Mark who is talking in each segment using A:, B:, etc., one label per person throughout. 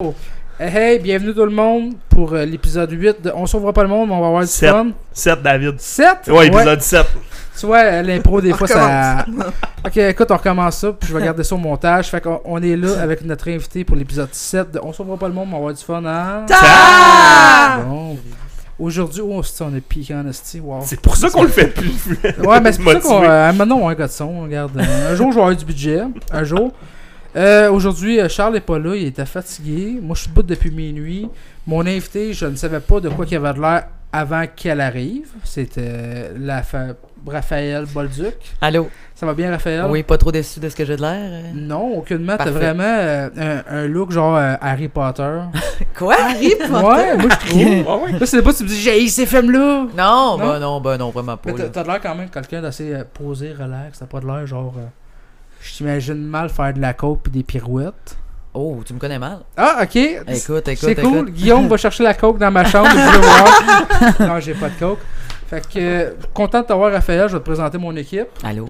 A: Oh. Hey, bienvenue tout le monde pour euh, l'épisode 8 de On sauvera pas le monde, mais on va avoir du
B: Sept.
A: fun.
B: 7, David.
A: 7?
B: Ouais, épisode 7.
A: Tu vois, euh, l'impro, des
C: On
A: fois, ça... ok, écoute, on recommence ça, puis je vais garder ça au montage. Fait qu'on on est là avec notre invité pour l'épisode 7 de On sauvera pas le monde, mais on va avoir du fun, hein?
B: Ah!
C: Ta-
A: Bon. Aujourd'hui, oh, hostie, on est piqué en hostie, wow.
B: C'est pour ça qu'on le fait plus.
A: Ouais, mais c'est pour ça qu'on.
B: Motivé.
A: euh, maintenant, on a un gars de son. Regarde, euh, un jour, je vais avoir du budget. Un jour. Euh, Aujourd'hui, euh, Charles est pas là. Il était fatigué. Moi, je suis bout depuis minuit. Mon invité, je ne savais pas de quoi qu'il avait de l'air avant qu'elle arrive. C'était euh, la fa- Raphaël Bolduc.
C: Allô?
A: Ça va bien, Raphaël?
C: Oui, pas trop déçu de ce que j'ai de l'air? euh?
A: Non, aucunement. T'as
C: Parfait.
A: vraiment euh, un, un look genre euh, Harry Potter.
C: Quoi?
A: ouais, moi je trouve.
B: Ah ouais.
A: Là, c'est pas tu me dis, j'ai ces femmes-là.
C: Non, bah non, bah non, vraiment pas.
A: Mais t'as-
C: là.
A: t'as de l'air quand même quelqu'un d'assez euh, posé, relax. T'as pas de l'air genre. euh, je t'imagine mal faire de la coke pis des pirouettes.
C: Oh, tu me connais mal.
A: Ah, ok. C'est
C: Écoute, écoute,
A: c'est
C: écoute.
A: cool. Guillaume va chercher la coke dans ma chambre. je vais voir. non, j'ai pas de coke. Fait que, euh, content de t'avoir, Raphaël. Je vais te présenter mon équipe.
C: Allô?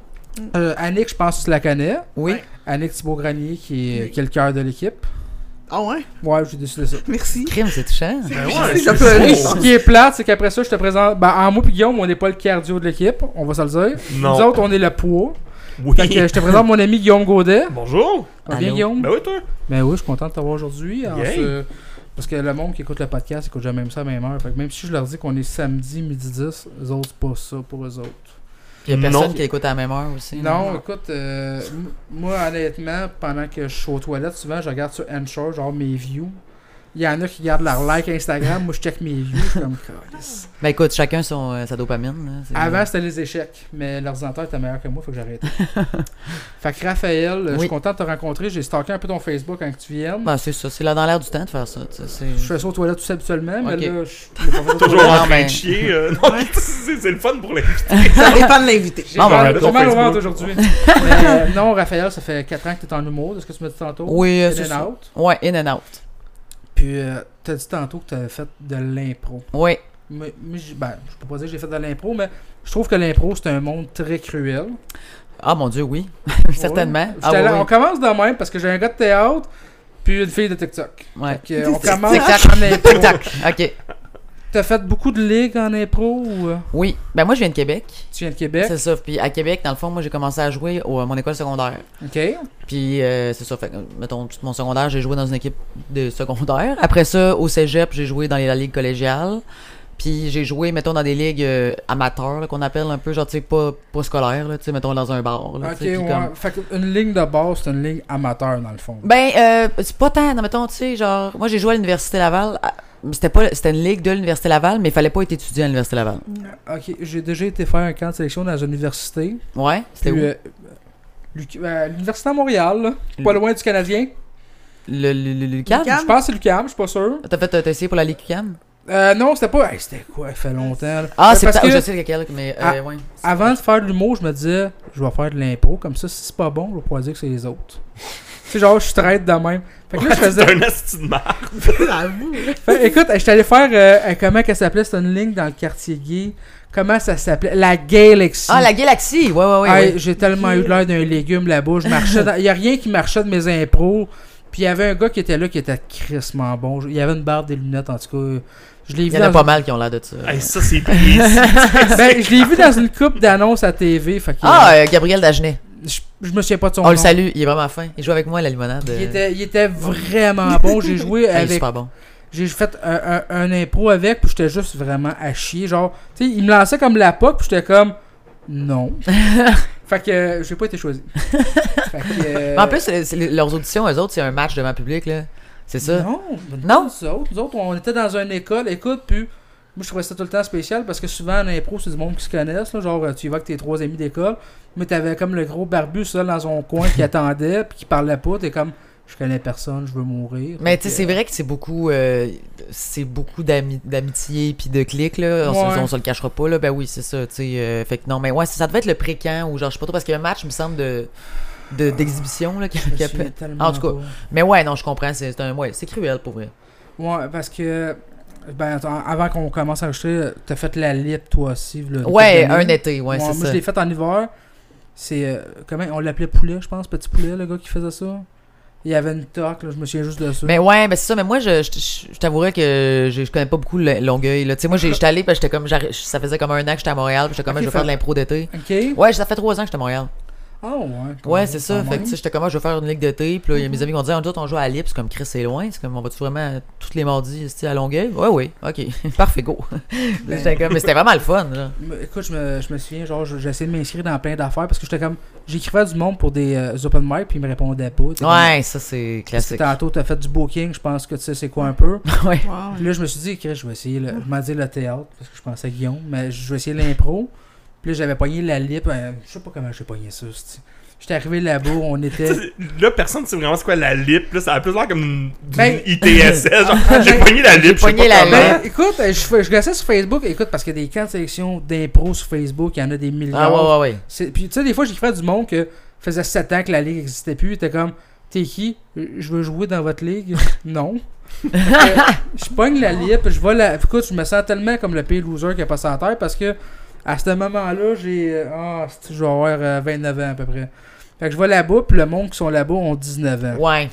A: Euh, Annick, je pense que tu la connais.
C: Oui?
A: Annick Thibault-Granier, qui, est- qui est le cœur de l'équipe.
D: Ah ouais?
A: Ouais, j'ai décidé ça.
D: Merci.
C: Crime, c'est touchant.
B: Ben
D: J'ai
B: c'est
D: pleuré.
B: faux.
A: Ce qui est plate, c'est qu'après ça, je te présente. Ben, en moi pis Guillaume, on n'est pas le cardio de l'équipe. On va se le dire. Nous
B: Non.
A: autres, on est le poids. Fait que, euh,
B: Oui.
A: je te présente mon ami Guillaume Godet.
B: Bonjour.
A: Ça va bien,
C: Allô?
A: Guillaume?
B: Ben oui, toi.
A: Ben oui, je suis content de t'avoir aujourd'hui. en
B: Yay!
A: ce- Parce que le monde qui écoute le podcast écoute jamais ça à la même heure. Fait que même si je leur dis qu'on est samedi midi 10, eux autres, c'est pas ça pour eux autres.
C: Il y a personne
B: Non.
C: qui écoute à la même heure aussi.
A: Non, écoute, euh, m- moi honnêtement, pendant que je suis aux toilettes, souvent je regarde sur Anchor, genre mes views. Il y en a qui gardent leur like Instagram, moi je check mes views, je suis comme Calisse.
C: Ben écoute, chacun son, euh, sa dopamine. là, c'est-
A: Avant c'était les échecs, mais l'ordinateur était meilleur que moi, faut que j'arrête. fait que Raphaël, euh, je suis
C: Oui.
A: content de te rencontrer, j'ai stalké un peu ton Facebook quand que tu viennes.
C: Ben c'est ça, c'est là dans l'air du temps de faire ça. tu sais, c'est-
A: Je fais ça aux toilettes tout ça habituellement, mais
C: Ok.
A: là, je je vais pas faire ça aux
B: Toujours
A: toilettes.
B: en train
C: mais-
B: de chier. euh, non, c'est c'est le fun pour les.
D: Ça dépend de l'invité.
A: J'ai
C: Non, mais on
A: mal,
B: arrête
A: j'ai
B: ton
A: mal au
B: Facebook.
A: ventre aujourd'hui. Mais, euh, non, Raphaël, ça fait 4 ans que tu es en humour, de ce que tu m'as dit tantôt.
C: Oui, euh,
A: In
C: c'est
A: and
C: ça.
A: out.
C: Ouais, in and out.
A: Puis, tu as dit tantôt que tu avais fait de l'impro.
C: Ouais.
A: Mais, mais j'ai- ben, je peux pas dire que j'ai fait de l'impro, mais je trouve que l'impro, c'est un monde très cruel.
C: Ah mon dieu, oui. Certainement.
A: Ouais.
C: Ah,
A: J'étais
C: oui,
A: là-
C: oui.
A: On commence de même parce que j'ai un gars de théâtre, puis une fille de TikTok.
C: Ouais.
A: Fait que, on commence
C: Tic-tac.
A: en impro.
C: Tac. OK.
A: T'as fait beaucoup de ligues en impro ou euh,
C: Oui. Ben moi je viens de Québec.
A: tu viens de Québec?
C: C'est ça. Puis à Québec, dans le fond, moi j'ai commencé à jouer au- à mon école secondaire.
A: Ok.
C: Puis euh, c'est ça, fait, que, mettons, tout mon secondaire, j'ai joué dans une équipe de secondaire. Après ça, au cégep, j'ai joué dans les- la ligue collégiale. Puis j'ai joué, mettons, dans des ligues euh, amateurs, là, qu'on appelle un peu, genre, tu sais, pas, pas scolaire, là, tu sais, mettons, dans un bar. Là,
A: Ok,
C: tu sais, puis
A: ouais.
C: comme-
A: Fait qu'une ligne de base, c'est une ligne amateur dans le fond.
C: Ben, euh, c'est pas tant, non, mettons, tu sais, genre, moi j'ai joué à l'Université Laval. à- C'était pas, c'était une ligue de l'Université Laval, mais il fallait pas être étudiant à l'Université Laval.
A: Ok, j'ai déjà été faire un camp de sélection dans une université.
C: Ouais, c'était
A: Puis,
C: où?
A: euh, Luc- euh, l'université à Montréal, là, pas loin du Canadien.
C: Le, le, le, le CAM?
A: Je pense que c'est l'UQAM, je suis pas sûr.
C: T'as fait, t'as essayé pour la Ligue CAM?
A: Euh, non, c'était pas. Hey, c'était quoi? Ça fait longtemps. là.
C: Ah,
A: Mais
C: c'est
A: Euh, parce
C: peut-être,
A: que
C: je sais lequel, mais, euh,
A: Ah,
C: ouais.
A: Avant de faire de l'humour, je me disais, je vais faire de l'impro. Comme ça, si c'est pas bon, je vais pouvoir dire que c'est les autres. tu sais, genre, je suis traite de même. Fait que là, je faisais.
B: C'est un asti de marde.
D: J'avoue.
A: Fait- écoute, je suis allé faire. euh, euh, comment qu'elle s'appelait? C'était une ligne dans le quartier gay. Comment ça s'appelait? La Galaxy.
C: Ah, la Galaxie! Ouais, ouais, ouais.
A: Hey,
C: ouais.
A: J'ai tellement eu de l'air d'un légume là-bas. Je marchais dans... Il n'y a rien qui marchait de mes impros. Puis il y avait un gars qui était là qui était crissement bon. Je- Il y avait une barre des lunettes, en tout cas. Je l'ai
C: Il
A: vu,
C: y en a
A: dans...
C: pas mal qui ont l'air de ça.
B: Hey, ça, c'est précis.
A: ben, je l'ai vu dans une coupe d'annonces à TV. Fait que,
C: Ah, euh, Gabriel Dagenet.
A: je, je me souviens pas de son
C: On le
A: nom.
C: salue, il est vraiment fin. Il joue avec moi à la limonade.
A: Il
C: euh,
A: était, il était vraiment bon. J'ai joué
C: ah, il est
A: avec. euh,
C: super bon.
A: J'ai fait un, un- un impro avec, puis j'étais juste vraiment à chier. Genre, tu sais, il me lançait comme la POC, puis j'étais comme. Non. fait que euh, j'ai pas été choisi. Fait que, euh,
C: Mais en plus, c'est- c'est- leurs auditions, eux autres, c'est un match devant public, là. C'est ça?
A: Non, ben,
C: Non?
A: nous autres, nous autres, on était dans une école, écoute, puis moi je trouvais ça tout le temps spécial parce que souvent en impro, c'est du monde qui se connaissent, là, genre tu y vas avec tes trois amis d'école, mais t'avais comme le gros barbu seul dans son coin qui attendait, puis qui parlait pas, t'es comme je connais personne, je veux mourir.
C: Mais
A: Fait
C: tu sais,
A: que-
C: c'est vrai que c'est beaucoup, euh, c'est beaucoup d'ami- d'amitié puis de clics là. On, se-
A: Ouais.
C: on se le cachera pas là. Ben oui, c'est ça. Tu sais, euh, fait que non, mais ouais, ça, ça devait être le pré-camp ou genre je sais pas trop parce qu'il y a un match, me semble de de- d'exhibition là. qui-
A: Je me
C: qui a-
A: souviens tellement
C: En tout cas.
A: pas.
C: Mais ouais, non, je comprends. C'est c'est un ouais, c'est cruel pour vrai.
A: Ouais, parce que. Ben, attends, avant qu'on commence à enregistrer, t'as fait la lip toi aussi. là, depuis
C: Ouais,
A: des années.
C: un été,
A: moi,
C: ouais, c'est
A: moi, je
C: ça.
A: l'ai fait en hiver. C'est. euh, comment on l'appelait poulet, je pense, petit poulet, le gars qui faisait ça. Il y avait une toque, là, je me souviens juste de ça.
C: Mais ouais, ben c'est ça, mais moi, je, je, je- je t'avouerais que je, je connais pas beaucoup le- Longueuil. Là. Tu sais, moi, j'ai- j'étais allé, parce que j'étais comme, j'arri- ça faisait comme un an que j'étais à Montréal, puis j'étais comme,
A: Ok,
C: je vais faire
A: fait-
C: de l'impro d'été.
A: Ok.
C: Ouais, ça fait trois ans que j'étais à Montréal.
A: Ah ouais. Mhm. quand
C: Ouais,
A: même,
C: c'est ça.
A: quand
C: Fait que
A: même.
C: tu sais, j'étais comme, Ah, je vais faire une ligue d'été. Puis là, il y a mes amis qui m'ont dit, Ah, nous autres, on joue à Lips, comme Chris, c'est loin. C'est comme, on va-tu vraiment tous les mardis, tu sais, à Longueuil? Ouais, oui. OK. Parfait, go. Là,
A: Ben.
C: j'étais comme, mais c'était vraiment le fun, là.
A: Mais Écoute, je me, je me souviens, genre, je- j'ai essayé de m'inscrire dans plein d'affaires parce que j'étais comme. J'écrivais à du monde pour des euh, open mic puis ils me répondaient pas. t'sais, comme,
C: Ouais, ça, c'est
A: Parce que
C: classique.
A: tantôt, t'as fait du booking, je pense que tu sais c'est quoi un peu.
C: ouais.
D: Wow.
A: Puis là, je me suis dit, Chris, je vais essayer, le, je m'en dis le théâtre, parce que je pensais à Guillaume, mais je vais essayer l'impro. Puis là, j'avais pogné la lip, euh, je sais pas comment j'ai pogné ça. c'ti. J'étais arrivé là-bas, on était.
B: Tu sais, Là, personne ne sait vraiment c'est quoi la lip. Là, ça a plus l'air comme une, d'une
A: Ben- Ah,
B: ITSS. genre, j'ai pogné la lip. je sais pas
C: pogné la
B: comment.
A: Ben, écoute, euh, je, fais- je glaçais sur Facebook, écoute, parce qu'il y a des camps de sélection d'impro sur Facebook, il y en a des millions.
C: Ah, ouais, ouais, ouais.
A: C'est- Puis tu sais, des fois, j'écrivais à du monde que faisait 7 ans que la ligue n'existait plus. T'es comme, t'es qui Euh, Je veux jouer dans votre ligue. non. Fait que, je pogne la lip, je vois la. Écoute, je me sens tellement comme le pire loser qui a passé en terre parce que à ce moment-là, j'ai. euh, Ah, c'est- je vais avoir euh, 29 ans à peu près. Fait que je vais là-bas, puis le monde qui sont là-bas ont 19 ans.
C: Ouais.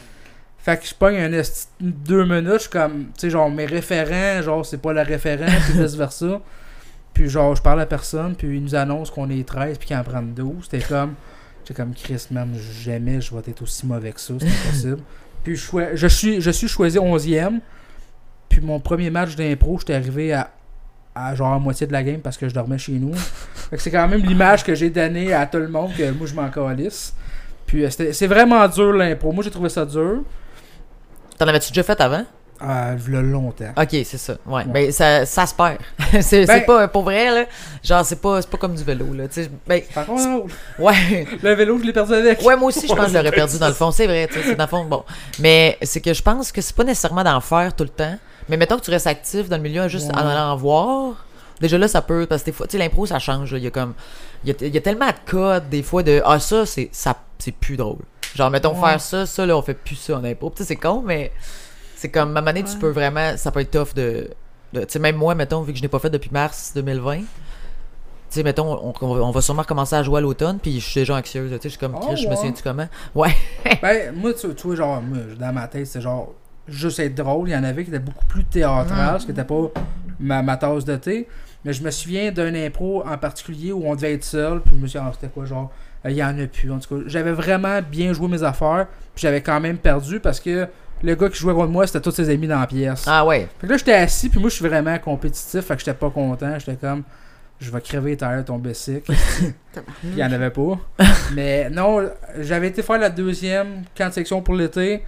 A: Fait que je pogne un esti- deux minutes, je suis comme, tu sais, genre mes référents, genre c'est pas la référence, puis vice versa. Puis genre, je parle à personne, puis ils nous annoncent qu'on est 13 puis qu'ils en prennent 12. C'était comme, j'étais comme Chris, man, jamais je vais être aussi mauvais que ça, c'est impossible. puis je, choi- je, suis, je suis choisi 11e, puis mon premier match d'impro, j'étais arrivé à, à genre à moitié de la game parce que je dormais chez nous. Fait que c'est quand même l'image que j'ai donnée à tout le monde que moi je m'en calisse. Puis euh, c'était- c'est vraiment dur l'impro. Moi j'ai trouvé ça dur.
C: T'en avais-tu déjà fait avant?
A: Ah, le longtemps.
C: Ok, c'est ça. Ouais.
A: Ouais.
C: Ben, ça, ça se perd. c'est,
A: Ben-
C: c'est pas, pour vrai, là. Genre, c'est pas, c'est pas comme du vélo, là. Tu sais, ben,
A: Par contre, non,
C: ouais.
A: le vélo, je l'ai perdu avec.
C: Ouais, moi aussi, je pense que je l'aurais perdu dans le fond. C'est vrai, tu sais, c'est dans le fond, bon. Mais c'est que je pense que c'est pas nécessairement d'en faire tout le temps. Mais mettons que tu restes actif dans le milieu juste en
A: Ouais.
C: allant en voir. Déjà là, ça peut, parce que des fois, tu sais, l'impro, ça change, là. Il y a comme, il y a, il y a tellement de codes, des fois, de, ah, ça, c'est, ça, c'est plus drôle. Genre, mettons,
A: Ouais.
C: faire ça, ça, là, on fait plus ça en impro. Tu sais, c'est con, mais c'est comme, à un moment donné, tu peux vraiment, ça peut être tough de, de- tu sais, même moi, mettons, vu que je n'ai pas fait depuis mars 2020, tu sais, mettons, on, on va- on va sûrement commencer à jouer à l'automne, puis je suis déjà anxieuse, là, tu sais, je suis comme,
A: Ah
C: Chris, je me
A: ouais.
C: souviens-tu comment? Ouais.
A: Ben, moi, tu, tu vois, genre, moi, dans ma tête, c'est genre, juste être drôle. Il y en avait qui étaient beaucoup plus théâtrales, ce qui n'était pas ma, ma tasse de thé. Mais je me souviens d'un impro en particulier où on devait être seul, puis je me suis dit, ah, c'était quoi, genre, euh, il y en a plus. En tout cas, j'avais vraiment bien joué mes affaires, puis j'avais quand même perdu parce que le gars qui jouait contre moi, c'était tous ses amis dans la pièce.
C: Ah ouais.
A: Fait que là, j'étais assis, puis moi, je suis vraiment compétitif, fait que j'étais pas content. J'étais comme, je vais crever terre, tomber sec. Puis il y en avait pas. Mais non, j'avais été faire la deuxième camp de section pour l'été,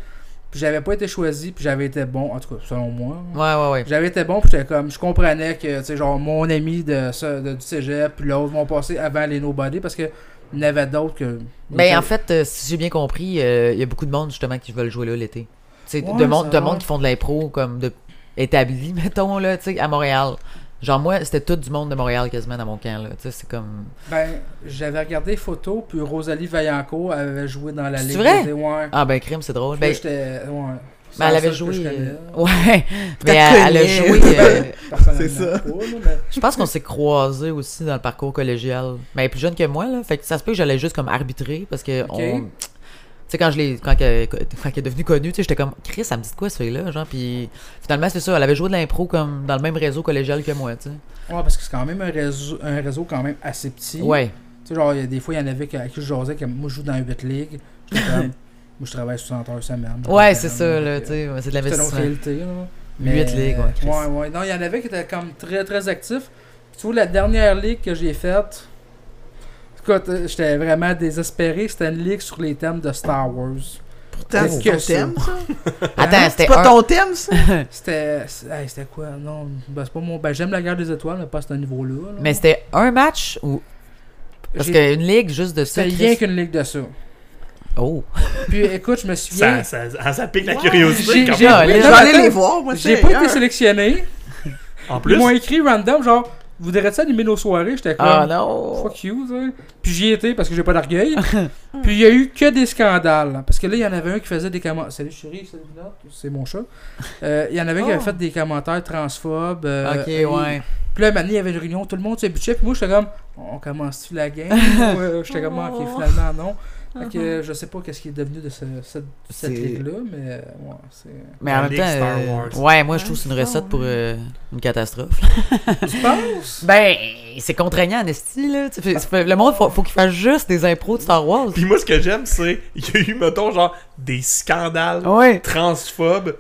A: puis j'avais pas été choisi, puis j'avais été bon, en tout cas, selon moi.
C: Ouais, ouais, ouais.
A: J'avais été bon, puis j'étais comme, je comprenais que, tu sais, genre, mon ami de, ce- de- du cégep, puis l'autre vont passer avant les nobody, parce que il y en avait d'autres que.
C: Ben, en fait, euh, si j'ai bien compris, euh, il y a beaucoup de monde, justement, qui veulent jouer là l'été. Tu sais, de,
A: Ouais,
C: monde,
A: ça
C: de
A: va.
C: monde qui font de l'impro, comme, de établi, mettons, là, tu sais, à Montréal. Genre, moi, c'était tout du monde de Montréal quasiment dans mon camp, là. Tu sais, c'est comme.
A: Ben, j'avais regardé les photos, puis Rosalie Vaillancourt avait joué dans la
C: C'est
A: Ligue
C: vrai?
A: des ouais.
C: Ah, ben, crime, c'est drôle.
A: Ben,
C: Ben,
A: j'étais. Ouais.
C: mais elle
A: C'est
C: avait
A: la seule que
C: joué.
A: je connais.
C: euh, Ouais. mais
D: qu'elle
C: elle, elle a
D: connaît.
C: joué. euh,
A: Personnellement
D: C'est ça.
A: pas, là, mais-
C: je pense qu'on s'est croisés aussi dans le parcours collégial. Mais elle est plus jeune que moi, là. Fait que ça se peut que j'allais juste comme arbitrer parce que
A: Ok.
C: on. Tu sais, quand je l'ai. Quand elle, quand elle est devenue connue, tu sais, j'étais comme Chris, ça me dit de quoi ce là genre. Puis finalement, c'est ça. Elle avait joué de l'impro comme dans le même réseau collégial que moi, tu sais.
A: Ouais, parce que c'est quand même un réseau, un réseau quand même assez petit.
C: Ouais.
A: Tu sais, genre, il y a des fois, il y en avait qui- avec qui je jasais, que moi, je joue dans 8 ligues. J'étais comme, moi, je travaille 60 heures semaine.
C: Ouais,
A: Donc,
C: c'est
A: euh,
C: ça, là,
A: donc,
C: tu
A: euh, C'est
C: sais. C'est de
A: une autre
C: l'investissement.
A: réalité, là.
C: Huit ligues, ouais, Chris.
A: Ouais, ouais. Non, il y en avait qui étaient comme très, très actifs. Puis, tu vois, la dernière ligue que j'ai faite, écoute, euh, j'étais vraiment désespéré. C'était une ligue sur les thèmes de Star Wars.
D: Pourtant,
A: Qu'est-ce
D: c'est ton
A: que c'est?
D: thème, ça?
C: Attends,
D: C'est
C: c'était.
D: pas
C: un-
D: ton thème, ça?
A: C'était. c'est- hey, c'était quoi Non, ben, c'est pas mon. Ben, j'aime la guerre des étoiles, mais pas à ce niveau-là. là.
C: Mais c'était un match ou. Parce
A: J'ai-
C: qu'une ligue juste de ça.
A: C'était
C: Chris-
A: rien qu'une ligue de ça.
C: Oh.
A: Puis écoute, je me
B: Ça,
A: souviens.
B: ça, ça, ça pique la
D: Ouais.
B: curiosité.
A: J'ai-
B: quand
A: j'ai-
B: même.
D: Je
A: Mais
D: vais
A: non,
D: aller
A: attends,
D: les voir, moi,
A: J'ai
D: c'est
A: pas
D: ailleurs.
A: été sélectionné.
B: En hein. plus,
A: Ils m'ont écrit random, genre, voudrais-tu animer nos soirées J'étais comme,
C: Ah non.
A: fuck you, tu sais. Puis j'y étais parce que j'ai pas d'orgueil. Puis il y a eu que des scandales. hein. Parce que là, il y en avait un qui faisait des commentaires. Salut chérie, salut Linotte, c'est mon chat. Euh, Il y en avait un qui avait
C: Oh.
A: fait des commentaires transphobes. euh,
C: Ok,
A: et-
C: ouais.
A: Puis là, un moment donné, il y avait une réunion, tout le monde s'est butché. Puis moi, j'étais comme, on commence-tu la game Ou, euh, J'étais comme, ok,
C: Oh.
A: finalement, non. Fait que, euh, je sais pas qu'est-ce qui est devenu de ce- cette, cette
C: C'est-
A: ligue-là, mais euh, ouais, c'est.
C: Mais
B: La
C: en même
B: Ligue
C: temps,
B: Star
C: euh,
B: Wars.
C: ouais, moi je trouve que c'est une
D: Ah,
C: recette pour
D: ouais.
C: euh, une catastrophe.
A: Tu penses?
C: Ben, c'est contraignant en esti, là. Tu fais- tu fais- le monde, faut, faut qu'il fasse juste des impros de Star Wars.
B: Puis moi, ce que j'aime, c'est il y a eu, mettons, genre, des scandales
C: Ouais.
B: transphobes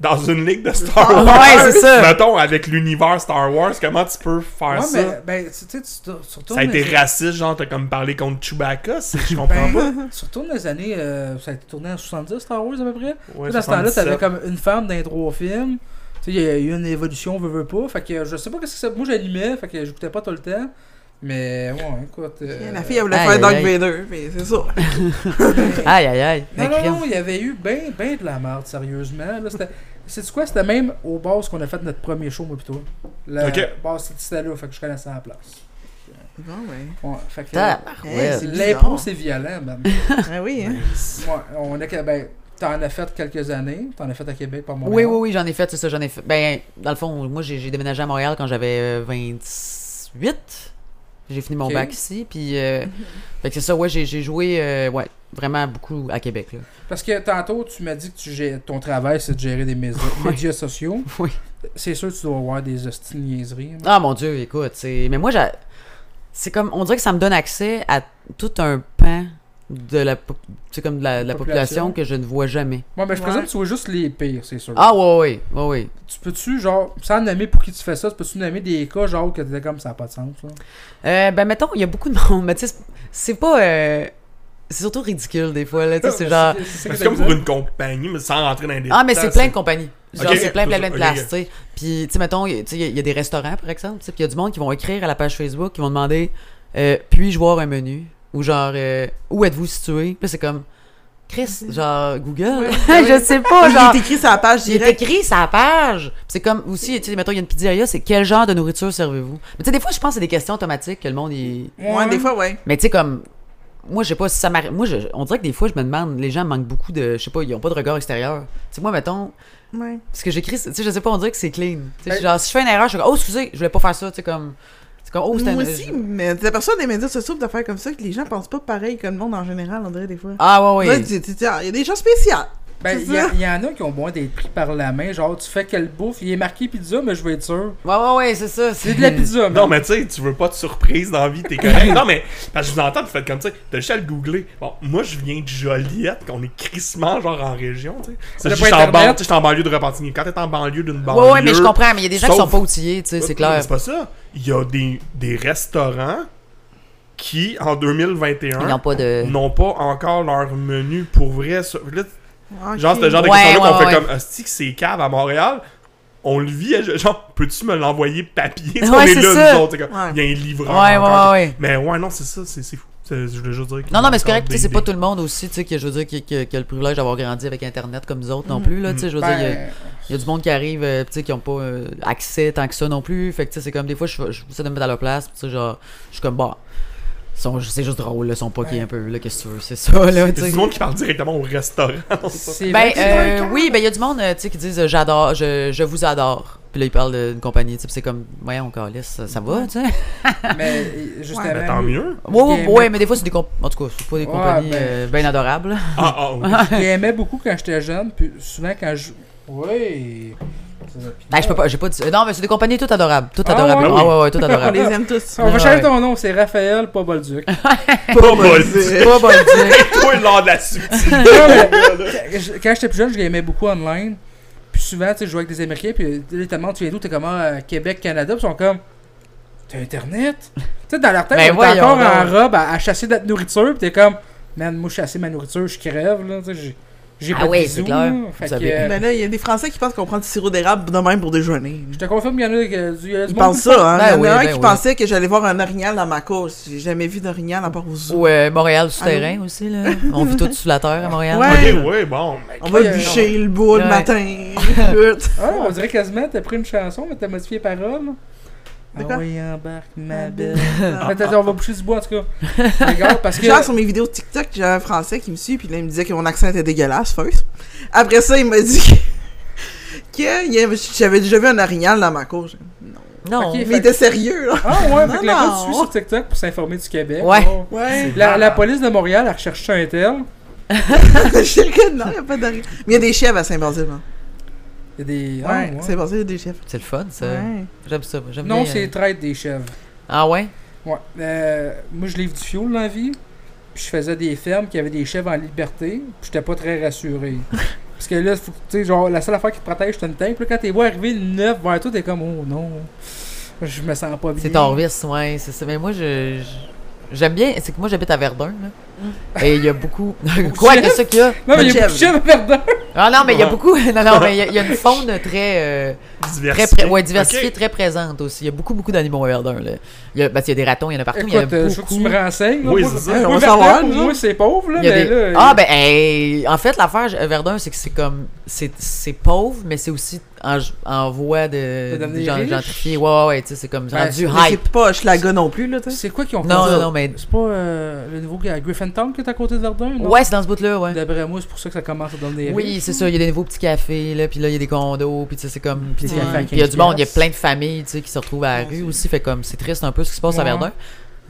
B: dans une ligue de Star Wars.
C: Ah, Ouais, c'est ça.
B: Mettons, avec l'univers Star Wars, comment tu peux faire
A: ouais,
B: ça?
A: mais ben, tu sais, tu te- tu
B: Ça a
A: retournes
B: été hein?
A: les-
B: raciste, genre, t'as comme parlé contre Chewbacca, c'est- je comprends
A: Ben,
B: pas.
A: tu retournes les années. euh, ça a été tourné en 70 Star Wars à peu près.
B: Ouais,
A: dans ce temps-là, t'avais
B: 77.
A: comme une femme dans les trois films. Tu sais, il y a eu une évolution, veut, veut pas. Fait que euh, je sais pas qu'est-ce que c'est. Moi, j'animais, fait que j'écoutais pas tout le temps. Mais ouais, écoute. euh,
D: La fille, elle voulait
C: Aïe,
D: faire
C: aïe,
D: Dark
C: aïe.
D: Vader, mais c'est ça.
C: Aïe, aïe, aïe.
A: Non,
C: Ben,
A: non,
C: crime.
A: non, il y avait eu ben, ben de la merde, sérieusement. Là, c'était... C'est-tu quoi? C'était même au boss qu'on a fait notre premier show, moi, plutôt. La
B: Ok.
A: base, c'était là, fait que je connaissais la place.
D: Bon, ouais.
A: Ouais, fait que...
D: Ouais,
C: Tabarouette.
D: c'est
A: L'impôt,
D: bizarre.
A: c'est violent, man.
D: Ah oui, hein.
A: ouais, on a... que- Ben, t'en as fait quelques années. T'en as fait à Québec, par
C: Oui, oui,
A: Montréal.
C: oui, j'en ai fait, c'est ça, j'en ai fait. Ben, dans le fond, moi j'ai j'ai déménagé à Montréal quand j'avais euh, 28. J'ai fini mon
A: Ok.
C: bac ici, puis. euh, fait que c'est ça, ouais, j'ai j'ai joué, euh, ouais, vraiment beaucoup à Québec, là.
A: Parce que tantôt, tu m'as dit que tu gères- ton travail, c'est de gérer des médias, médias sociaux.
C: Oui.
A: C'est sûr que tu dois avoir des hosties de niaiseries. là.
C: Ah mon dieu, écoute, c'est mais moi j'a- c'est comme on dirait que ça me donne accès à tout un pan de la po- tu sais, comme de la, de la
A: Population.
C: population que je ne vois jamais.
A: Ouais, ben, je
D: Ouais.
A: présume que tu vois juste les pires, c'est sûr.
C: Ah ouais ouais, ouais ouais.
A: Tu peux-tu, genre, sans nommer pour qui tu fais ça, tu peux-tu nommer des cas, genre, que t'étais comme ça n'a pas de sens, là?
C: Euh, ben mettons, il y a beaucoup de monde, mais tu sais c'est- c'est pas euh, c'est surtout ridicule des fois là, tu sais c'est genre
B: Mais C'est comme pour une compagnie, mais sans rentrer dans les
C: ah mais
B: détails,
C: c'est plein de compagnies. Genre
B: Ok,
C: c'est plein plein plein de
B: ok,
C: places,
B: ok.
C: tu sais. Puis tu sais mettons, il y a- tu sais, il y, a- il y a des restaurants par exemple, tu sais, puis il y a du monde qui vont écrire à la page Facebook, qui vont demander euh, puis-je voir un menu ou genre euh, où êtes-vous situé Puis là, c'est comme Chris, genre Google,
D: Ouais.
C: je sais pas, genre
D: Il est écrit sur la page
C: il est
D: direct.
C: écrit sa page. Puis C'est comme aussi, tu sais, mettons, il y a une pizzeria, c'est quel genre de nourriture servez-vous? Mais tu sais, des fois, je pense que c'est des questions automatiques que le monde il...
D: Ouais, des fois, ouais.
C: Mais tu sais, comme. Moi, je sais pas si ça m'arrive. Moi, je- on dirait que des fois, je me demande, les gens manquent beaucoup de. Je sais pas, ils ont pas de regard extérieur. Tu sais, moi, mettons,
D: Ouais.
C: ce que j'écris, c'est- tu sais, je sais pas, on dirait que c'est clean. Tu sais,
A: Ben-
C: genre, si je fais une erreur, je suis comme, oh, excusez, je voulais pas faire ça, tu sais, comme. C'est comme, oh, c'était
D: Moi
C: une-
D: aussi, mais la personne des médias sociaux d'affaires comme ça que les gens pensent pas pareil que le monde en général, on dirait des fois.
C: Ah, ouais,
D: Là,
C: ouais.
D: tu- tu- tu- Il y a des gens spéciaux.
A: Ben,
D: C'est
A: il y, a-
D: ça.
A: y en a qui ont moins d'être pris par la main. Genre, tu fais quelle bouffe Il est marqué pizza, mais je veux être sûr.
C: Ouais, ouais, ouais, c'est ça.
A: C'est de la pizza,
B: Hmm. Non,
A: mais.
B: mais tu sais, tu veux pas de surprise dans la vie, t'es correct. non, mais parce que je vous entends, vous faites comme ça, t'as juste à le googler. Bon, moi, je viens de Joliette, qu'on est crissement, genre en région, tu sais. C'est
A: T'as
B: juste
A: pas
B: en
A: Internet?
B: ban- tu sais. Je suis en banlieue de Repentigny. Quand t'es en banlieue d'une banlieue.
C: Ouais, ouais, mais je comprends, mais il y a des gens qui
B: Sauf-
C: sont pas outillés, tu sais, c'est clair.
B: C'est pas ça. Il y a des, des restaurants qui, en 2021,
C: Ils n'ont pas de.
B: n'ont pas encore leur menu pour vrai. sur- Là,
D: Ah, Ok.
B: Genre, c'est le genre de
C: Ouais,
B: question qu'on
C: ouais,
B: fait
C: ouais.
B: comme Hostie, que c'est cave à Montréal. On le vit, je- genre, peux-tu me l'envoyer papier Tu sais, On
C: Ouais,
B: est
C: c'est
B: là,
C: ça.
B: nous autres. c'est comme,
D: Ouais.
B: Il y a un livreur.
C: Ouais,
B: encore.
C: ouais, ouais.
B: Mais ouais, non, c'est ça, c'est c'est fou. C'est- Je voulais juste dire que.
C: Non, non, mais c'est correct, tu sais, c'est pas
B: tout.
C: tout le monde aussi, tu sais, que je veux dire, qui, qui- qui a le privilège d'avoir grandi avec Internet comme nous autres non plus, là, tu sais, je veux dire, il y a-
A: Mm. Ben,
C: il y, a du monde qui arrive, euh, tu sais, qui ont pas euh, accès tant que ça non plus, fait que, tu sais, c'est comme des fois, je je- j'essaie de me mettre à leur place, puis tu sais, genre, je suis comme, bah, ils sont- c'est juste drôle, là, ils sont poqués un peu, là, qu'est-ce que tu veux, c'est ça, là, tu
B: C'est
C: sais.
B: du monde qui parle directement au restaurant.
A: c'est
C: Ben,
A: vrai que c'est-
C: euh, oui, ben, il y a du monde, euh, tu sais, qui disent, euh, j'adore, je, je vous adore, puis là, ils parlent d'une compagnie, tu sais, puis c'est comme, voyons, Calis, ça, ça va, tu sais.
A: Mais euh, justement.
B: Mais Ben, tant mieux.
C: Ouais, ouais,
A: Game.
C: ouais, mais des fois, c'est des comp- en tout cas, c'est pas des
A: Ouais,
C: compagnies
A: ben-
C: euh, ben adorables.
B: Ah, ah, oui.
A: Je l'aimais beaucoup quand j'étais jeune, puis souvent quand je. Oui.
C: Ben, je peux pas, j'ai pas dit ça. Non, mais c'est des compagnies toutes adorables. Toutes
A: Ah
C: adorables.
A: ouais?
C: Ah ouais, ouais, toutes
D: On les
C: adorables.
D: aime tous.
A: On va
C: Ouais.
A: changer ton nom, c'est Raphaël, pas Bolduc.
B: Pas bon. C'est
C: Pas bon dire.
B: toi l'art de la subtilité.
A: Quand je- quand j'étais plus jeune, je l'aimais beaucoup online. Puis souvent, tu sais, je jouais avec des Américains, puis là, ils te demandent, tu viens d'où? T'es comme, Ah, Québec, Canada, puis ils sont comme, t'as Internet? Tu sais, dans leur tête,
C: Ben
A: on est
C: voyons
A: encore en
C: donc.
A: robe à, à chasser notre nourriture, puis t'es comme, man, moi, chasser ma nourriture, je crève, là, tu sais, j'ai- j'ai
C: Ah
A: pas
C: oui,
A: de
C: c'est
A: bisous,
C: clair.
A: là.
C: Vous
A: Fait que,
C: savez.
A: euh,
D: Mais Ben là, il y a des Français qui pensent qu'on prend du sirop d'érable de même pour déjeuner.
A: je te confirme qu'il y en a que- du. il y a du
D: Ils
A: monde
D: pensent
A: qui-
D: ça, hein.
C: Ben
D: Il y en
C: oui,
D: a un
C: ben
D: qui
C: oui.
D: pensait que j'allais voir un orignal dans ma course. J'ai jamais vu d'orignal à part au zoo.
C: Ou euh, Montréal souterrain aussi, là. On vit tout sous la terre à Montréal.
D: Ouais.
B: Ok, ouais, bon. mais-
D: On va
A: Ouais,
D: le bûcher, le bois le
C: Ouais.
D: matin. Écoute.
A: euh, Ah, on dirait quasiment, t'as pris une chanson, mais t'as modifié les paroles. Ah
D: De quoi?
A: oui, embarque ma
D: Ma
A: belle. Ah,
D: belle.
A: Attends, attends, on va boucher du bois, en tout cas. Regarde, parce que.
D: Genre sur mes vidéos TikTok, j'ai un Français qui me suit, puis là, il me disait que mon accent était dégueulasse, first. Après ça, il m'a dit que, que il y avait- j'avais déjà vu un orignal dans ma cour. J'ai dit, Non,
C: Non.
A: Ok.
D: Mais il était sérieux, là.
A: Ah ouais, fait que la
D: Non,
A: gars suit
D: non.
A: sur TikTok pour s'informer du Québec.
C: Ouais.
A: Oh.
D: Ouais.
A: La,
B: Ah.
A: la police de Montréal a recherché un tel.
D: Je sais que non, il n'y a pas de. Mais il y a des chefs à Saint-Basile. hein.
A: Il y a des. ah,
D: Ouais,
A: ouais.
D: Saint-Basile, il y a des chefs.
C: C'est le fun, ça.
D: Ouais.
C: J'aime ça. moi, J'aime
A: Non,
C: bien,
A: c'est
C: euh,
A: traite des chèvres.
C: Ah ouais?
A: Ouais. Euh, moi, je livre du fioul dans la vie. Puis je faisais des fermes qui avaient des chèvres en liberté. Puis j'étais pas très rassuré. Parce que là, faut que- tu sais, genre, la seule affaire qui te protège, c'est une teinte. Puis là, quand t'es vois arriver le neuf vers toi, t'es comme, oh non. Je me sens pas bien.
C: C'est ton vice, ouais, c'est ça. Mais moi, je. je- J'aime bien, c'est que moi j'habite à Verdun,
A: Mm.
C: là. Et il y a beaucoup. Quoi,
A: de
C: qu'est-ce qu'il y a?
A: Non, mais il y a plus
D: Chèvre.
A: de chèvres perdant.
C: Ah non, mais il y a beaucoup. Non, non, mais il y a- il y, a une faune très. euh, très
B: Diversifié.
C: pré- ouais, diversifiée,
B: Ok.
C: très présente aussi. Il y a beaucoup, beaucoup d'animaux à Verdun, là. Il y a, ben, il y a des ratons, il y en a partout. il y en a
A: Écoute, euh, je veux que tu
C: beaucoup.
A: me renseignes. là.
B: Oui,
A: Moi,
B: c'est ça.
A: moi,
D: On va
A: Verdun,
D: savoir,
A: pour
D: nous
A: moi, c'est pauvre, là.
C: Il y a
A: Mais
C: des-
A: là. euh,
C: ah ben hey, en fait l'affaire euh, Verdun c'est que c'est comme c'est c'est pauvre mais c'est aussi en, en voie
A: De
C: de,
A: devenir
C: gen-
A: riche.
C: gentrifié. Ouais ouais, ouais, tu sais c'est comme
A: Ben,
C: rendu
D: Mais
C: hype.
D: c'est pas Schlaga non plus, là, tu sais.
A: C'est quoi qui ont fait
C: ben, Non
A: ça?
C: non non mais
A: C'est pas euh, le nouveau gars, Griffin Town, qui est à côté de Verdun? non?
C: ouais, c'est dans ce bout là ouais.
A: D'après moi, c'est pour ça que ça commence à donner
C: Oui, c'est ça, il y a des nouveaux petits cafés là, puis là il y a des condos, puis tu sais c'est comme puis tu sais,
A: Des cafés à
C: puis il y a
A: 15
C: du monde, il y a
A: piastres.
C: plein de familles, tu sais qui se retrouvent à la
A: Ouais,
C: rue
A: c'est-
C: aussi fait comme c'est triste un peu ce qui se passe à
A: Ouais.
C: Verdun.
D: Les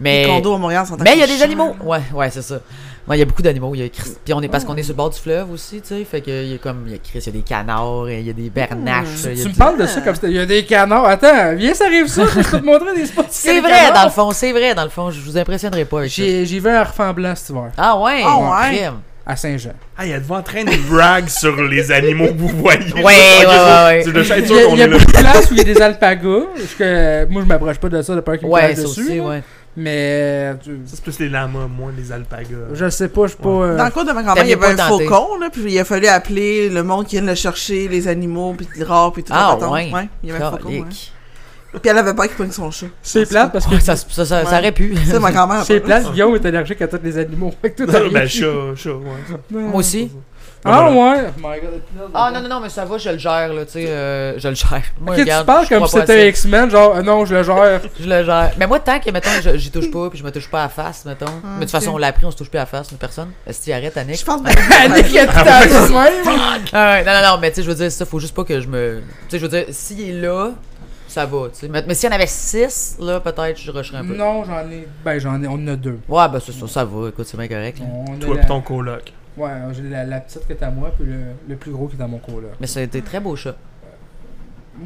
C: Mais
D: condos à Montréal sont
C: Mais il y a
D: encore
C: des
D: chers.
C: animaux. Ouais, ouais, c'est ça. Ouais, il y a beaucoup d'animaux. Il y a Chris- Puis on est parce qu'on est sur le bord du fleuve aussi, tu sais. Fait que il y a comme il y a Chris, il y a des canards, il y a des bernaches. Ben, il y a
A: Tu me
C: du-
A: parles de ça comme si il y a des canards. Attends, viens, ça arrive ça, je peux te montrer des spots.
C: C'est vrai dans le fond, c'est vrai dans le fond. Je vous impressionnerai pas avec ça.
A: J'ai j'ai vu un enfant blanc cet hiver,
C: Ah ouais.
D: Ah ouais.
C: crime.
A: à Saint-Jean.
B: Ah, il est devant en train de brag sur les animaux que vous voyez.
C: Ouais, ouais, ouais,
B: C'est de
C: ouais.
A: Il y a,
B: chaque sûr qu'on
A: il y a
B: est là.
A: beaucoup de places où il y a des alpagas. parce que moi, je m'approche pas de ça, de peur qu'ils me
C: Ouais,
A: crachent
C: ça
A: dessus.
C: aussi,
A: là.
C: ouais.
A: Mais euh, tu-
B: Ça, c'est plus les lamas, moins les alpagas.
A: je sais pas, je suis pas. euh,
D: Dans le cours de ma grand-mère, il y
C: T'avais
D: avait
C: pas
D: un
C: tenté.
D: faucon, là, puis il a fallu appeler le monde qui vient le chercher, les animaux, puis les rares, puis tout
C: Ah,
D: le patente.
C: ouais.
D: il y avait un faucon. ouais.
C: Calique.
D: Puis elle avait peur qu'il pogne son chat.
A: C'est plate parce que
C: Ouais, ça, ça, ça, ça aurait pu.
D: Ça, ma grand-mère.
A: c'est
D: elle a peur.
A: plate, Guillaume est allergique à tous les animaux. Fait que tout
B: Ah,
A: arrive.
B: ben, chat, chat, ouais. ça.
C: Moi aussi.
A: Ah ouais! Oh my God,
C: Ah non non non mais ça va, je le gère là, tu sais, euh, je le gère. Moi,
A: Ok, tu
C: regarde,
A: parles
C: je
A: comme
C: crois
A: si
C: pas à
A: c'était
C: ça.
A: X-Men, genre, euh, non, je le gère.
C: Je le gère. Mais moi, tant que, mettons, je- j'y touche pas, puis je me touche pas à la face, mettons. mais de toute façon, on l'a appris, on se touche plus à la face, une personne. Est-ce qu'il arrête, Annick?
D: Je pense que
A: Panique à tout à l'heure.
C: Ah ouais, non, non, non, mais tu sais, je veux dire, ça, faut juste pas que je me. Tu sais, je veux dire, s'il est là, ça va, tu sais. Mais, mais s'il y en avait six, là, peut-être, je rusherais un peu.
A: Non, j'en ai. Ben, j'en ai. On en a deux.
C: Ouais, ben, c'est ça, ça va, écoute, c'est bien correct. là.
A: On a
B: Toi
A: la-
B: pis ton coloc.
A: Ouais, j'ai la, la petite qui est à moi, puis le, le plus gros qui est à mon coloc.
C: Mais ça a été très beau chat.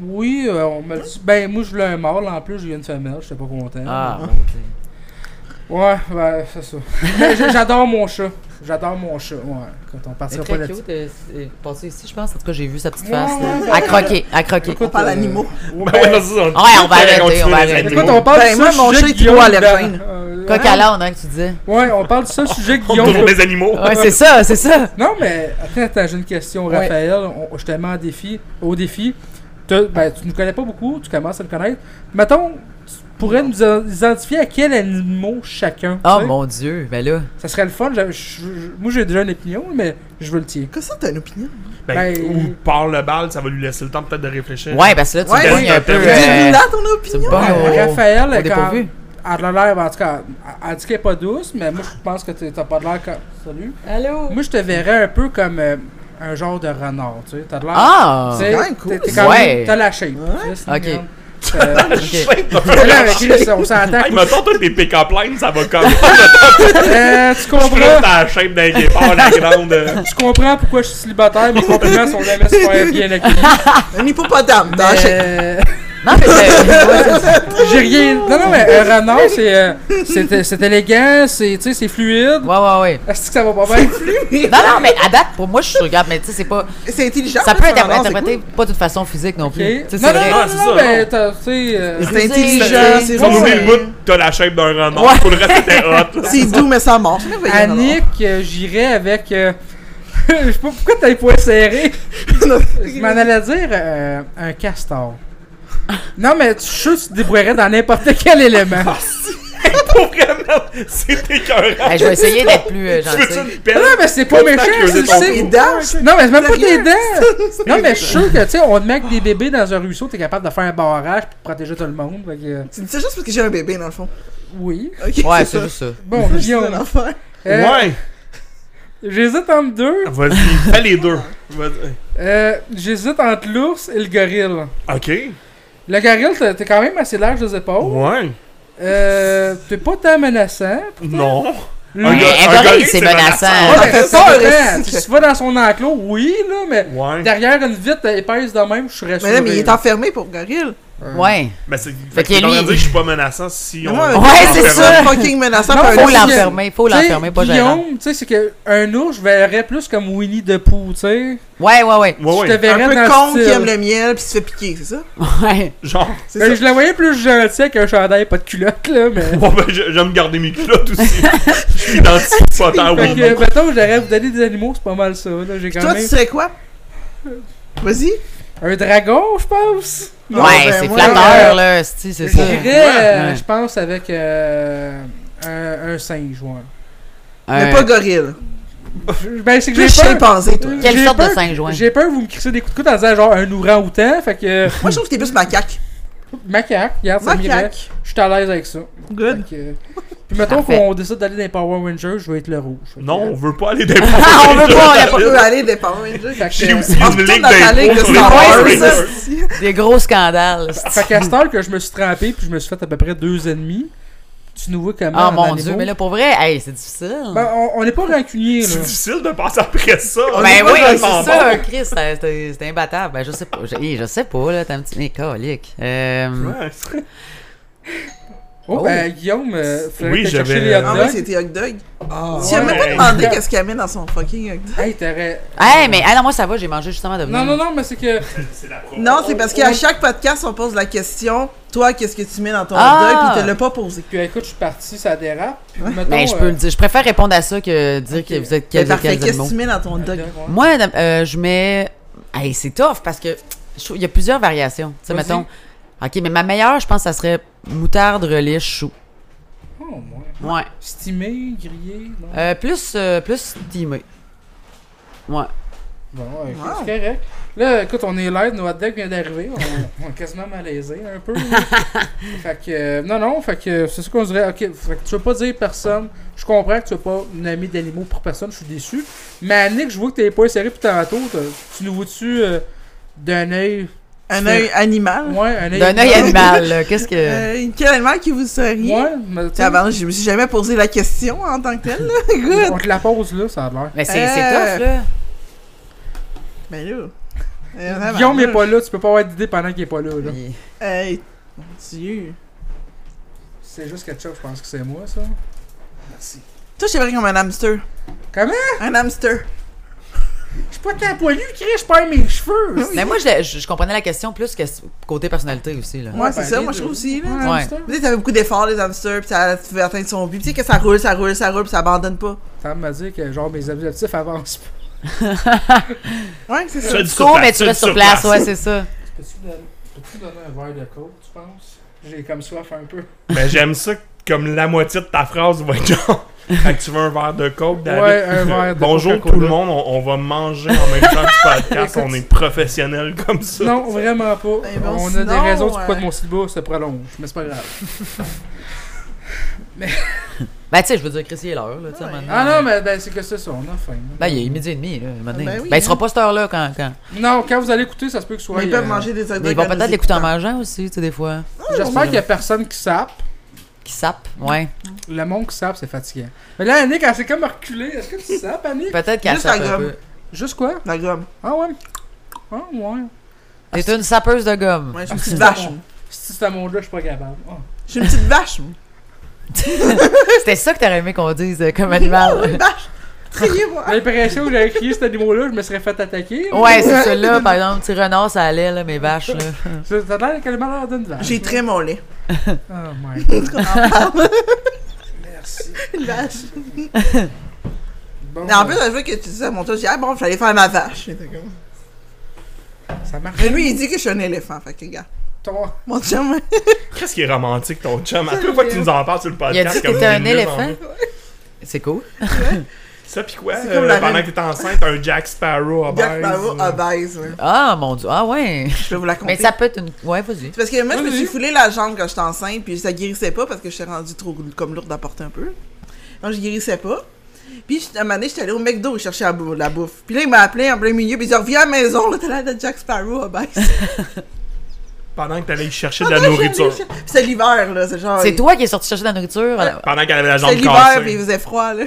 A: Oui, euh, on me le dit. Ben, moi, je voulais un mâle en plus, j'ai eu une femelle, j'étais pas content.
C: Ah, bon, ok.
A: Ouais, ben, c'est ça. J- J'adore mon chat. J'adore mon chat, ouais. Quand on
C: C'est
A: partira pas
C: très
A: là-dessus.
C: cute. euh, c'est passé ici, je pense. En tout cas, j'ai vu sa petite
A: Ouais,
C: face,
A: ouais,
C: là. À croquer, à croquer.
D: on parle d'animaux.
A: Ouais,
B: Ben,
A: ben,
B: ouais, non, c'est ça,
C: on va
B: Quand
C: arrêter,
B: continue
C: on va
B: les
C: arrêter.
B: animaux.
A: Écoute, on parle
D: Ben,
A: du
D: moi,
A: seul
D: mon
A: sujet
D: chat,
A: que
D: il est trop
A: Guillaume
D: allergène.
A: dans- euh,
C: Coq à l'âne, hein, que tu disais.
A: Ouais, on parle du seul sujet que
B: On
A: Guillaume.
B: tourne les animaux.
C: Ouais, c'est ça, c'est ça.
A: Non, mais attends, attends, j'ai une question,
C: Ouais.
A: Raphaël. On- je te mets en défi, au défi. Te- ben, tu nous connais pas beaucoup, tu commences à me connaître. Mettons, tu pourrais nous en- identifier à quel animal chacun.
C: Oh
A: tu sais?
C: mon dieu, ben là.
A: Ça serait le fun. j'a- je- je- moi, j'ai déjà une opinion, mais je veux le tien.
D: Qu'est-ce que t'as une opinion?
B: Ben,
A: Ben,
B: ou parle le bal, ça va lui laisser le temps peut-être de réfléchir.
C: Ouais, ben, parce que là, tu
D: Ouais,
C: me pognes
B: c'est
C: un peu.
B: un peu-
C: euh,
D: Dis-nous là ton
C: tu
D: opinion.
C: me pognes au-
A: Raphaël,
C: au
A: quand,
C: dépourvu.
A: elle a l'air, ben, en tout cas, elle- elle dit qu'elle est pas douce, mais moi, je pense que t'es- t'as pas de l'air comme. Salut.
C: Allô?
A: Moi, je te verrais un peu comme euh, un genre de renard, tu sais. T'as de l'air.
C: Ah!
A: Tu sais,
D: C'est quand même cool,
A: t'es- t'es
C: ça.
A: quand même-
C: Ouais.
A: T'as la shape. tu sais, c'est
C: Ok.
A: une grande- Euh,
C: Ok.
A: Mais là, avec Chris, on s'entend.
B: ben, Hey, mettons, toi, tes pick-up lines, ça va comme.
A: Euh, tu
B: Je prends
A: comprends,
B: ta shape d'un guépard, la grande. euh,
A: tu comprends pourquoi je suis célibataire, mes compliments sont jamais super bien accueillis.
D: Un hippopotame dans
C: Ah,
D: la chaîne.
A: Euh,
C: Non, mais c'est- ouais, c'est ça.
A: J'ai rien. Non, non, mais un renard, c'est, euh, c'est, c'est élégant, c'est, tu sais, c'est fluide.
C: Ouais, ouais, ouais.
A: Est-ce que ça va pas bien?
C: Non, non, mais à date, pour moi, je suis regarde, mais tu sais, c'est pas.
D: C'est intelligent.
C: Ça
D: là,
C: peut
D: ce
C: être
D: renard, c'est
C: interprété pas de façon physique non
A: Ok.
C: plus. Tu sais,
A: Non,
C: c'est
A: non,
C: vrai.
A: non,
B: Ah, c'est
A: non,
B: ça,
A: ben, t'as- tu sais. euh,
D: cool. C'est
C: C'est-
D: intelligent, c'est
B: Si on oublie le
D: rose.
B: bout, t'as la shape d'un renard.
C: Ouais.
B: Pour le reste, c'était hot. là.
D: C'est doux, mais ça mord. C'est merveilleux, le renard.
A: Annick, euh, j'irais avec. euh, je sais pas pourquoi t'as les poings serrés. Je m'en allais dire euh, un castor. Non, mais tu, je suis sûr que tu te débrouillerais dans n'importe quel élément.
B: Pour vraiment, c'était écœurant.
C: Ben, je vais essayer d'être plus euh,
B: Tu veux-tu
C: gentil.
B: une pelle?
A: Non, mais c'est pas
B: Faut
A: méchant,
B: pas creuser
A: c'est-
B: ton
A: c'est-
D: Les dents,
A: Non, mais c'est même pas tes
D: Sérieux?
A: dents! Non, mais je suis sûr que, tu sais, on te met avec des bébés dans un ruisseau, t'es capable de faire un barrage pour protéger tout le monde. Fait que, euh,
D: Tu dis ça juste parce que j'ai un bébé, dans le fond.
A: oui.
D: Ok,
C: Ouais, c'est juste ça.
A: Bon,
D: C'est ça,
A: Guillaume.
D: l'enfer.
A: euh,
B: Ouais.
A: J'hésite entre deux.
B: Vas-y, fais les deux. Vas-y.
A: Euh, J'hésite entre l'ours et le gorille.
B: Ok.
A: La gargouille, t'as t'as quand même assez large des épaules.
B: Ouais.
A: Euh, t'es pas tant menaçant.
B: Non.
A: Le-
B: Un
C: Mais
B: gars-
C: un
B: un
C: gorille,
B: gorille,
C: c'est
A: Ouais,
C: menaçant.
A: mais
D: c'est
A: c'est pas
D: vrai,
A: vrai.
D: c'est que-
A: Si tu vas dans son enclos, oui, là, mais
B: Ouais.
A: derrière une vitre épaisse de même, je serais sûr. Euh.
D: Mais là, mais il est enfermé pour gorille.
C: Ouais.
B: Mais Ben, c'est.
C: Fait
B: Fait
C: que
B: qu'il
C: lui-
B: dire que je suis pas menaçant si on.
D: Moi,
B: on
C: Ouais,
D: un-
C: c'est
B: fait
C: ça.
D: un fucking menaçant.
A: Non,
D: par un
A: faut
C: Faut
D: ours.
A: la-
C: l'enfermer, faut l'enfermer, pas gênant.
A: Guillaume, tu sais, c'est qu'un ours, je verrais plus comme Winnie the Pooh, tu sais.
C: Ouais, ouais, ouais.
B: un- Ouais,
A: Je te
B: ouais.
A: verrais
D: Un peu
A: dans
D: con
A: style.
D: qui aime le miel puis se fait piquer, c'est ça?
C: Ouais.
B: Genre.
D: C'est
A: Ben,
D: ça.
A: je la voyais plus gentil avec un chandail pas de culotte, là, mais...
B: Bon, ben, je- j'aime garder mes culottes aussi. Je suis identique pas tant au
A: Fait que,
B: monde.
A: mettons, j'aurais vous donner des animaux, c'est pas mal ça, là, j'ai quand
D: Toi, tu
A: même...
D: serais quoi? Vas-y.
A: Un dragon, je pense? Non,
C: ouais,
D: ben,
C: c'est
D: moi,
C: flatteur, là, c'ti, c'est ça.
A: J'irais, euh,
C: Ouais.
A: je pense, avec euh, un, un singe, ouais.
D: euh, Mais
C: Un-
D: pas gorille.
A: Ben, c'est que
D: Plus
A: j'ai peur...
D: chimpanzé, toi.
A: j'ai
C: Quelle sorte de
A: peur-
C: singe, ouais?
A: J'ai peur que vous me crissez des coups de coude en disant genre un orang-outan, fait que... euh,
D: Moi, je trouve que t'es plus macaque.
A: Macaque, regarde, ça m'irait.
D: Macaque.
A: Je suis à l'aise avec ça.
D: Good.
A: Fait que- euh, Puis mettons
C: Parfait.
A: qu'on décide d'aller dans les Power Rangers, je vais être le rouge. Fait que- euh,
B: Non, on veut pas aller des
C: Ah, on veut pas, on a
D: On
C: pas-
D: peut aller des Power Rangers.
A: Fait que-
C: Euh,
A: euh,
B: J'ai aussi
D: On
B: une
D: retourne
B: ligue
D: dans ta ligue
B: d'impôts sur
D: de
B: les
D: Star Wars.
B: Power
D: c'est ça.
B: Rangers.
C: Des gros scandales. c'ti.
A: Fait qu'à cette heure que je me suis trempé, puis je me suis fait à peu près deux ennemis, tu nous vois comment.
C: Ah
A: en
C: mon
A: animaux?
C: dieu, mais là pour vrai, hey, c'est difficile.
A: Ben, on on est pas rancunier, là.
B: C'est difficile de passer après ça. On est
C: ben
B: pas
C: oui, c'est
B: tellement bon.
C: ça, Chris, c'était- c'était c'était imbattable. Ben je sais pas, je, hey, je sais pas, là, t'as un petit écolique. Euh,
B: Ouais, c'est-
A: Oh, ben, Guillaume, euh, faudrait
B: Oui,
A: que t'ailles chercher
B: j'avais-
A: les hot
D: Ah oui,
A: dogs.
D: c'était hot dog.
A: Ah,
D: Tu as même pas
B: ouais.
D: demandé qu'est-ce qu'il amène dans son fucking hot dog.
A: Hey, t'aurais.
C: hey, mais ah non, moi ça va, j'ai mangé justement de
A: Non, non, non, mais c'est que.
D: Non, c'est parce qu'à chaque podcast, on pose la question Toi, qu'est-ce que tu mets dans ton hot dog
C: Ah!
D: Puis tu l'as pas posé.
A: Puis écoute, je suis parti, ça dérape. Puis mettons.
C: Mais Ben, je peux
A: euh,
C: le dire, je préfère répondre à ça que dire
A: Ok.
C: que vous êtes
D: Mais
C: quel
D: Parfait,
C: quels
D: qu'est-ce que
C: animaux.
D: tu mets dans ton
A: hot
D: hot
A: dog,
D: dog
A: ouais.
C: Moi, euh, je mets hey, c'est tough parce que je trouve- il y a plusieurs variations, tu sais
A: Vas-y.
C: mettons. OK, mais ma meilleure, je pense que ça serait moutarde relish chou.
A: Oh, moi.
C: Ouais.
A: Stimé, grillé, non.
C: Euh, plus euh, plus timé. Ouais.
A: Bon, ouais, ok,
D: Wow.
A: c'est correct. Là, écoute, on est live, nos hot dogs viennent d'arriver. On, on est quasiment malaisé un peu. là. fait que, euh, non, non, fait que euh, c'est ce qu'on dirait. Ok, fait que tu veux pas dire personne. Je comprends que tu veux pas nommer d'animaux pour personne, je suis déçu. Mais Annick, je vois que t'es pas serré plus tantôt. t'as- Tu nous vois-tu euh, d'un œil.
D: Un œil animal
A: Ouais, un œil.
C: D'un œil animal, là, qu'est-ce que
D: Euh, Quel animal que vous seriez
A: Ouais, mais tu sais,
D: Avant, je me suis jamais posé la question en tant que telle. là. Good.
A: on te la pose là, ça a l'air.
C: Mais c'est c'est
D: Euh,
C: tough, là.
D: Mais Ben là. euh,
A: Guillaume
D: tabarnak.
A: est pas là, tu peux pas avoir d'idée pendant qu'il est pas là. là.
C: Il-
D: Hey, mon Dieu.
A: C'est juste ketchup, je pense que c'est moi ça. Merci.
D: Toi, je vrai comme un hamster.
A: Comment?
D: Un hamster.
A: Je suis pas tant poilu, Chris, je perds mes cheveux.
C: Mais moi, je, je- je comprenais la question plus que s- côté personnalité aussi. Là.
D: Moi,
A: Ouais,
D: c'est
A: ben,
D: ça,
A: les
D: moi, je
A: deux.
D: trouve aussi. Là.
A: Ouais.
C: Ouais.
D: Tu sais, t'avais beaucoup d'efforts, les hamsters, pis ça, tu veux atteindre son but. Tu sais que ça roule, ça roule, ça roule, pis ça abandonne pas.
A: Ça m'a dit que genre mes objectifs avancent pas.
D: Ouais, c'est ça.
B: Seul
C: Tu
B: sur
C: cours,
B: place,
C: mais tu
B: seul
C: restes sur place, ouais, c'est ça.
A: Peux-tu donner, peux-tu donner un verre de coke, tu penses? J'ai comme soif un peu.
B: Mais j'aime ça, comme la moitié de ta phrase va être genre. Fait que tu veux un verre de coke, David?
A: Ouais, un verre de
B: Bonjour
A: Coca-Cola.
B: tout le monde, on, on va manger en même temps du podcast,
A: Écoute,
B: on est professionnels comme ça.
A: Non, vraiment pas.
D: Ben bon,
A: On a
D: sinon,
A: des raisons du pourquoi
D: euh,
A: de mon syllabus se prolonge, mais c'est pas grave.
C: Ben, tu sais, je veux dire, Chris, il est l'heure, là, tu sais, à un moment donné.
A: Ah non, mais ben, c'est que c'est ça, on a faim. hein.
C: Ben, il est midi et demi, là, à un moment donné.
D: Ben oui,
C: Ben, il sera
D: hein.
C: pas cette heure-là quand. quand...
A: Non, quand vous allez écouter, ça se peut que ce soit.
D: Mais ils peuvent
A: euh,
D: manger des hot
C: Mais
D: dogs
C: il va
D: en
C: peut-être
D: nous
C: l'écouter en
D: écoutant.
C: mangeant aussi, tu sais, des fois. Ah,
A: J'espère qu'il y a personne qui sape.
C: Qui sape, ouais.
A: Le monde qui sape, c'est fatigant. Mais là, Annick, elle s'est comme reculée. Est-ce que tu sapes, Annick?
C: Peut-être qu'elle
D: Juste la
C: sape un
D: gomme.
C: peu.
A: Juste quoi?
D: La gomme.
A: Ah ouais. Ah ouais.
C: T'es une sapeuse de gomme.
D: Ouais, je suis une petite vache. moi.
A: Si c'est à mon là, je suis pas capable. Ah.
D: Je suis une petite vache. moi.
C: C'était ça que t'aurais aimé qu'on dise euh, comme
D: Oh, une
C: animal.
D: vache. Triez-moi.
A: L'impression que j'avais crié cet animal-là, je me serais fait attaquer. là.
C: Ouais, c'est celui-là, par exemple, petit renard, ça allait, là, mes vaches, là.
A: Ça ça a l'air qu'elle m'a l'air d'une vache.
D: J'ai très mon lait.
A: hein? Oh my god. Merci.
D: Une vache.
A: Bon,
D: Mais en plus, je vois que tu disais à mon tour, j'ai dit, ah bon, j'allais faire ma vache. J'étais comme-
A: ça marche.
D: Mais lui, il dit que je suis un éléphant, fait que, gars.
A: Toi,
D: Mon chum,
B: Qu'est-ce qui est romantique, ton chum? À chaque fois que tu nous en parles sur le
C: Il a
B: podcast,
C: dit que
B: comme
C: t'étais un
B: il est nul,
C: éléphant.
B: en fait.
C: C'est cool.
B: Ça, pis quoi?
D: C'est
B: euh,
D: comme la
B: pendant
D: même-
B: que t'étais enceinte, un Jack Sparrow à
D: Jack
B: base,
D: Sparrow
B: euh,
D: obèse. ouais.
C: Ah, mon dieu. Ah, ouais.
D: Je peux vous la compter.
C: Mais ça peut être une. Ouais, vas-y.
D: C'est parce que moi, je me
A: Vas-y.
D: suis foulé la jambe quand j'étais enceinte, puis ça guérissait pas parce que j'étais rendue trop comme lourde à porter un peu. Donc, je guérissais pas. Puis, je- à un moment donné, j'étais allée au McDo chercher la, bou- la bouffe. Puis là, il m'a appelé en plein milieu, puis il dit Reviens à la maison, là, t'as l'air de Jack Sparrow, obèse.
B: pendant que t'allais y chercher
D: Ah,
B: de la
D: non, je l'ai
B: nourriture.
D: cherché. Puis C'est l'hiver, là. C'est genre.
C: C'est toi qui es sorti chercher de la nourriture. alors-
B: Pendant qu'elle avait la
D: C'est
B: jambe
D: l'hiver, puis il
B: cassée.
D: faisait froid, là.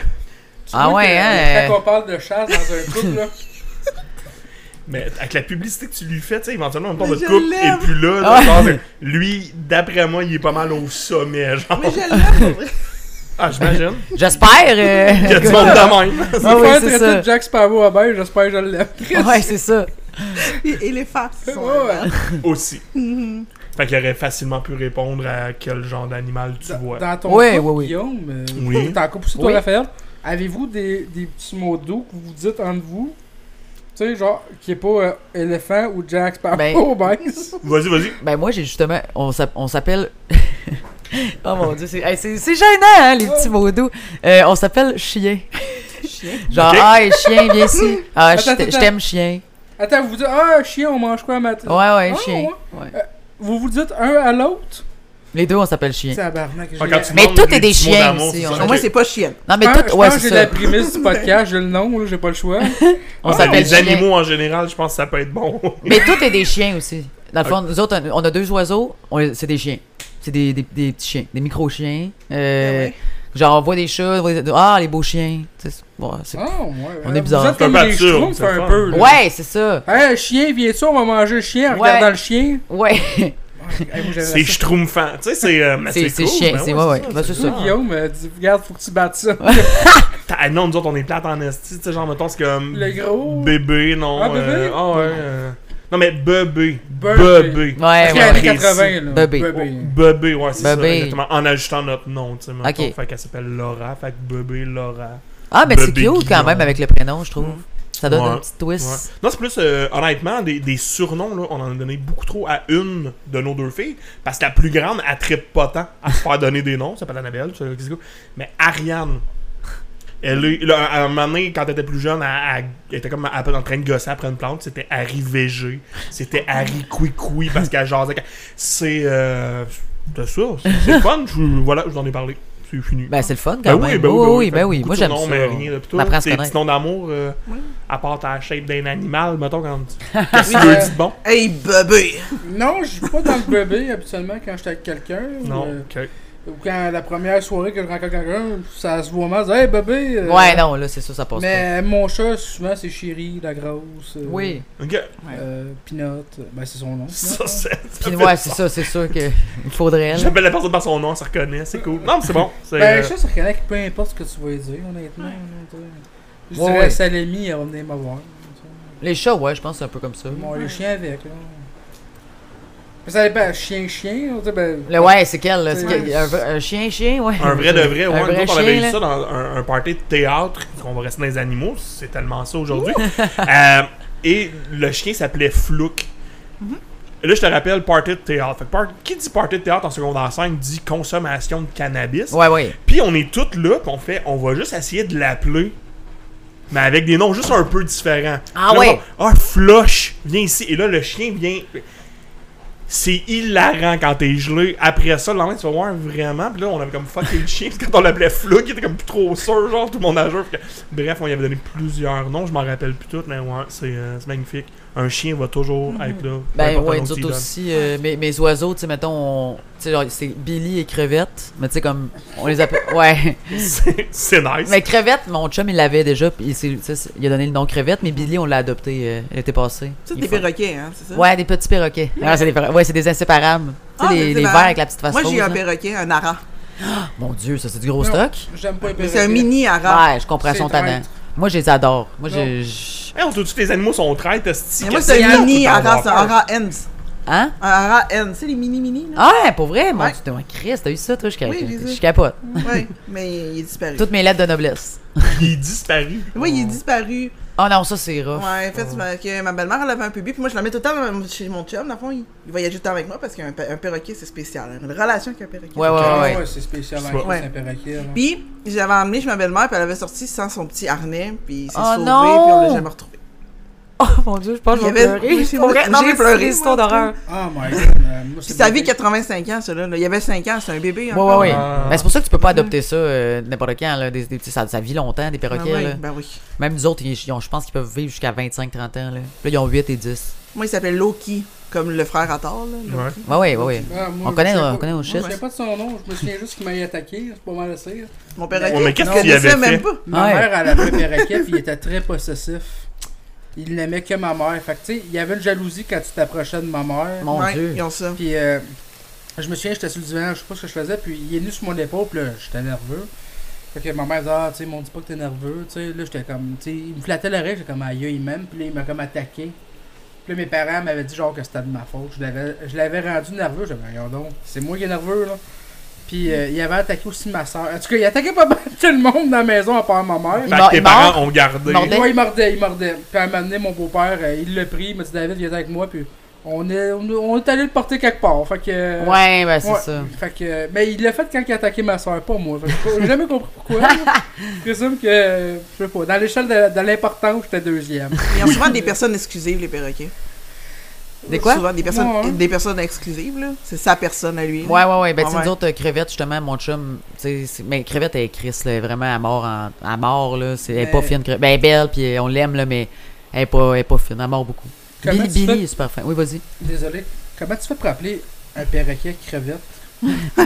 C: Ah
A: vois
C: ouais,
A: que-
C: hein,
A: Quand on parle de chasse dans un couple, là.
B: Mais avec la publicité que tu lui fais, tu sais, éventuellement, on
D: Mais
B: votre
D: je
B: couple
D: l'aime.
B: et puis là,
C: Ah ouais.
B: genre, mais lui, d'après moi, il est pas mal au sommet, genre.
D: Mais je l'aime.
B: Ah, j'imagine.
C: J'espère. euh,
B: Il y a du monde de même.
C: Ah
A: Ah
C: oui,
A: oui,
C: c'est ça.
A: de Jack Sparrow à bain, j'espère que je l'aime.
C: Ouais, c'est ça.
D: Et et les faces. sont
A: Ouais, ouais.
D: là-dedans.
B: Aussi.
A: Mm-hmm.
B: Fait qu'il aurait facilement pu répondre à quel genre d'animal tu vois.
A: Dans ton
C: Ouais,
A: couple,
C: ouais, ouais.
A: Guillaume, euh,
B: Oui.
A: t'es en couple aussi, toi,
C: Oui.
A: Raphaël. Avez-vous des, des petits mots doux que vous vous dites entre vous? Tu sais, genre, qui est pas euh, éléphant ou Jack Sparrow
C: Ben-
A: au bain. C'est
B: Vas-y, vas-y.
C: Ben moi, j'ai justement... On s'app- on s'appelle... oh mon Dieu, c'est hey, c'est- c'est gênant, hein, les petits mots doux. Euh, on s'appelle chien.
D: Chien.
C: Genre,
B: Ok.
C: ah, hey, chien, viens ici. Ah, je
A: Attends,
C: t- je
A: attends.
C: t'aime, chien.
A: Attends, vous vous dites, ah, chien, on mange quoi à matin?
C: Ouais, ouais,
A: Ah,
C: chien. Ouais.
A: Vous vous dites un à l'autre?
C: Les deux, on s'appelle chien.
A: Tabarnak, j'ai
B: Fait que
A: la-
B: quand tu
C: Mais
B: demandes
C: tout est des
B: petits mots
C: chiens
B: d'amour,
C: ici,
B: c'est
C: on
B: ça.
C: a-
D: Non, Moi, c'est pas chienne.
C: Non, mais
A: Je pense-
C: tout...
A: je
C: Ouais,
A: pense que
C: c'est
A: j'ai la
C: ça.
A: prémisse du podcast, j'ai le nom, là, j'ai pas le choix.
C: On
B: Ouais,
C: s'appelle
B: Les
C: chien.
B: animaux en général, je pense que ça peut être bon.
C: Mais tout est des chiens aussi. Dans le fond, nous autres, on a deux oiseaux, on- c'est des chiens. C'est des, des, des petits chiens, des micro-chiens. Euh,
D: Ah ouais.
C: Genre, on voit des chats, on voit des- ah, les beaux chiens. Tu sais, c'est- bon, c'est-
A: Ah, ouais.
C: On est bizarre.
A: Vous êtes
B: C'est un
A: comme les
B: pâture,
A: schtroumpfs,
B: c'est
A: un
B: fun.
A: peu. là.
C: ouais, c'est ça.
A: Hey, chien, viens-tu, on va manger le chien en
C: Ouais.
A: regardant le chien.
C: Ouais.
A: Hey, moi, j'avais
B: C'est
A: ça.
B: schtroumpfant. Tu sais, c'est. euh, mais
C: C'est- c'est
B: cool,
C: chien,
B: ben
C: c'est- ouais, ouais. Ben, c'est ça.
A: Toi, Guillaume, euh, dis, regarde, faut que tu battes ça.
B: T'as- ah, non, nous autres, on est plate en esti. Tu sais, genre, mettons, c'est comme.
A: Le gros.
B: Bébé, non.
A: Ah, bébé?
B: euh, ah, ouais. euh, Non, mais bébé.
A: Bébé.
B: Bébé.
A: Parce
C: Ouais,
A: qu'il y
C: ouais,
A: a
C: ouais.
A: les 80, là.
C: Bébé.
B: Bébé, ouais, c'est ça,
C: Bébé.
B: exactement. En ajoutant notre nom, tu sais, mettons.
C: Ok.
B: Fait qu'elle s'appelle Laura, fait que bébé, Laura.
C: Ah, mais c'est
B: Bébé
C: cute quand
B: Guillaume.
C: même avec le prénom, je trouve.
B: Mm.
C: Ça donne
B: Ouais.
C: un petit
B: Ouais.
C: twist.
B: Non, c'est plus, euh, honnêtement, des, des surnoms, là, on en a donné beaucoup trop à une de nos deux filles, parce que la plus grande, elle tripe pas tant à se faire donner des noms, ça s'appelle Annabelle, ça, qu'est-ce que c'est. mais Ariane. Elle est, là, à un moment donné, quand elle était plus jeune, elle, elle était comme elle- en train de gosser après une plante. C'était Harry VG. C'était Harry Couicoui parce qu'elle jasait. quand- C'est. Euh, c'est ça. c'est- C'est fun. Je, voilà, je vous en ai parlé. C'est fini.
C: Ben, c'est le fun
B: Ben
C: quand même. Oui, oui, ben oui.
B: Fait beaucoup
C: Moi,
B: de
C: j'aime ça.
B: surnoms, mais rien de- Puis toi,
C: On apprend à se
B: tes
C: connaître.
B: petits noms d'amour, euh,
D: Oui.
B: à part ta shape d'un animal, mettons, quand tu
A: Oui,
B: qu'est-ce que tu
A: euh,
B: veux, dis de bon.
D: Hey, bébé.
A: Non, je suis pas dans le bébé habituellement quand j'étais avec quelqu'un.
B: Non,
A: euh,
B: ok.
A: Ou quand la première soirée que je rencontre quelqu'un, ça se voit mal. je dis, Hey, bébé. euh,
C: Ouais, non, là, c'est ça, ça passe
A: Mais euh, mon chat, souvent, c'est Chérie, la grosse. euh,
C: pas. Oui.
B: Ok.
A: euh, Peanut. euh, Ben, c'est son nom. Peanut.
B: Ça, c'est. ça fait
C: Puis, ouais,
B: du
C: c'est
B: sens.
C: ça, c'est sûr que il faudrait elle.
B: J'appelle la personne par son nom, elle se reconnaît, c'est cool. Non, mais c'est bon. C'est,
A: Ben,
B: euh,
A: le chat, ça reconnaît que peu importe ce que tu vas lui dire, honnêtement. là, tu sais. Je
C: Ouais,
A: dirais
C: ouais.
A: Salami, elle va venir me voir.
C: Les chats, ouais, je pense que c'est un peu comme ça.
A: Bon, le chien avec, là. Mais ça dépend, chien-chien, on dit, ben.
C: Le, ouais, c'est quel, là? C'est
A: Ouais.
C: quel- un, un chien, chien, ouais.
B: Un vrai de vrai,
C: Un
B: ouais.
C: vrai
B: nous autres, on avait
C: chien,
B: eu ça dans un, un party de théâtre, qu'on va rester dans les animaux, c'est tellement ça aujourd'hui. Euh, et le chien s'appelait Flouk.
C: Mm-hmm.
B: Et Là, je te rappelle, party de théâtre. Fait que par- Qui dit party de théâtre en secondaire 5 dit consommation de cannabis.
C: Ouais, ouais.
B: Puis on est toutes là, puis on fait, on va juste essayer de l'appeler, mais avec des noms juste un peu différents.
C: Ah
B: Puis là,
C: ouais.
B: on- Ah, Flush, viens ici. Et là, le chien vient. C'est hilarant quand t'es gelé. Après ça, le lendemain, tu vas voir vraiment. Puis là, on avait comme fucké le chien. Puis quand on l'appelait Flouk, il était comme plus trop sûr, genre tout le monde à jour. Puis que- Bref, on lui avait donné plusieurs noms. Je m'en rappelle plus toutes, mais ouais, c'est euh, c'est magnifique. Un chien va toujours être là. peu
C: Ben
B: importe le
C: ouais,
B: nom
C: nous
B: que tu
C: autres
B: lui donnes.
C: aussi, euh, mes, mes oiseaux, tu sais, mettons, on- tu sais, genre, c'est Billy et Crevette, mais tu sais, comme, on les appelle, ouais.
B: C'est- C'est nice.
C: Mais Crevette, mon chum, il l'avait déjà, puis il, s'est- tu sais, c'est- il a donné le nom Crevette, mais Billy, on l'a adopté euh, l'été passé.
D: Ça,
C: Il
D: des
C: est fun.
D: perroquets, hein, c'est ça? Hmm.
C: Ouais, des petits perroquets. Ah, c'est des perro- ouais, c'est des inséparables. Tu sais,
D: Ah,
C: les,
D: mais c'est
C: les
D: marrant.
C: verts avec la petite face
D: Moi, j'ai eu un
C: rose, là.
D: perroquet, un ara.
C: Mon Dieu, ça, c'est du gros
A: Non.
C: stock.
A: J'aime pas les
D: Mais C'est un
A: perroquets.
D: mini ara.
C: Ouais, je comprends
A: C'est
C: son talent.
A: traître.
C: Moi, je les adore. Moi,
A: Non.
C: j'ai. j'-
B: Hey, on se dit que les animaux sont traites,
D: Mais moi, c'est un mini ara, c'est un ara ends.
C: Hein?
D: Un ara ends. C'est les mini-mini, là?
C: Ah, pour vrai? Mon
D: Ouais.
C: Dieu, mon Christ, t'as eu ça, toi? Je,
D: Oui, j'ai eu
C: je
D: ça.
C: capote.
D: Ouais, mais il est disparu.
C: Toutes mes lettres de noblesse.
B: Il disparu.
D: Oui, il est disparu.
C: Oh non, ça, c'est rough.
D: Ouais, en fait, ma, que ma belle-mère, elle avait un pubis, puis moi, je la mets tout le temps dans mon- chez mon chum. Dans le fond, il, il voyageait tout le temps avec moi parce qu'un pe- un perroquet, c'est spécial. hein. Une relation avec un perroquet.
C: Ouais, ouais,
A: Ah,
C: ouais. ouais.
A: c'est spécial,
B: Je
A: hein,
B: sais
D: pas.
A: c'est un perroquet. là.
D: Puis, j'avais emmené chez ma belle-mère, puis elle avait sorti sans son petit harnais, puis il s'est
C: Oh
D: sauvé, puis
C: non!
D: on l'a jamais retrouvé.
C: Oh mon dieu, je pense
D: Il y avait- oui, c'est
C: Pour
D: moi-
C: vrai,
D: j'ai
C: non, mais c'est
D: pleuré,
C: des
D: moi,
C: histoires
D: en tout
C: d'horreur.
A: Ah, my god. euh, moi,
D: Puis
A: c'est
D: sa
A: mon
D: vie,
A: père.
D: 85 ans, celui-là. là. Il avait 5 ans, c'est un bébé.
C: Ouais,
D: encore.
C: ouais, ouais.
B: Ah.
C: Mais c'est pour ça que tu peux pas adopter ça euh, n'importe quand. Là. Des, des petits- ça, ça vit longtemps, des
D: Ben
C: perroquets.
D: oui,
C: là.
D: ben oui.
C: Même nous autres, ils- ils ont- je pense qu'ils peuvent vivre jusqu'à 25-30 ans. Là. Là, ils ont 8 et 10.
D: Moi, il s'appelle Loki, Comme le frère à tort, là. l'autre.
B: Ouais.
C: Ouais, ouais, ouais, ouais.
A: Ah, moi,
C: On
A: je
C: connaît,
A: sais
C: on
A: pas-
C: connaît nos
A: moi, Je
C: shit.
A: ne sais pas de son nom, je me souviens juste qu'il m'avait attaqué, c'est pas mal à dire.
D: Mon père
A: Ouais,
D: Raquette,
B: mais qu'est-ce
D: je
B: qu'il avait
D: connaissais
B: fait?
D: même pas.
A: Ma
C: Ouais.
A: mère, elle avait un perroquet, puis il était très possessif. Il n'aimait que ma mère. Fait que, tu sais, il y avait une jalousie quand tu t'approchais de ma mère.
C: Mon
D: Ouais,
C: Dieu.
D: Ils ont ça.
A: Puis, euh, je me souviens, j'étais sur le divan, je sais pas ce que je faisais, puis il est venu sur mon épaule, puis là, j'étais nerveux. Fait que ma mère disait, ah, tu sais, mon, dis pas que t'es nerveux, tu sais. Là, j'étais comme, tu sais, il me flattait l'oreille, j'étais comme, aïe, il m'aime, puis là, il m'a comme attaqué. Puis là, mes parents m'avaient dit, genre, que c'était de ma faute. Je l'avais- Je l'avais rendu nerveux, j'avais regarde donc, c'est moi qui est nerveux, là. Puis, euh, il avait attaqué aussi ma soeur. En tout cas, il attaquait pas mal tout le monde dans la maison, à part ma mère.
C: Il
B: Fait
C: mord-
B: que tes
C: il mord.
B: parents ont gardé.
C: Il mordait.
A: Ouais, il mordait, il mordait. Puis à un moment donné, mon beau-père, euh, il l'a pris, il m'a dit David, viens avec moi, puis on est, on, on est allé le porter quelque part. Fait que. euh,
C: Ouais, ben c'est
A: ouais.
C: ça.
A: Fait que, euh, mais il l'a fait quand il a attaqué ma soeur, pas moi. Fait que J'ai jamais compris pourquoi. là. Je présume que. euh, Je sais pas. Dans l'échelle de, de l'importance, j'étais deuxième.
D: Ils ont souvent des personnes exclusives, les perroquets.
C: Des quoi?
D: Souvent des personnes,
A: Ouais.
D: des personnes exclusives, là. C'est sa personne à lui. là.
C: Ouais, ouais, ouais. Ben, tu sais,
D: Ouais,
C: nous autres, euh, Crevette, justement, mon chum, tu sais, c'est- mais Crevette, elle est Chris, là, elle est vraiment à mort, en- à mort, là. C'est, elle est
A: Mais-
C: pas fine, Crevette. Ben, elle est belle, puis euh, on l'aime, là, mais elle est pas, elle est pas fine, à mort beaucoup.
A: Comment
C: Billy,
A: tu
C: Billy
A: fais-
C: est super fin. Oui, vas-y.
A: Désolé. Comment tu fais pour appeler un perroquet crevette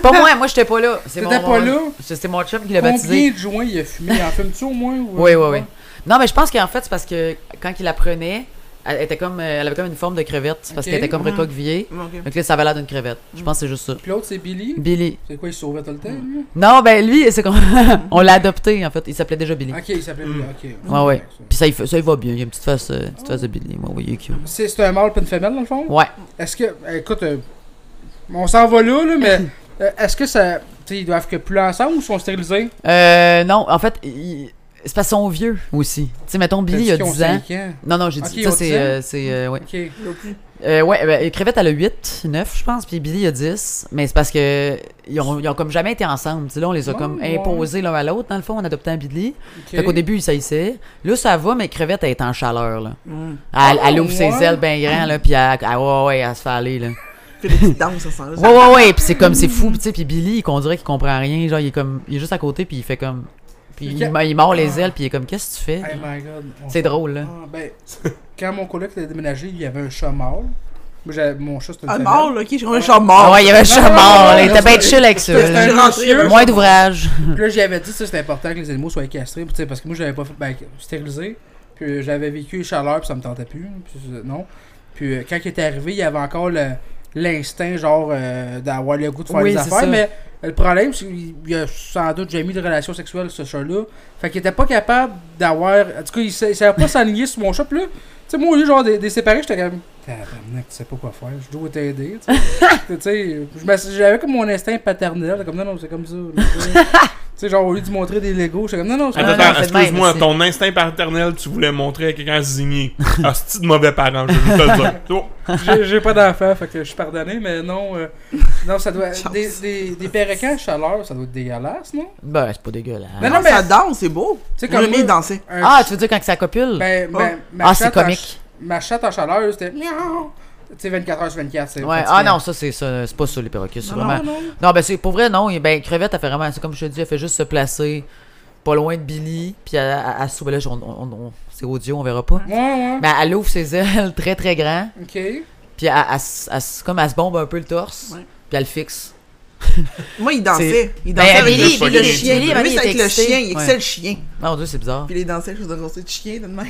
C: pas moi, moi, j'étais pas là. C'est
A: T'étais pas là?
C: C'était mon chum qui l'a baptisé.
A: Combien de joints il a fumé Il en fume-tu au moins ou- euh,
C: Oui, oui, oui. Non, mais je pense qu'en fait, c'est parce que quand il la prenait, elle, était comme, euh, elle avait comme une forme de crevette, parce
A: Ok.
C: qu'elle était comme
D: Ouais.
C: recroquevillée.
D: Ok.
C: Donc là, ça avait l'air d'une crevette. Je pense que c'est juste ça.
A: Puis l'autre, c'est Billy.
C: Billy.
A: C'est quoi, il se sauvait tout le temps, lui
C: Non, ben lui, c'est qu'on on l'a adopté, en fait. Il s'appelait déjà Billy.
A: Ok, il s'appelait Billy. Ok.
C: Mm. Ouais, ouais. Puis ça, il, fait- ça, il va bien. Il y a une petite face, euh, petite face de Billy. Ouais, ouais, il est cute.
A: C'est c'est un mâle puis une femelle, dans le fond
C: Ouais.
A: Est-ce que. euh, Écoute, euh, on s'en va là, là mais euh, est-ce que ça. Tu sais, ils doivent que plus ensemble ou sont stérilisés
C: Euh, non, en fait, il- c'est parce qu'ils sont vieux aussi. Tu sais, mettons, Billy, il
A: T'as
C: a
A: dit qu'ils ont
C: 10 ans.
A: cinq ans.
C: Non, non, j'ai dit
A: Ok, ils ont
C: ça,
A: 10
C: c'est.
A: ans?
C: euh, c'est euh, ouais.
A: Ok.
C: Euh, ouais, ben, Crevette, elle a 8, 9, je pense, puis Billy a 10. Mais c'est parce que ils ont, ils ont comme jamais été ensemble. Tu sais, là, on les a
A: Ouais,
C: comme
A: Oh, ouais.
C: imposés l'un à l'autre, dans le fond, en adoptant Billy.
A: ok.
C: Fait qu'au début, ils saillissaient. Là, ça va, mais Crevette, elle est en chaleur, là.
D: Mm.
C: Elle, elle
A: Ah,
C: ouvre
A: ouais.
C: ses ailes bien grands, là, puis elle, elle- ouais, ouais, elle se fait aller, là.
D: Fait des petites danses, ça sent là.
C: Ouais, ouais, ouais, puis c'est comme, c'est fou, tu sais, puis Billy, on dirait qu'il comprend rien. Genre, il est comme, il est juste à côté, puis il fait comme. Puis il,
A: Ok.
C: il mord les ailes, puis il est comme, qu'est-ce que tu fais?
A: Hey my god. on
C: Eh, C'est
A: s'en-
C: drôle, hein. là.
A: Ah, ben, quand mon collègue était déménagé, il y avait un chat mâle. Moi, j'avais- mon chat, c'était une
D: Ah,
A: femelle.
D: mort, là, ok, j'ai un chat
C: Ah
D: mort.
C: ouais, il y avait un chat
A: non,
C: mort,
A: non,
C: là. Il
A: non,
C: était bien
A: c'est-
C: chill avec ça,
A: C'était
C: là.
A: un
D: rentré,
A: monsieur.
C: Moins d'ouvrage.
A: Puis là, j'avais dit ça, c'était important que les animaux soient castrés. Puis, tu sais, parce que moi, j'avais pas fait ben, stérilisé. Puis euh, j'avais vécu les chaleurs, puis ça me tentait plus. Puis, euh, non. Puis euh, quand il était arrivé, il y avait encore le- l'instinct, genre, euh, d'avoir le goût de faire
C: Oui,
A: des
C: c'est
A: affaires.
C: ça.
A: Mais euh, le problème, c'est qu'il il a sans doute jamais eu de relation sexuelle, ce chat-là. Fait qu'il était pas capable d'avoir. En tout cas, il sa- il savait pas s'aligner sur mon chat. Puis là, tu sais, moi, au lieu, genre, des, des séparés, j'étais comme. Tabarnak, tu sais pas quoi faire. Je dois t'aider, tu sais. Tu sais. je m'ass- J'avais comme mon instinct paternel. Comme non, non, c'est comme ça. Tu sais. Tu sais, genre, au lieu de lui montrer des Legos, j'étais comme non, non, c'est
C: Ah,
B: Attends,
A: pas
C: non,
B: attends,
C: c'est de même,
B: excuse-moi,
C: c'est-
B: ton instinct paternel, tu voulais montrer à quelqu'un zigné. Hostie de mauvais parent, je vais juste te le dire. Oh.
A: J'ai- J'ai pas d'enfant, fait que je suis pardonné, mais non. euh, non, ça doit.
D: Chance.
A: Des, des, des perroquets à chaleur, ça doit être dégueulasse, non?
C: Ben, c'est pas dégueulasse.
A: Non, non, mais.
D: Ça danse, c'est beau.
A: Tu sais,
D: J'ai
A: comme.
D: aimé
A: moi,
D: danser.
A: un
C: Ah,
A: ch-
C: tu veux dire quand que ça copule?
A: ben, ben, ma
C: ah, c'est
A: chatte en
C: comique.
A: ch- ma chatte en chaleur, eux, c'était. Miaou Tu sais, 24 h sur 24, c'est.
C: Ouais.
A: fatigant.
C: Ah non, ça, c'est ça. C'est pas ça, les perroquets. C'est
D: Non,
C: vraiment.
D: non, non.
C: Non, ben, c'est pour vrai, non. il- Ben, Crevette, elle fait vraiment. C'est comme je te dis, elle fait juste se placer pas loin de Billy, puis elle, elle, elle s'ouvre. Là, on, on- on- c'est audio, on verra pas.
A: Ouais, ouais.
C: Ben, elle ouvre ses ailes très, très grand,
A: Ok.
C: puis elle, elle s- elle s- comme elle se bombe un peu le torse,
D: Ouais.
C: puis elle le fixe.
D: Moi, il dansait. Il dansait
C: Ben,
D: avec
B: Billy,
D: le,
B: Billy,
D: le chien.
C: Billy, Billy,
D: Lui, c'est
C: il
D: avec
C: était
D: le
C: excité.
D: chien. Il excellait
C: Ouais.
D: le chien.
C: Mon Dieu, c'est bizarre.
D: Puis il dansait, je faisais danser de chien, de même.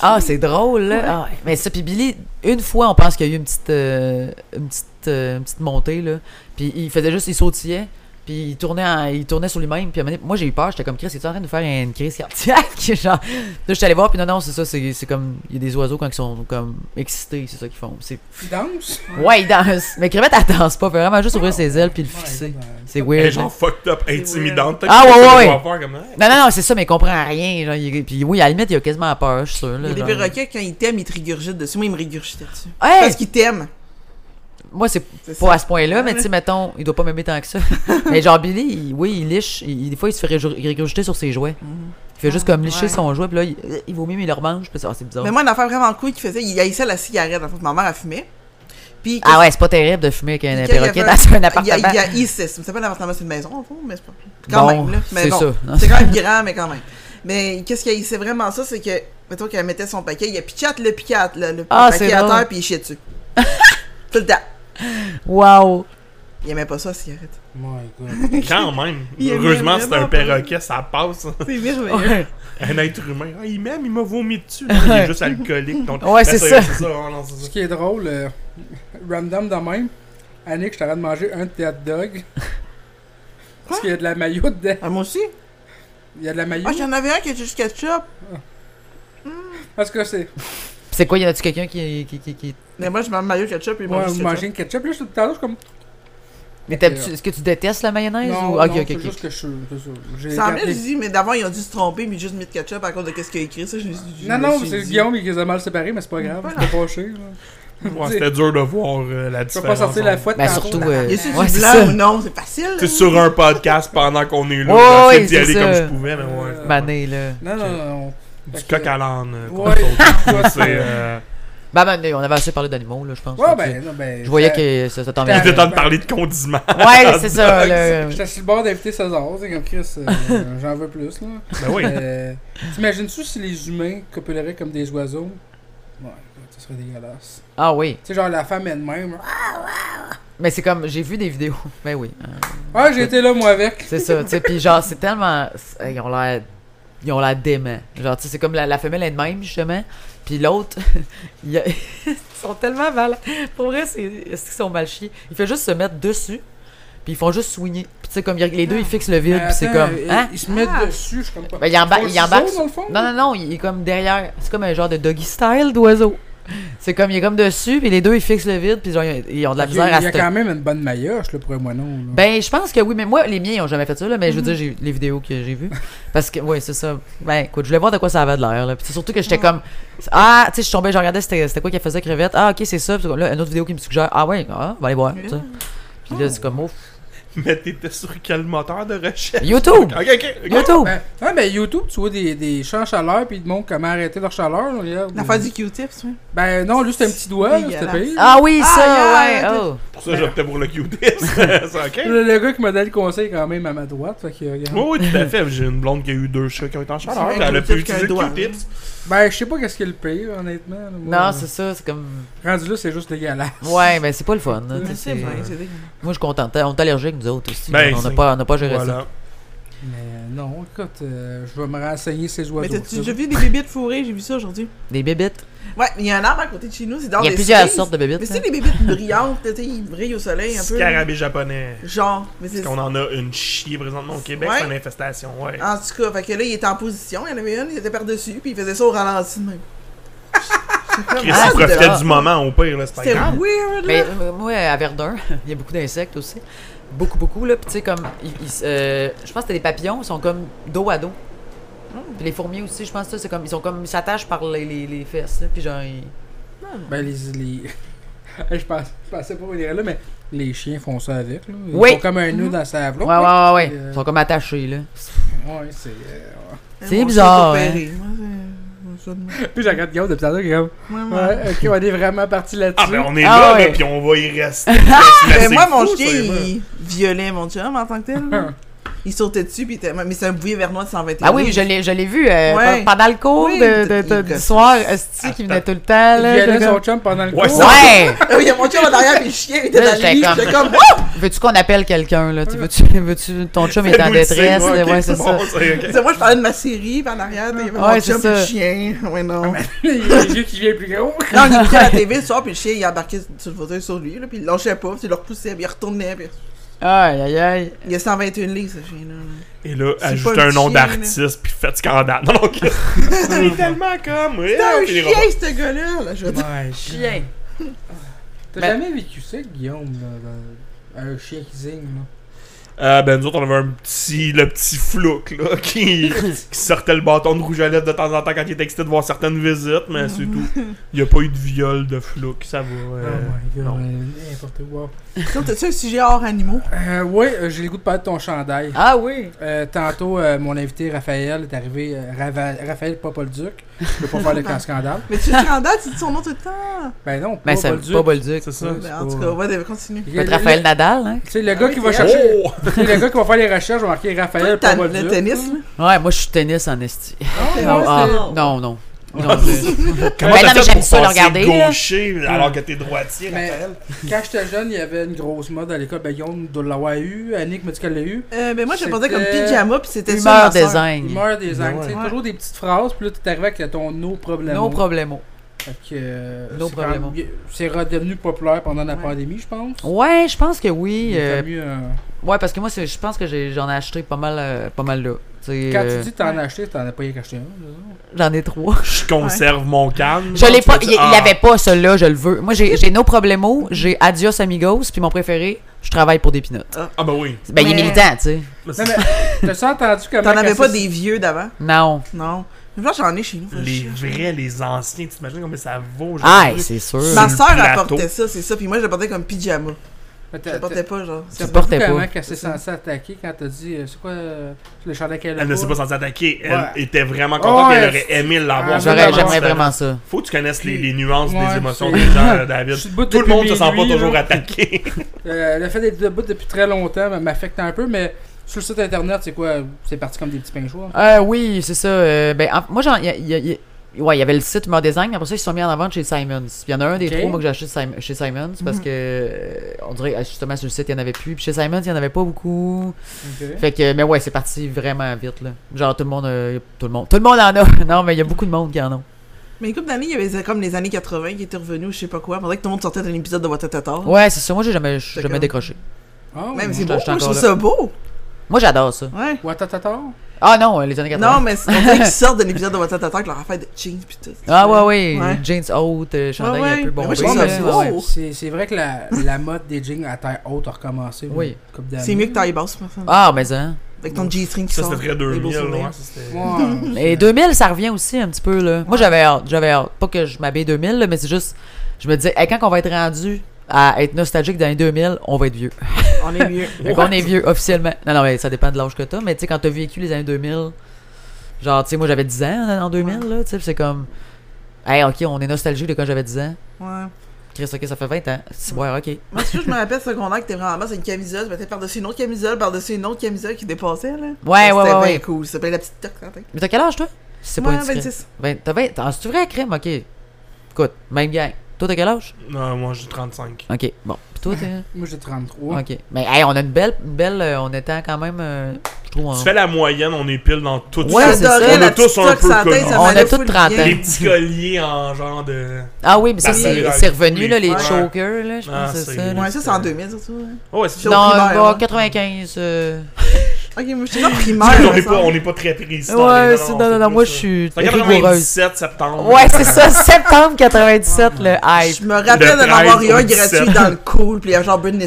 C: Ah, c'est drôle, là. Ah, mais ça, puis Billy, une fois, on pense qu'il y a eu une petite, euh, une petite, euh, une petite montée, là. Puis il faisait juste, il sautillait. Puis il tournait, en- il tournait sur lui-même. Puis à un moment donné, moi, j'ai eu peur. J'étais comme, Chris, es-tu en train de faire une crise cardiaque? Genre, là, je suis allé voir. Puis non, non, c'est ça. C'est c'est comme, il y a des oiseaux quand ils sont comme excités. C'est ça qu'ils font. C'est-
A: Il danse?
C: Ouais, ils dansent. Mais Crevette, elle danse pas. Faut vraiment juste ouvrir ses ailes puis le
A: Ouais,
C: fixer.
A: ben,
C: C'est
B: Elle est
C: weird.
B: genre fucked up, intimidante.
C: Ah, ouais, ouais, ouais.
B: ouais. Comme, hey.
C: Non, non, non, c'est ça, mais il comprend rien. Genre, il- puis oui, à la limite, il a quasiment peur, je suis sûr. Là,
D: Les
C: genre.
D: perroquets, quand ils t'aiment, ils te régurgitent dessus. Moi, ils me régurgitaient dessus.
C: Hey!
D: Parce qu'ils t'aiment.
C: Moi, c'est
D: C'est ça.
C: pas à ce point-là, mais
D: Ouais.
C: tu sais, mettons, il doit pas m'aimer tant que ça. mais genre, Billy, il- oui, il liche. il- des fois, il se fait réjou- régurgiter sur ses jouets. Il fait juste comme licher
D: Mm-hmm. ouais.
C: son jouet, puis là, il, il vomit, mais il le remange. Puis ah, c'est bizarre.
D: Mais moi, une affaire vraiment cool qu'il faisait, il haïssait la cigarette. En fait, ma mère, elle fumait. Puis,
C: ah ouais, c'est pas terrible de fumer avec un
D: Puis quand
C: perroquet
D: il y avait
C: dans un
D: Il,
C: appartement.
D: il haïssait. Ça me s'appelle un appartement, c'est une maison, en fond, mais c'est pas. Quand
C: Bon,
D: même, là. Mais
C: c'est
D: bon,
C: ça. hein.
D: C'est quand même grand, mais quand même. Mais qu'est-ce qu'il haïssait vraiment ça, c'est que, mettons qu'elle mettait son paquet, il y a Pichat, le Pichat, le, le
C: Ah,
D: paquet
C: c'est
D: à
C: drôle.
D: terre, puis il chiait dessus. Tout le temps.
C: Wow!
D: Il aimait pas ça, la cigarette.
A: My god.
B: Quand même.
D: Il aimait
B: Heureusement, c'est un
D: vraiment pas.
B: perroquet, ça passe. hein.
D: C'est merveilleux.
C: Ouais.
B: Un être humain. Ah, il m'aime, il m'a vomi dessus. Non, Il est juste alcoolique. donc-
C: Ouais, c'est
B: Ben,
C: ça.
B: C'est ça. ouais, non, c'est
A: Ce
B: ça.
A: qui est drôle, euh, random de même, Annick, je t'arrête de manger un de tes hot dogs. Parce qu'il y a de la mayo dedans.
D: Ah, moi aussi.
A: Il y a de la mayo.
D: Ah, j'en avais un qui était juste ketchup.
A: Parce que c'est.
C: C'est quoi, y en a-tu quelqu'un qui, qui, qui, qui...
D: Mais moi, je mange maillot ketchup et
A: Moi,
D: mange
A: vous mangez une ketchup, là, je suis tout à l'heure, je suis comme.
C: Mais t'aimes-tu- est-ce que tu détestes la mayonnaise
A: Non,
C: ou.
A: non,
C: Ok, ok,
A: c'est
C: ok.
A: juste que je suis. c'est ça. J'ai
D: Ça en
A: gardé-
D: je dis, mais d'avant, ils ont dû se tromper, mais juste mis de ketchup à cause de qu'est-ce qu'il a écrit. Ça, je me suis dit.
A: Non, non, c'est Guillaume qui les a mal séparés, mais c'est pas grave, je suis pas fâché. là.
B: Ouais, C'était dur de voir euh, la
A: Tu vas
B: différence.
A: pas sortir la fouette
C: Ben
A: tantôt.
C: surtout. euh,
D: Y a-tu
C: ouais,
D: du
C: c'est
D: blanc
C: ça.
D: ou non C'est facile.
B: C'est sur un podcast pendant qu'on est là.
C: Ouais,
B: J'essaie
C: ouais,
B: d'y
C: c'est
B: aller
C: ça.
B: comme je pouvais, mais ouais.
A: Euh,
C: Mané, là.
A: Non, non, non.
B: Du
A: Fait
B: coq
A: que-
B: à l'âne. euh, qu'on
A: Ouais.
B: saute. C'est, euh,
C: Ben, mané, on avait assez parlé d'animaux, là, je pense.
A: Ouais,
C: Fait
A: ben, non, ben.
C: que Je voyais
A: j'étais-
C: que ça, ça
A: Ben,
B: Il était
C: t'emmène.
B: temps de parler de condiments.
C: Ouais, c'est ça, le.
A: Euh, J'étais sur le bord d'inviter César, c'est comme Chris, euh, j'en veux plus, là.
B: Ben oui.
A: Euh, T'imagines-tu si les humains copuleraient comme des oiseaux Ouais, ça serait dégueulasse.
C: Ah oui.
A: Tu sais, genre la femme elle-même. hein.
C: Mais c'est comme, j'ai vu des vidéos. Ben oui. hein.
A: Ah, j'ai été là, moi, avec.
C: C'est ça, tu sais. Puis genre, c'est tellement. c'est- Ils ont l'air. Ils ont l'air déments. Genre, tu sais, c'est comme la, la femelle est de même, justement. Puis l'autre, il y a- ils sont tellement mal. Pour vrai, c'est. Est-ce qu'ils sont mal chiés? Il fait juste se mettre dessus. Puis ils font juste swinguer. Puis tu sais, comme il y a- les deux, ils fixent le vide. Puis c'est
A: Attends,
C: comme.
A: ils-
C: Hein?
A: Ils se mettent
D: Ah.
A: dessus, je suis comme pas.
C: Ben, il embarque.
A: Ils font
C: Il embarque
A: ciseaux, dans le fond,
C: non, non, non, il est comme derrière. C'est comme un genre de doggy style d'oiseau. C'est comme, il est comme dessus, puis les deux, ils fixent le vide, puis genre, ils ont- ils ont de la
A: Il y
C: misère
A: a
C: à
A: il y a
C: se
A: quand même une bonne maillotche, là, pour un moineau. là.
C: Ben, je pense que oui, mais moi, les miens, ils ont jamais fait ça, là, mais je
D: Mm-hmm.
C: veux dire, j'ai les vidéos que j'ai vues. Parce que, ouais, c'est ça. Ben, écoute, je voulais voir de quoi ça avait de l'air, là. Puis c'est surtout que j'étais comme. Ah, tu sais, je tombais, je regardais c'était c'était quoi qu'elle faisait crevette. Ah, ok, c'est ça. Puis là, une autre vidéo qui me suggère. Ah, ouais, ah, on va aller voir. tu sais. Puis là, c'est comme, ouf.
B: Mais t'étais sur quel moteur de recherche?
C: YouTube!
B: Ok, ok, ok.
C: YouTube!
A: Ben, ouais, ben YouTube, tu vois des, des champs à chaleur puis ils te montrent comment arrêter leur chaleur. là, regarde.
D: L'affaire du Q-tip, oui.
A: Ben non, lui c'était un petit doigt, là, c'était
D: Dégueulasse.
A: payé.
C: Ah oui, ça,
D: Ah,
C: ouais,
D: yeah,
C: oh.
B: Pour ça, j'optais pour le Q-Tip. C'est ok.
A: Le, le gars qui m'a donné le conseil quand même à ma droite, fait que regarde.
B: Oui, oui, tout à fait. J'ai une blonde qui a eu deux chats qui ont été en chaleur.
D: C'est
B: puis Elle a
D: un
B: pu
D: Q-tip
B: utiliser le
D: qu'un doigt.
B: Q-Tips.
A: Ben je sais pas qu'est-ce qu'il paye honnêtement. là, moi,
C: Non,
A: euh,
C: c'est ça, c'est comme.
A: rendu là c'est juste dégueulasse.
C: Ouais, mais c'est pas le fun, là, tu sais,
D: C'est
C: c'est-
D: vrai, c'est dégueu.
C: Moi, je suis contente. On est allergique, nous autres aussi.
B: Ben,
C: on n'a
B: c'est-
C: pas, on n'a pas géré ça.
B: Voilà.
A: Mais euh, non, écoute, euh, je vais me renseigner ces
D: Mais
A: oiseaux.
D: t'as-tu
A: ça.
D: déjà vu des bébites fourrées J'ai vu ça aujourd'hui.
C: Des bébites.
D: Ouais, il y a un arbre à côté de chez nous, c'est dans
C: Il y a
D: les
C: plusieurs
D: cerises.
C: sortes de bébites.
D: Mais
C: hein.
D: c'est des bébites brillantes, tu sais, ils brillent au soleil un peu.
B: Scarabée japonais.
D: Genre, mais c'est
B: Parce qu'on en a une chier présentement au Québec.
D: Ouais. Ah.
B: C'est une infestation, ouais.
D: En tout cas, fait que là, il était en position, il y en avait une, il était par-dessus, puis il faisait ça au ralenti de même.
B: Chris,
C: Ah,
B: on profitait
C: c'est
B: du moment, au pire, là, c'est pas
D: C'était
B: grave.
D: weird,
C: Mais
D: là.
C: euh, moi, à Verdun, il y a beaucoup d'insectes aussi. Beaucoup, beaucoup, là. Puis, tu sais, comme. ils- ils se- euh, je pense que c'était des papillons, ils sont comme dos à dos. Puis les fourmis aussi, je pense que ça, c'est comme. Ils sont comme. Ils s'attachent par les, les, les fesses, là. Puis genre. ils-
A: Ben les. les... je, pense- je pensais pas venir là, mais les chiens font ça avec. Là. Ils
C: Oui. Mhm.
A: font comme un nœud dans sa enveloppe.
C: Ouais, ouais, ouais, ouais.
A: Euh,
C: Ils sont comme attachés, là.
A: ouais. c'est. euh, ouais.
C: c'est
D: Mais mon chien
C: bizarre,
D: est
C: hein.
D: opéré. Moi, c'est- moi, ça-
A: Puis je regarde Guillaume depuis tantôt, Guillaume.
D: moi, moi.
A: Ouais, ok, on est vraiment parti là-dessus.
B: Ah, ben on est
C: Ah,
B: là,
C: ouais.
B: là, puis on va y rester.
D: Ben,
B: Mais
D: moi, mon chien, il violait mon chum en tant que tel. là.
A: Hum.
D: Il sautait dessus, puis il était... mais c'est un bouillet vernois de 121.
C: Ah oui, je l'ai, je l'ai vu euh,
D: Ouais.
C: pendant le cours
D: Oui,
C: de, de- de-
D: il
C: du
D: gosse.
C: soir, Esti qui venait tout le temps,
A: Il
C: là.
A: violait
C: j'étais
A: son
C: comme-
A: chum pendant le
B: Ouais,
A: cours.
B: ça-
C: Ouais!
D: Ah oui, il y a mon chum en arrière, puis le chien était
C: Là,
D: dans
C: j'étais
D: le lit,
C: comme-
D: j'étais comme... Wouh!
C: Veux-tu qu'on appelle quelqu'un, là? Tu Veux-tu, veux-tu, ton chum est en détresse? là? ouais, c'est ça.
D: C'est moi, je parlais de ma série, puis en arrière, il y avait mon
C: Ouais, c'est
D: chum, puis le
C: ça.
D: chien. Ouais, non.
A: Il y a les yeux qui viennent plus gros.
D: Là, on écoutait la TV le soir, puis le chien, il embarquait sur le fauteuil sur lui, là, puis il lâchait pas, puis il le repoussait, puis il retournait, puis
C: Aïe, aïe, aïe.
D: il y a 121 livres, ce chien-là. là.
B: Et là,
D: C'est
B: ajoute
D: pas
B: un
D: un
B: nom
D: chien, là.
B: d'artiste, puis faites scandale. Non, non, Chris. C'est tellement comme. ouais,
D: T'as un
B: puis les
D: chien,
B: robots.
D: ce gars-là, là, je veux dire.
A: Ouais,
C: Chien.
A: T'as
C: Ben-
A: jamais vécu ça, Guillaume, là, là, un chien qui zigne, là?
B: Euh, ben, nous autres, on avait un petit, le petit flouc, là, qui, qui sortait le bâton de rouge à lèvres de temps en temps quand il était excité de voir certaines visites, mais c'est tout. Il n'y a pas eu de viol de flouc, ça va.
C: Ah,
B: euh,
A: oh my
B: non.
A: god, euh, n'importe quoi.
D: Sinon, T'as-tu un sujet hors animaux?
A: Euh, ouais, euh, j'ai le goût de parler de ton chandail.
C: Ah oui!
A: Euh, tantôt, euh, mon invité Raphaël est arrivé, euh, Rava- Raphaël Popolduc. Je veux pas faire de camp scandale.
D: Mais tu es scandale, tu dis son nom tout le temps.
A: Ben non,
C: Mais ça,
A: Popolduc.
C: pas Bolduc.
B: C'est ça.
D: Ben, en tout cas, ouais, continue.
A: Il y a-
C: Peut-être Raphaël
A: le-
C: Nadal, hein?
A: Tu sais, le gars qui va
D: Ah oui,
A: chercher.
B: Oh!
A: tu sais, Le gars qui va faire les recherches, va marquer
D: Toi,
A: Raphaël
D: t'as le
A: Popolduc.
D: tennis, là.
C: Ouais, moi je suis tennis en esti.
D: Ah,
C: Ah,
D: c'est-
C: non, non. Non, je-
B: Comment
C: Ben non,
B: t'as
C: mais
B: fait
C: j'aime
B: pour
C: ça le
B: passer
C: regarder, là. Mm.
B: gaucher alors que t'es droitier,
A: Mais-
B: Raphaël?
A: Quand j'étais jeune, il y avait une grosse mode à l'école. Ben, Guillaume doit l'avoir eu. Annick m'a dit qu'elle l'a eu.
D: Euh, ben moi, je pensais comme
A: C'était-
D: pyjama, puis c'était ça.
C: Humeur
D: ma soeur.
A: Il
C: design.
A: meurt des
B: Ouais.
A: angles. tu sais,
D: Ben Ouais.
A: toujours des petites phrases, puis là, t'es arrivé avec ton no problème.
C: No problemo.
A: Fait que, euh,
C: No
A: c'est
C: problemo.
A: quand même- C'est redevenu populaire pendant la pandémie, je pense.
C: Ouais, je pense que oui.
A: Il est
C: euh,
A: mieux, euh,
C: ouais, parce que moi, c'est- je pense que j'ai- j'en ai acheté pas mal, euh, pas mal là. Tu sais,
A: Quand
C: euh,
A: tu dis que t'en as acheté, t'en as pas rien qu'acheté un. là.
C: J'en ai trois.
B: Je conserve mon calme.
C: Je l'ai pas. Il, il
B: Ah.
C: avait pas celui-là, je le veux. Moi, j'ai j'ai No Problemo, j'ai Adios Amigos, puis mon préféré, je travaille pour des peanuts.
B: Ah, ben oui.
C: Ben, il est
D: Mais-
C: militant, tu sais.
A: Non,
B: Mais c'est-
A: mais t'as ça entendu comment.
D: T'en avais
A: quand
D: pas
A: ça-
D: des vieux d'avant?
C: Non.
D: Non. Je pense que j'en ai chez nous. faut que je
B: Les
D: cherche.
B: vrais, les anciens, tu t'imagines combien ça vaut? aujourd'hui?
C: Ah, c'est sûr.
B: sur le
D: Ma soeur
B: plateau.
D: apportait ça, c'est ça. Puis moi, je le portais comme pyjama.
A: Mais
D: Je
A: t'as-
D: le
A: t'as-
D: portais pas, genre.
A: T'as
C: Tu
A: pas
C: portais
A: vu comment
C: pas.
A: qu'elle s'est censée attaquer quand t'as dit euh, c'est quoi euh, le chandail qu'elle a
B: Elle ne s'est pas censée attaquer. Elle
A: Ouais.
B: était vraiment contente
A: Ouais.
B: et elle aurait aimé l'avoir.
A: Ah,
C: J'aurais-
A: vraiment,
C: J'aimerais vraiment ça.
B: Faut que tu connaisses les,
A: Puis-
B: les nuances
A: Ouais,
B: des émotions
A: c'est-
B: des gens, là,
A: Je
B: David.
A: suis debout
B: Tout le
A: depuis
B: monde se sent pas
A: minuit,
B: toujours
A: là.
B: attaqué.
A: Euh, le fait d'être debout depuis très longtemps m'affecte un peu, mais sur le site internet, c'est quoi C'est parti comme des petits pains chauds. hein.
C: Euh, oui, c'est ça. euh, ben, en- moi, j'en- il y a- il y a- il y a- ouais, il y avait le site Humeur Design, mais après ça, ils se sont mis en avant chez Simons. Puis il y en a un des
A: Ok.
C: trois, moi, que j'ai acheté de Sim- chez Simons, parce
D: Mhm.
C: que, euh, on dirait, euh, justement, sur le site, il n'y en avait plus. Puis chez Simons, il n'y en avait pas beaucoup. Fait que, mais ouais, c'est parti vraiment vite, là. Genre, tout le monde, euh, tout le monde, tout le monde en a. non, mais il y a beaucoup de monde qui en a.
D: Mais une couple d'années, il y avait ça comme les années 80 qui étaient revenus ou je sais pas quoi. Pendant que tout le monde sortait d'un épisode de Watatata.
C: Ouais, c'est ça. Moi, j'ai jamais, j'ai jamais
D: D'accord.
C: décroché.
A: Oh,
D: Même
A: si.
D: c'est beau,
C: je suis
D: je trouve
C: encore
D: ça beau.
C: Moi, j'adore ça.
D: Ouais.
C: Ah non, les années 80.
D: Non, mais c'est- on dirait qu'ils sortent d'un épisode de Watatata avec leur affaire de jeans pis tout.
C: Ah ouais, ouais.
D: Ouais.
C: Jeans hautes, euh, chandail
D: Ouais,
C: un peu
D: ouais.
C: bombé.
D: Moi, je
A: Ouais,
D: trouve ça
A: mais
C: mais-
D: beau.
C: ouais.
A: C'est c'est vrai que la, la mode des jeans à taille haute a recommencé.
C: Oui.
A: une couple d'années.
D: C'est mieux que taille basse, personne.
C: Ah, mais hein.
D: Avec ton G-string qui
B: Ça,
D: sort.
B: c'était très
D: des
B: 2000.
D: beaux souvenirs.
B: ouais, ça, c'était-
A: Ouais.
C: Et 2000, ça revient aussi un petit peu, là. Moi, j'avais hâte. J'avais hâte. Pas que je m'habille 2000, là, mais c'est juste. Je me disais, hey, quand on va être rendu à être nostalgique dans les 2000, on va être vieux.
D: On est mieux.
C: Fait qu'on est vieux officiellement. Non, non, mais ça dépend de l'âge que t'as, mais tu sais, quand t'as vécu les années 2000, genre, tu sais, moi j'avais 10 ans en- en 2000, là, tu sais, puis c'est comme. Hey, ok, on est nostalgique de quand j'avais 10 ans.
D: Ouais.
C: Chris, ok, ça fait 20 ans. Si, ouais, ok.
D: Moi, c'est sûr, je me rappelle secondaire que t'es vraiment c'est une camisole, je mettais par-dessus une autre camisole, par-dessus une autre camisole qui dépassait, là.
C: Ouais,
D: Ça,
C: ouais,
D: C'était
C: ouais,
D: bien
C: ouais.
D: cool. Ça s'appelait la petite toque, hein, t'es.
C: Mais t'as quel âge, toi Si C'est
D: Moi,
C: pas indiscret.
D: 26.
C: 20, t'as 20. Ah, c'est vrai, crème, ok. Écoute, même gang. Toi, t'as quel âge
B: Non, moi, j'ai 35.
C: Ok, bon. Puis toi, t'es.
A: Moi j'ai 33.
C: Ok. Mais hey, on a une belle. Une belle euh, on était quand même. euh, je trouve.
B: Tu
C: On,
B: fais la moyenne, on est pile dans tout
C: Ouais,
B: ça.
C: c'est ça.
D: J'adorais
B: On
D: la
B: a tous
D: petite
B: un
D: toque
B: peu
D: sur la
B: connu.
D: tête, ça
C: On
D: m'allait
C: a tous
D: full
C: 30
D: bien.
C: ans.
B: Les petits colliers en genre de.
C: Ah oui, mais ça,
B: Bah,
C: c'est
B: oui.
C: c'est revenu, là, les
B: Ouais.
C: chokers, là. Je pense
B: Ah,
C: que c'est
B: c'est-
C: ça. là.
D: Ouais, ça, c'est en 2000, surtout. hein.
B: Oh, ouais, c'est
D: Show.
B: ça.
D: au
C: Non,
D: primaire,
C: bah,
D: ouais.
C: 95. euh,
D: Ok, mais je suis en
B: Tu
D: primaire.
B: sais, On n'est
D: me
B: pas,
D: semble.
B: on est pas très précis. dans les-
C: Ouais, c'est non, non, non,
B: c'est
C: moi
B: plus,
C: je suis
B: euh,
C: rigoureuse.
B: 97 septembre.
C: Ouais, c'est ça, septembre 97, le hype.
D: Je me rappelle
B: Le
D: d'en avoir
B: 13
D: eu un
B: au 17.
D: gratuit dans le cool, pis il y a genre Britney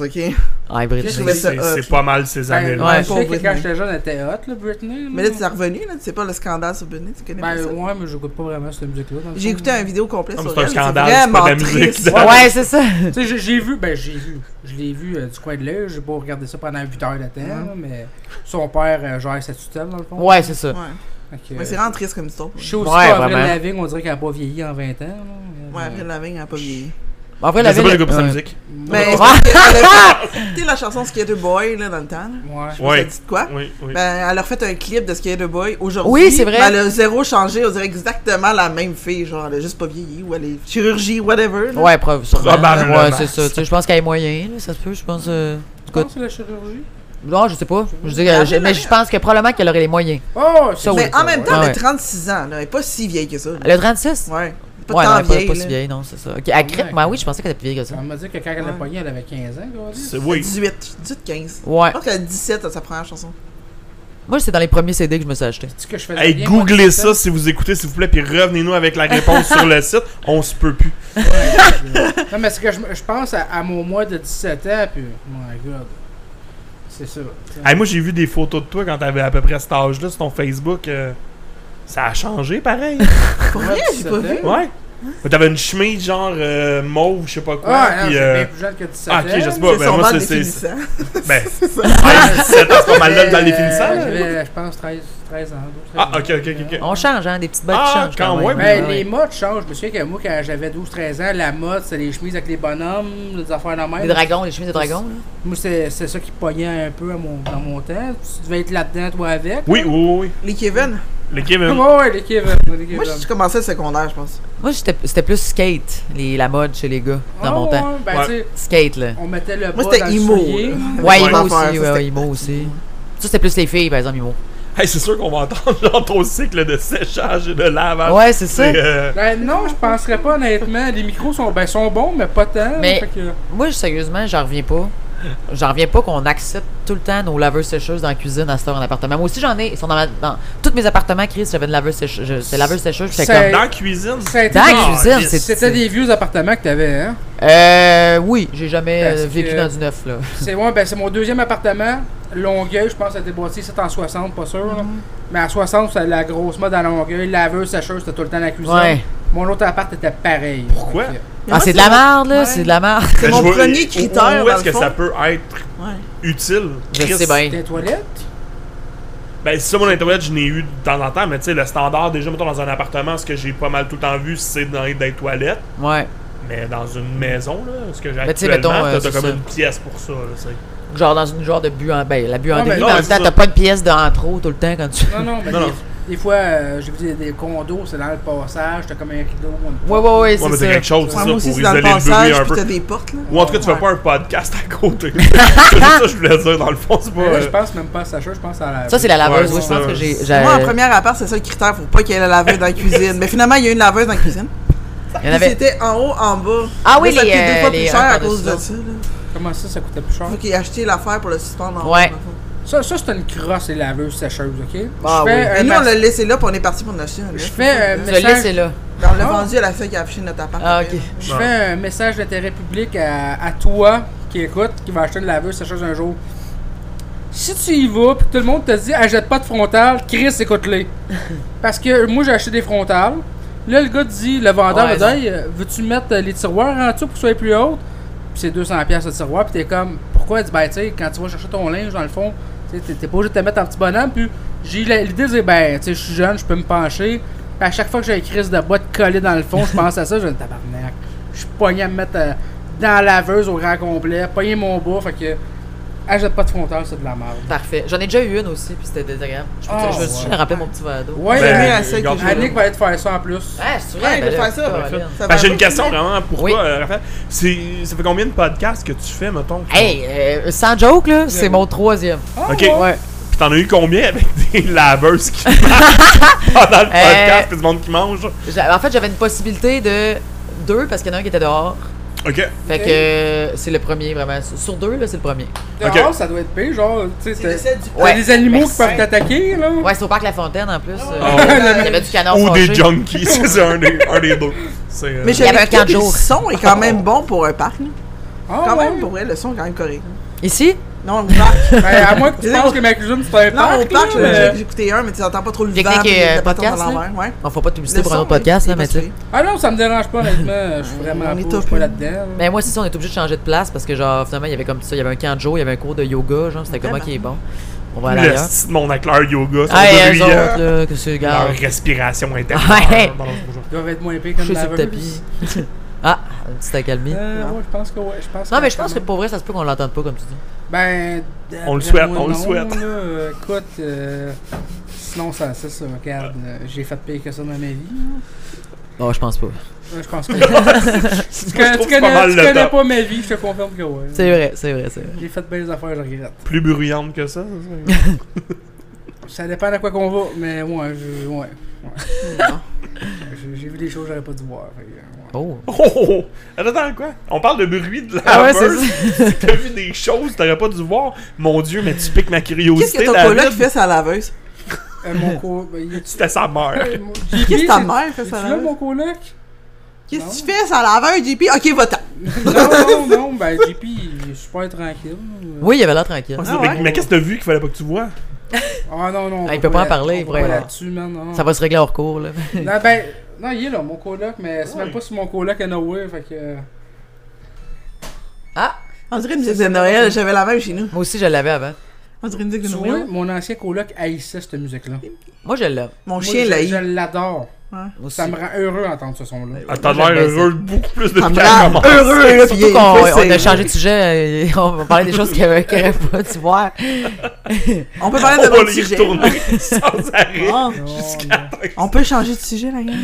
D: ok?
C: Ah,
D: Je
C: Brigitte.
D: trouvais ça
B: C'est
D: hot.
B: c'est pas mal ces
A: Ben,
B: années-là.
C: Ouais.
A: je sais que
D: Pauvre
A: quand
D: Whitney.
A: j'étais jeune, elle était hot, là, Britney.
D: Mais là, c'est revenu, là. Tu sais pas le scandale sur Britney, tu connais pas
A: Ben
D: ça.
A: ouais, mais j'écoute pas vraiment cette musique-là. dans le
D: J'ai
A: fond.
D: écouté un vidéo complet
B: Non, mais
D: sur
B: c'est un
D: elle.
B: scandale, c'est
D: vraiment
B: pas de la musique,
D: triste.
B: ça.
D: Ouais.
C: Ouais, c'est ça.
A: Tu sais, j'ai- j'ai vu, ben j'ai vu. Je l'ai vu euh, du coin de l'œil, j'ai pas regardé ça pendant 8 heures de temps, là, mais son père euh, gère sa tutelle dans le fond.
C: Ouais, c'est ça.
D: Ouais.
A: Fait que, euh,
D: Mais c'est vraiment triste comme histoire.
A: Je
D: Ouais,
A: sais aussi
C: Ouais,
A: pas, Avril
C: vraiment.
A: Lavigne, on dirait qu'elle a pas vieilli en 20 ans. là.
D: après Lavigne, elle a pas vieilli.
C: En vrai,
B: Je
C: la
B: sais
C: ville-
B: pas de quoi pour sa
C: ouais.
B: musique.
D: Mais
C: Ouais. Ah,
D: c'est parce qu'elle a fait- tu sais la chanson Skater Boy là dans le temps. là?
A: euh, Ouais.
D: Je sais pas
B: Ouais.
D: si Ça dit de quoi
B: Oui, oui.
D: Ben elle a refait un clip de Skater Boy aujourd'hui.
C: Oui, c'est vrai.
D: Ben, elle a zéro changé, on dirait exactement la même fille, genre elle a juste pas vieilli ou elle est chirurgie whatever. là.
C: Ouais, preuve. sûrement.
B: Probablement.
C: Ouais, c'est ça. Tu sais, je pense qu'elle est moyen, là, ça se peut, je pense. euh,
A: Tu penses à la chirurgie?
C: Non, je sais pas. Je dis, que- je- mais je pense que probablement qu'elle aurait les moyens.
A: Oh,
C: Ça, oui.
D: Mais en même temps,
C: Ouais.
D: elle a 36 ans, là, elle est pas si vieille que ça. là.
C: Elle a 36?
D: Ouais. Pas
C: Ouais, non,
D: tant
C: elle est pas,
D: vieille.
C: pas
D: là.
C: si vieille, non, c'est ça. Ok, elle
A: Ouais.
C: crie, mais oui, je pensais qu'elle était plus vieille que ça.
A: On m'a dit que quand elle a
D: Ouais.
A: pogné, elle avait 15 ans, quoi.
B: C'est- Oui.
D: 18, 18 15.
C: Ouais.
D: Je pense qu'elle a 17 à sa première chanson.
C: Moi, c'est dans les premiers CD que je me suis acheté.
A: Dis que je faisais
B: Hey,
A: bien, moi,
B: googlez
A: tout le
B: ça si vous écoutez, s'il vous plaît, puis revenez-nous avec la réponse sur le site. On se peut plus.
A: temps. euh, Non, mais c'est que je, je pense à, à mon mois de 17 ans, puis. oh My god. C'est ça.
D: Ah,
B: Hey, moi, j'ai vu des photos de toi quand t'avais à peu près cet âge-là sur ton Facebook. euh, ça a changé, pareil.
D: Pour vrai, j'ai pas vu.
B: ouais. Mais T'avais une chemise genre euh, mauve, je sais pas quoi.
A: Ah, non,
B: puis,
A: c'est
B: euh,
A: bien plus jeune que 17 ans.
B: ah, ok, je sais
D: C'est
B: pas. Ben,
D: son
B: moi,
D: bal
B: c'est- c'est.
D: définissant.
B: Ben,
D: C'est ça.
B: 17 ans, c'est pas mal là dans les finissants.
A: finissants
B: là.
A: Euh, J'avais, je pense, 13, 13 ans. 12, 13
B: Ah,
A: ans.
B: ok, ok, ok, ok.
C: On change, hein, des petites bottes
B: Ah,
C: changent.
B: quand
A: Ben,
B: même.
C: Ouais,
A: les
C: ouais.
A: modes changent. Je me souviens que moi, quand j'avais 12-13 ans, la mode, c'était les chemises avec les bonhommes, les affaires dans
C: Les
A: même.
C: dragons, les chemises de dragons, là.
A: Moi, c'est c'est ça qui pognait un peu à mon, dans mon temps. Tu devais être là-dedans, toi, avec.
B: Oui, oui, oui.
D: Les Kevin.
B: Le Kevin.
A: Ouais, ouais, les Kevin. Les Kevin.
D: Moi, je commençais le secondaire, je pense.
C: Moi, j'étais- c'était plus skate, les, la mode chez les gars, dans mon
A: Ah,
C: temps.
A: ouais, Ben,
B: Ouais.
A: tu sais,
C: Skate, là.
A: on mettait le
D: Moi,
A: bas
D: c'était
A: dans le
D: emo,
A: soulier.
C: Ouais,
D: là. Ouais,
C: Imo aussi,
D: l'affaire, ça,
C: ouais, ouais,
D: c'était-
C: Imo aussi. Ça, c'était plus les filles, par exemple, Imo.
B: Hey, c'est sûr qu'on va entendre genre ton cycle de séchage et de lavage.
C: Ouais, c'est ça.
B: C'est, euh,
A: Ben, non, je penserais pas, honnêtement. Les micros sont, ben, sont bons, mais pas tant.
C: Mais-
A: fait que-
C: Moi, je- sérieusement, j'en reviens pas. J'en reviens pas qu'on accepte tout le temps nos laveuses sécheuses dans la cuisine à cette heure en appartement. Moi aussi, j'en ai. Ils sont dans, ma- dans tous mes appartements, Chris, j'avais une laveuse sécheuse. je- C'est laveuse sécheuse, j'étais
A: C'est-
C: comme.
B: dans la cuisine.
A: Ça a été-
C: Dans la
B: Ah,
C: cuisine,
B: yes.
C: c'est-
A: C'était des vieux appartements que t'avais, hein?
C: Euh. Oui, j'ai jamais
A: Parce
C: euh, vécu
A: que-
C: dans du neuf, là.
A: C'est ouais, ben, c'est mon deuxième appartement. Longueuil, je pense, ça a été bâti, c'est en 60, pas sûr. là. Mais en 60, c'était la grosse mode à Longueuil. Laveuse, sécheuse, c'était tout le temps la cuisine.
C: Ouais.
A: Mon autre appart était pareil.
B: Pourquoi?
A: Fait que-
D: Mais
C: Ah,
D: moi,
C: c'est de la
D: mon-
C: merde, là.
D: Ouais.
C: C'est de la merde.
D: C'est
B: Ben,
D: mon
B: je vois-
D: premier
B: où-
D: critère,
B: Où
D: dans
B: est-ce
D: le
B: que
D: fond.
B: ça peut être
D: Ouais.
B: utile?
C: Je
B: Chris?
C: sais bien.
A: Des toilettes?
B: Ben, c'est ça, mon internet, je n'ai eu de temps en temps, mais tu sais, le standard, déjà, mettons, dans un appartement, ce que j'ai pas mal tout le temps vu, c'est dans les dans les toilettes.
C: Ouais.
B: Mais dans une maison, là, ce que j'ai
C: Mais tu sais,
B: actuellement,
C: mettons, euh,
B: t'as- t'as
C: c'est
B: comme
C: ça.
B: une pièce pour ça, là, tu sais.
C: Genre dans une genre de bu en. Ben, la bu en
A: Ouais,
C: débit,
A: mais
C: mais
B: non,
C: en
B: mais
C: même temps,
B: c'est
C: t'as
B: ça.
C: pas de pièce d'en trop tout le temps quand tu.
A: Non, non, mais
B: Non,
A: des,
B: non.
A: des fois, euh, j'ai vu des, des condos, c'est dans le passage, t'as comme un rideau. une
C: Ouais, ouais, ouais,
B: Ouais, mais
C: c'est
B: t'as
C: ça.
B: quelque chose, c'est
D: Ouais,
B: ça,
D: moi
B: pour
D: aussi, c'est
B: isoler
D: dans
B: le
D: le
B: bruit
D: passage,
B: un
D: puis
B: peu.
D: t'as des portes, là.
B: Ou en tout cas, tu fais
D: Ouais.
B: pas un podcast à côté. c'est juste ça que je voulais dire, dans le fond, c'est pas.
A: porte. Là,
B: euh,
A: je pense même pas à Sacha, je pense à la.
C: Ça, c'est la laveuse,
B: Ouais,
C: oui, je pense
B: ça.
C: que j'ai. j'ai-
D: Moi, en première appart, c'est ça le critère. Faut pas qu'il y ait la laveuse dans la cuisine. Mais finalement, il y a une laveuse dans la cuisine.
C: Il y en
D: Puis
C: avait.
D: C'était en haut, en bas.
C: Ah oui,
D: Là, ça
C: les,
D: coûte
C: euh,
D: deux fois
C: les
D: plus cher à
C: encore
D: cause de
C: de
D: ça.
C: ça.
D: là.
A: Comment ça, ça coûtait plus cher?
D: Faut qu'il ait acheté l'affaire pour le suspendre. en haut,
C: Ouais.
D: dans le
A: Ça,
D: fond.
A: ça c'est une crosse et laveuse sécheuse, ok?
C: Ah
A: je fais
C: oui.
A: un
D: Et nous, on
A: mas-
D: l'a laissé là, puis on est parti pour en acheter un. là.
A: je fais un
C: Je euh, l'ai,
A: message-
C: c'est là.
D: Ben, On l'a
A: Ah.
D: vendu à la fille qui a affiché notre appart.
C: Ah, ok.
A: je fais un message d'intérêt public à, à toi qui écoute, qui va acheter une laveuse sécheuse un jour. Si tu y vas, puis tout le monde te dit, achète pas de frontal, Chris, écoute-les. Parce que moi, j'ai acheté des frontales. Là, le gars dit, le vendeur
C: Ouais,
A: va dire, Hey, euh, veux-tu mettre euh, les tiroirs en dessous pour que ce soit plus haut? Puis c'est 200$ piastres le tiroir, puis t'es comme, pourquoi? Il dit, ben, tu sais, quand tu vas chercher ton linge, dans le fond, tu sais, t'es t'es pas obligé de te mettre en petit bonhomme. Puis j'ai eu la- l'idée, c'est, ben, tu sais, je suis jeune, je peux me pencher. Puis à chaque fois que j'ai une crise de boîte collée dans le fond, je pense à ça, je dis, tabarnak. Je suis pogné à me mettre euh, dans la laveuse au grand complet, pogné mon bas, fait que, achète pas de frontal, c'est de la merde.
C: Parfait. J'en ai déjà eu une aussi, puis c'était désagréable. Je
A: Ah,
C: je me suis
A: ouais.
C: juste rempli mon petit verre d'eau.
A: Ouais,
B: Ben,
A: euh,
D: mieux à celle que
B: regarde.
D: j'ai.
A: Annick va aller te faire ça en plus.
C: Ah, c'est
D: Ouais,
C: vrai.
D: il va
C: ben là,
D: faire ça,
C: Colin.
D: après ça. Ça
B: Ben,
D: va
B: j'ai une
D: pas,
B: question
D: finalement.
B: vraiment pour
C: Oui.
B: toi, euh, Raphaël. C'est- Ça fait combien de podcasts que tu fais, mettons?
C: Hey, euh, sans joke, là, c'est mon troisième.
A: Ah,
B: Ok.
A: ouais.
C: Ouais.
B: Puis t'en as eu combien avec des laveuses qui marchent pendant le
C: Euh,
B: podcast, puis du monde qui mange?
C: J'a- En fait, j'avais une possibilité de deux, parce qu'il y en a un qui était dehors.
B: Ok.
C: Fait
A: Ok.
C: que euh, c'est le premier, vraiment. Sur deux, là, c'est le premier.
B: Ok.
A: Dehors, ça doit être pire, genre, tu sais,
D: C'est le
A: t'as
D: set du-
A: t'as des animaux qui peuvent
C: Merci.
A: t'attaquer, là.
C: Ouais, c'est au parc La Fontaine, en plus. euh,
B: Oh.
C: Il y avait du canard
B: Ou
C: fâché.
B: des junkies, c'est ça, un des, un des deux. C'est, euh,
D: Mais
C: Il y
D: j'ai
C: avait un
D: écouté,
C: quatre
D: puis le
C: jours.
D: son est quand même bon pour un parc. là.
A: Ah,
D: Quand
A: ouais.
D: même, pour vrai, le son est quand même correct.
C: Ici?
D: Non, au parc.
A: Ben, à moins que tu penses que ma cuisine, c'est un
D: Non,
A: parc.
D: au parc, euh,
A: là,
D: j'en ai
A: mais-
D: déjà écouté un, mais tu n'entends pas trop le vent.
C: Technique et,
D: puis
C: euh,
D: le bâton
C: podcast,
D: à l'envers, ouais.
C: On faut pas de publicité
D: Le
C: pour
D: son,
C: un autre podcast,
D: il
C: là,
D: est
C: mais tu sais.
D: postulé.
A: Ah non, ça me dérange pas, honnêtement. Je suis vraiment
D: On est
A: pas, je
D: top,
A: suis pas
D: là. Ben,
A: là-dedans. là.
C: Mais Ben, moi, c'est ça, on est obligé de changer de place parce que, genre, finalement, il y avait comme ça, il y avait un camp de jour, il y avait un cours de yoga, genre, c'était comme,
D: Vraiment.
C: ok, bon, on va aller
B: le
C: ailleurs.
B: style de mon avec leur yoga, ça
C: Hey, eux
B: bruyant,
C: autres, là, que c'est, gars.
B: leur respiration interne.
C: Ouais.
B: dans leur jour.
A: Ils doivent être moins pires
C: Je
A: comme
C: suis sur le
A: laveuse.
C: tapis. ah, une petite accalmie.
A: Euh, ouais, je pense que ouais. Je pense
C: Non, mais je pense que
A: quand
C: pour vrai, ça se peut qu'on l'entende pas, comme tu dis.
A: même. Ben.
B: On le
A: d'après
B: souhaite,
A: moi,
B: on le
A: non,
B: souhaite.
A: là, euh, écoute, euh, sinon, ça, c'est ça. Regarde, euh, j'ai fait pire que ça dans ma vie.
C: Oh, je pense pas.
A: Ouais, je pense que. tu
B: Moi,
A: connais,
B: je trouve
A: tu
B: que c'est pas
A: connais,
B: mal
A: tu
B: le
A: connais
B: top.
A: pas ma vie, je te confirme que ouais.
C: C'est vrai, c'est vrai, c'est vrai.
A: J'ai fait bien des affaires, je regrette.
B: Plus bruyante que ça. ça.
A: Ça dépend à quoi qu'on va, mais ouais, je, ouais. ouais. J'ai- J'ai vu des choses que j'aurais pas dû voir. fait que, ouais.
C: Oh.
B: Oh, oh, oh. Attends, quoi? On parle de bruit de
C: Ah ouais,
B: laveuse. T'as vu des choses que t'aurais pas dû voir. Mon Dieu, mais tu piques ma
D: Qu'est-ce
B: curiosité.
D: que ton
B: David.
D: coloc fait sa laveuse?
A: Euh, mon co. ben, il est-
B: C'était sa mère.
A: Hey, mon-
D: Qu'est-ce
A: JP,
D: que ta
A: c'est-
D: mère fait
A: es-tu
D: sa
A: là,
D: laveuse?
A: mon coloc?
D: Qu'est-ce que tu fais sa laveuse, JP? Ok, va-t'en.
A: Non, non, non, ben JP, il est super tranquille.
C: Oui, il avait l'air tranquille.
D: Ah ouais?
B: Mais qu'est-ce que t'as vu qu'il fallait pas que tu vois?
A: Ah non, non. on
C: Ah,
A: peut
C: il peut pas en
A: la-
C: parler,
A: on peut
C: vraiment.
A: pas là-dessus, man. Non.
C: Ça va se régler hors cours, là.
A: Non, ben, non, il est là, mon coloc, mais c'est
B: Ouais.
A: même pas sur mon coloc à Noé, fait que.
C: Ah!
D: On dirait une musique de Noël, j'avais la même chez nous.
C: Moi aussi, je l'avais avant.
D: On dirait une musique
A: Tu
D: de
A: vois,
D: Noël.
A: mon ancien coloc haïssait cette musique-là.
C: Moi, je l'aime.
D: Mon
A: Moi,
D: chien
A: je-
D: l'a eu.
A: Je l'adore.
D: Ouais.
C: Aussi.
A: Ça me rend heureux d'entendre ce son-là.
B: Ah, T'as
C: Moi,
B: l'air
C: j'aime bien
B: heureux beaucoup plus de
D: Ça me
B: qu'à
D: rend
B: commencer.
D: heureux, là,
C: Surtout
D: puis
C: qu'on
D: il
C: on
D: faut
C: a
D: essayer.
C: changé de sujet, euh, et on parlait des choses qu'il n'y avait, qu'il y avait pas, tu vois.
D: On peut parler
B: On va
D: de d'autres
B: les
D: sujets.
B: retourner sans arrêt.
D: Ah,
A: Non,
B: Jusqu'à temps que-
D: On peut changer de sujet, la gang.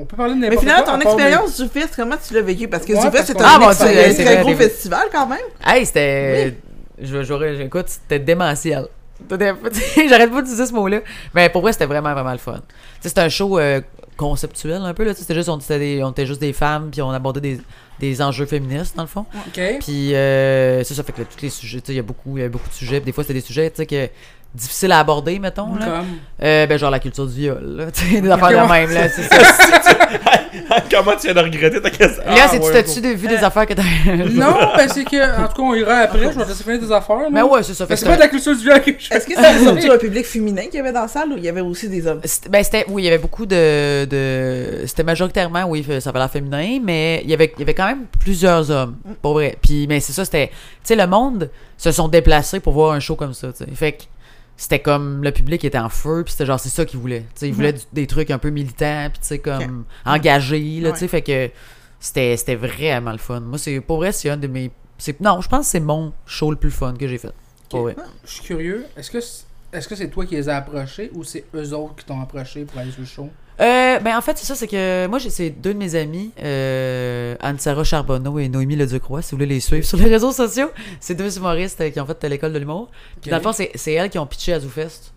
A: On peut parler de n'importe
D: Mais
A: quoi.
D: finalement, ton
A: à part des-
D: expérience du Fest, comment tu l'as vécu? Parce que
A: Ouais,
D: du
A: parce
D: Fest, c'est
A: qu'on-
D: un
C: Ah, mon Dieu,
D: excellent-
C: c'est
D: très
C: vrai,
D: gros
C: les-
D: festival quand même.
C: Hey, c'était. Je, j'aurais- j'écoute, c'était démentiel. C'était- J'arrête pas de dire ce mot-là. Mais pour vrai, c'était vraiment, vraiment le fun. Tu sais, C'était un show euh, conceptuel un peu. Là. Tu sais, C'était juste, on, était des- on était juste des femmes, puis on abordait des, des enjeux féministes, dans le fond.
A: Ok.
C: Puis euh, c'est ça, fait que là, tous les sujets, tu sais, il y a beaucoup, il y a beaucoup de sujets. puis des fois, c'était des sujets, tu sais, que difficiles à aborder, mettons. Là.
A: Comme.
C: Euh, ben, genre la culture du viol, là. Tu sais, des affaires
A: ouais.
C: de même, là. c'est ça.
B: Comment tu viens de regretter ta question?
C: Là, c'est
B: Ah,
C: tu
B: ouais,
C: t'as-tu vu des affaires que t'as.
A: Euh, Non, ben c'est que. En tout cas, on ira après. Je vais te laisser finir des affaires. là.
C: Mais ouais, c'est ça.
A: Mais
C: Fait que
A: c'est pas de la culture du viol que je
D: Est-ce que c'était surtout un public féminin qu'il y avait dans la salle ou il y avait aussi des hommes?
C: C'était- Ben, c'était, oui, il y avait beaucoup de. de c'était majoritairement, oui, ça avait l'air féminin, mais il y avait, il y avait quand même plusieurs hommes, pour vrai. Puis, mais c'est ça, c'était. Tu sais, le monde se sont déplacés pour voir un show comme ça, tu sais. Fait que c'était comme le public était en feu, puis c'était genre, c'est ça qu'ils voulaient. Tu sais, ils voulaient du-
A: Mm-hmm.
C: des trucs un peu militants, puis tu sais, comme engagés, là, tu sais. Fait que c'était, c'était vraiment le fun. Moi, c'est, pour vrai, c'est un de mes. C'est, non, je pense que c'est mon show le plus fun que j'ai fait. Pour vrai.
A: Je suis curieux. Est-ce que c'est- est-ce que c'est toi qui les as approchés ou c'est eux autres qui t'ont approché pour aller sur le show?
C: Euh, ben en fait, c'est ça, c'est que moi, j'ai c'est deux de mes amis, euh, Anne-Sara Charbonneau et Noémie Leducroix, si vous voulez les suivre sur les réseaux sociaux. C'est deux humoristes euh, qui ont fait euh, l'école de l'humour. Puis dans le fond, c'est c'est elles qui ont pitché à ZooFest.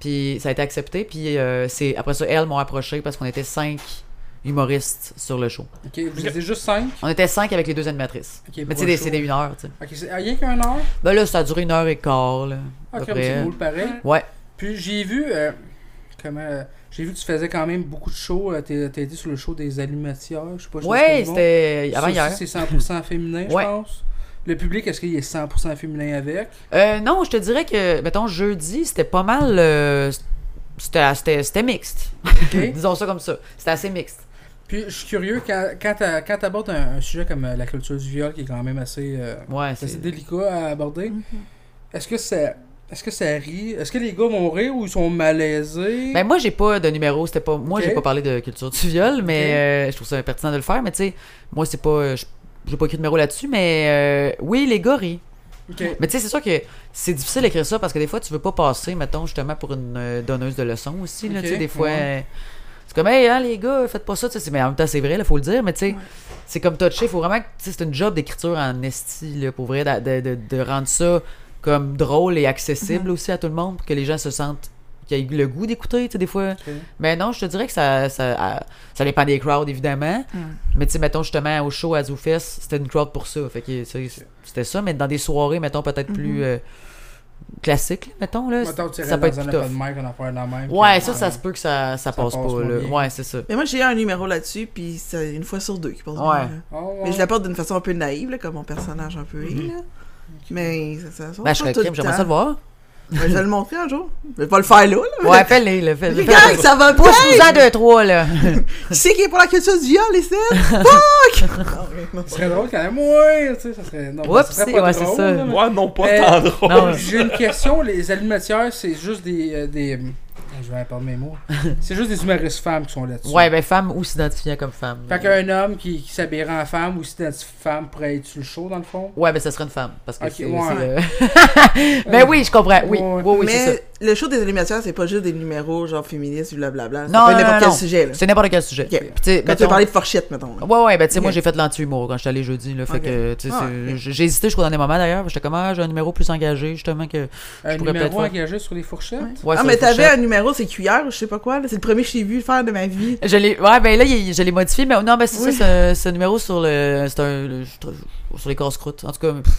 C: Puis ça a été accepté. Puis euh, c'est après ça, elles m'ont approché parce qu'on était cinq humoristes sur le show.
A: Ok, vous étiez juste cinq.
C: On était cinq avec les deux animatrices.
A: Ok,
C: Mais
A: pour
C: tu sais,
A: un
C: des-
A: show.
C: c'est des une heure, tu sais.
A: Ok, c'est ah, rien qu'un heure.
C: Ben là, ça a duré une heure et quart, là. à
A: Ok,
C: peu
A: un petit
C: près.
A: boule pareil.
C: Ouais.
A: Puis j'ai vu. euh, comment. euh, j'ai vu que tu faisais quand même beaucoup de shows. euh, T'as t'as été sur le show des allumetières. Je sais pas je sais pas
C: Ouais,
A: si c'est bon.
C: c'était avant
A: Ça
C: hier.
A: aussi, C'est 100% féminin, je
C: Ouais.
A: pense. Le public, est-ce qu'il est 100% féminin avec
C: Euh, non, je te dirais que, mettons, jeudi, c'était pas mal. euh, c'était, c'était, c'était mixte.
A: Ok.
C: Disons ça comme ça. C'était assez mixte.
A: Puis je suis curieux, quand, quand t'a- quand t'abordes un, un sujet comme euh, la culture du viol, qui est quand même assez, euh,
C: Ouais,
A: assez
C: c'est.
A: délicat à aborder,
D: Mm-hmm.
A: est-ce que ça. Est-ce que ça rit? Est-ce que les gars vont rire ou ils sont malaisés?
C: Ben, moi, j'ai pas de numéro. C'était pas... Moi,
A: Ok.
C: j'ai pas parlé de culture du viol, mais euh, je trouve ça pertinent de le faire. Mais tu sais, moi, c'est pas. euh, je- J'ai pas écrit de numéro là-dessus, mais euh, oui, les gars rient.
A: Ok.
C: Mais tu sais, c'est sûr que c'est difficile d'écrire ça parce que des fois, tu veux pas passer, mettons, justement, pour une euh, donneuse de leçons aussi. là,
A: Ok,
C: tu sais, des fois,
A: ouais.
C: euh, c'est comme, hey, hein, les gars, faites pas ça. tu sais, c'est- mais en même temps, c'est vrai, il faut le dire. Mais tu sais, c'est comme touché. faut vraiment que. tu sais, C'est une job d'écriture en esti, là, pour vrai, d'a- de, de- de rendre ça comme drôle et accessible
A: Mm-hmm.
C: aussi à tout le monde pour que les gens se sentent. qu'il y ait le goût d'écouter, tu sais, des fois. Mais non, je te dirais que ça, ça, à- ça dépend des crowds, évidemment. Mais tu sais, mettons, justement, au show à ZooFest, c'était une crowd pour ça. Fait que, tu sais, c'était ça. Mais dans des soirées, mettons, peut-être plus euh, classiques, là, mettons, là,
A: Mettons, tu
C: ça
A: irais
C: peut
A: dans
C: être
A: un
C: plus
A: open
C: tough.
A: mic, on en fait la même.
C: Ouais,
A: puis,
C: ça, ça
A: euh,
C: se peut que ça, ça, passe,
A: passe
C: pas,
A: pas
C: là.
A: bien.
C: Ouais, c'est ça.
D: Mais moi, j'ai un numéro là-dessus, puis c'est une fois sur deux qui passe bien,
C: Ouais.
D: là.
A: oh, ouais.
D: Mais je l'apporte d'une façon un peu naïve, là, comme mon personnage un peu est, là. Mais ça, ça, ça
C: Mhm. Ben, je serais crime, j'aimerais ça le voir.
D: Ben, je vais le montrer un jour. Je vais pas le faire là, là.
C: Ouais, fais-le, là, fais-le.
D: Les gars, ça va bien!
C: Pousse-nous-en deux, trois, là.
D: Tu sais qu'il est pour la culture du viol, les scènes?
A: Ce serait drôle quand même. Ouais, tu sais, ça serait. Non,
C: Oups,
A: ça serait
C: c'est-
A: pas
C: ouais,
A: drôle,
C: c'est ça.
A: là, mais-
B: Ouais, non, pas
A: Mais-
B: tant drôle.
C: Non, ouais.
A: J'ai une question. Les allumetières, c'est juste des. euh, des... Je vais perdre mes mots. C'est juste des humoristes femmes qui sont là-dessus.
C: Ouais, ben, femme ou s'identifiant comme femme.
A: Fait qu'un homme qui, qui s'habillerait en femme ou s'identifie femme pourrait être sur le show, dans le fond.
C: Ouais, ben, ça serait une femme. Parce que
A: Ok,
C: c'est.
A: ouais.
C: c'est le- Mais oui, je comprends. Oui,
A: Ouais.
C: oui, oui, c'est ça.
D: Mais le show des animateurs, c'est pas juste des numéros genre féministes, blablabla.
C: Non,
D: Non,
C: non,
D: n'importe
C: non,
D: quel
C: non.
D: sujet, là.
C: C'est n'importe quel sujet.
D: Ok.
C: Puis, tu sais,
D: Quand tu veux
C: mettons-
D: parler de fourchette, mettons. là.
C: Ouais, ouais, ben tu sais, moi
D: Ok.
C: j'ai fait l'anti-humour quand j'étais allé jeudi, là. Fait
D: Ok.
C: que, tu sais,
D: Ah,
C: c'est-
D: ok.
C: j'ai hésité jusqu'au dernier moment d'ailleurs. J'étais comme, ah, j'ai un numéro plus engagé, justement, que
A: Un
C: je pourrais peut-être
A: numéro
C: faire.
A: engagé sur les fourchettes.
C: Ouais,
D: Ah,
C: sur
D: mais
C: le
D: t'avais
C: fourchette.
D: un numéro, c'est cuillère ou je sais pas quoi, là. C'est le premier que j'ai vu faire de ma vie.
C: Je l'ai, ouais, ben là, il- je l'ai modifié, mais non, ben c'est
D: Oui.
C: ça, c'est un- c'est un numéro sur le. C'est un. le- je trouve- sur les casse-croûtes. En tout cas, pff.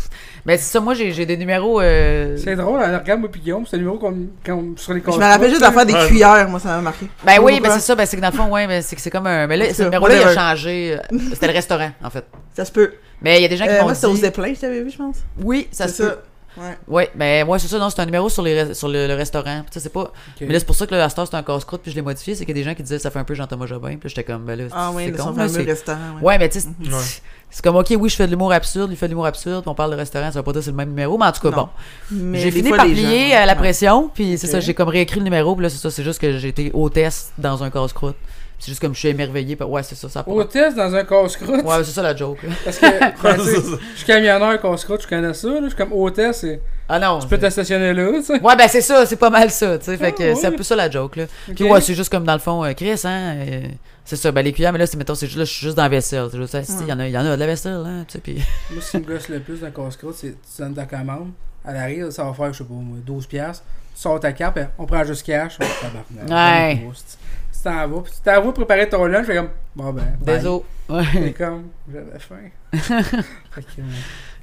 C: mais c'est ça, moi j'ai j'ai des numéros. euh,
A: C'est drôle, hein, regarde moi puis Guillaume, c'est le numéro qu'on qu'on- sur les
D: Je me rappelle juste de la faire des
B: Ouais.
D: cuillères, moi, ça m'a marqué.
C: Ben oui,
D: Pourquoi?
C: ben c'est ça, ben c'est que dans le fond, ouais, ben c'est que c'est comme un. Mais là,
D: C'est
C: ce
D: ça,
C: numéro-là, il a
D: whatever.
C: changé. euh, C'était le restaurant, en fait.
D: Ça se peut.
C: Mais il y a des gens qui
D: Euh,
C: m'ont
D: moi, c'était aux
C: dit.
D: Zeppelin, je t'avais vu, je pense.
C: Oui, ça se peut.
D: Ouais.
C: Oui, mais moi, ben, c'est ça, non, c'est un numéro sur, les, res- sur le, le restaurant. Puis, tu sais, c'est pas. Mais là, c'est pour ça que le Astor, c'est un casse-croûte, puis je l'ai modifié. C'est qu'il y a des gens qui disaient ça fait un peu Jean-Thomas Jobin, puis j'étais comme, ben là,
D: Ah,
C: c'est
D: oui, le
C: con,
D: son
C: là,
D: fameux
C: c'est-
D: restaurant.
C: Ouais, mais tu sais, c'est-
D: Mhm.
B: Ouais.
C: c'est comme, ok, oui, je fais de l'humour absurde, il fait de l'humour absurde, puis on parle de restaurant, ça veut pas dire que c'est le même numéro, mais en tout cas,
D: Non.
C: bon.
D: Mais
C: J'ai
D: des
C: fini
D: fois,
C: par
D: les gens-
C: plier à la
D: Ouais.
C: pression, puis c'est
A: Ok.
C: ça, j'ai comme réécrit le numéro, puis là, c'est ça, c'est juste que j'ai été hôtesse dans un casse-croûte. C'est juste comme je suis émerveillé. puis ouais, c'est ça, ça prend.
A: Autiste dans un casse-croûte.
C: Ouais, c'est ça la joke. là.
A: Parce que, ben, tu sais, je suis camionneur casse-croûte, je connais ça. là. Je suis comme hôtesse. et
C: Ah non.
A: Tu peux te stationner là, tu sais.
C: Ouais, ben c'est ça, c'est pas mal ça, tu sais. Fait que
A: Ah, ouais.
C: c'est un peu ça la joke, là. Puis
A: Ok.
C: ouais, c'est juste comme dans le fond, euh, Chris, hein. euh, c'est ça, ben les cuillères, mais là, c'est mettons, c'est juste, là, je suis juste dans la vaisselle. Tu sais, il y, en a- y en a de la vaisselle, hein, tu sais. Puis
A: Moi, ce qui me gosse le plus d'un casse-croûte, c'est tu donnes ta commande, elle arrive, ça va faire, je sais pas, moi, 12$, piastres, tu sors ta carte, ben, on prend juste cash, on tabarnak.
C: Ouais.
A: donne-moi, c'est- Tu t'en vas, puis tu t'en vas préparer ton lunch, fais comme, bon ben, bye.
C: désolé. Ouais. Tu
A: T'es comme, j'avais faim. Fait que, euh,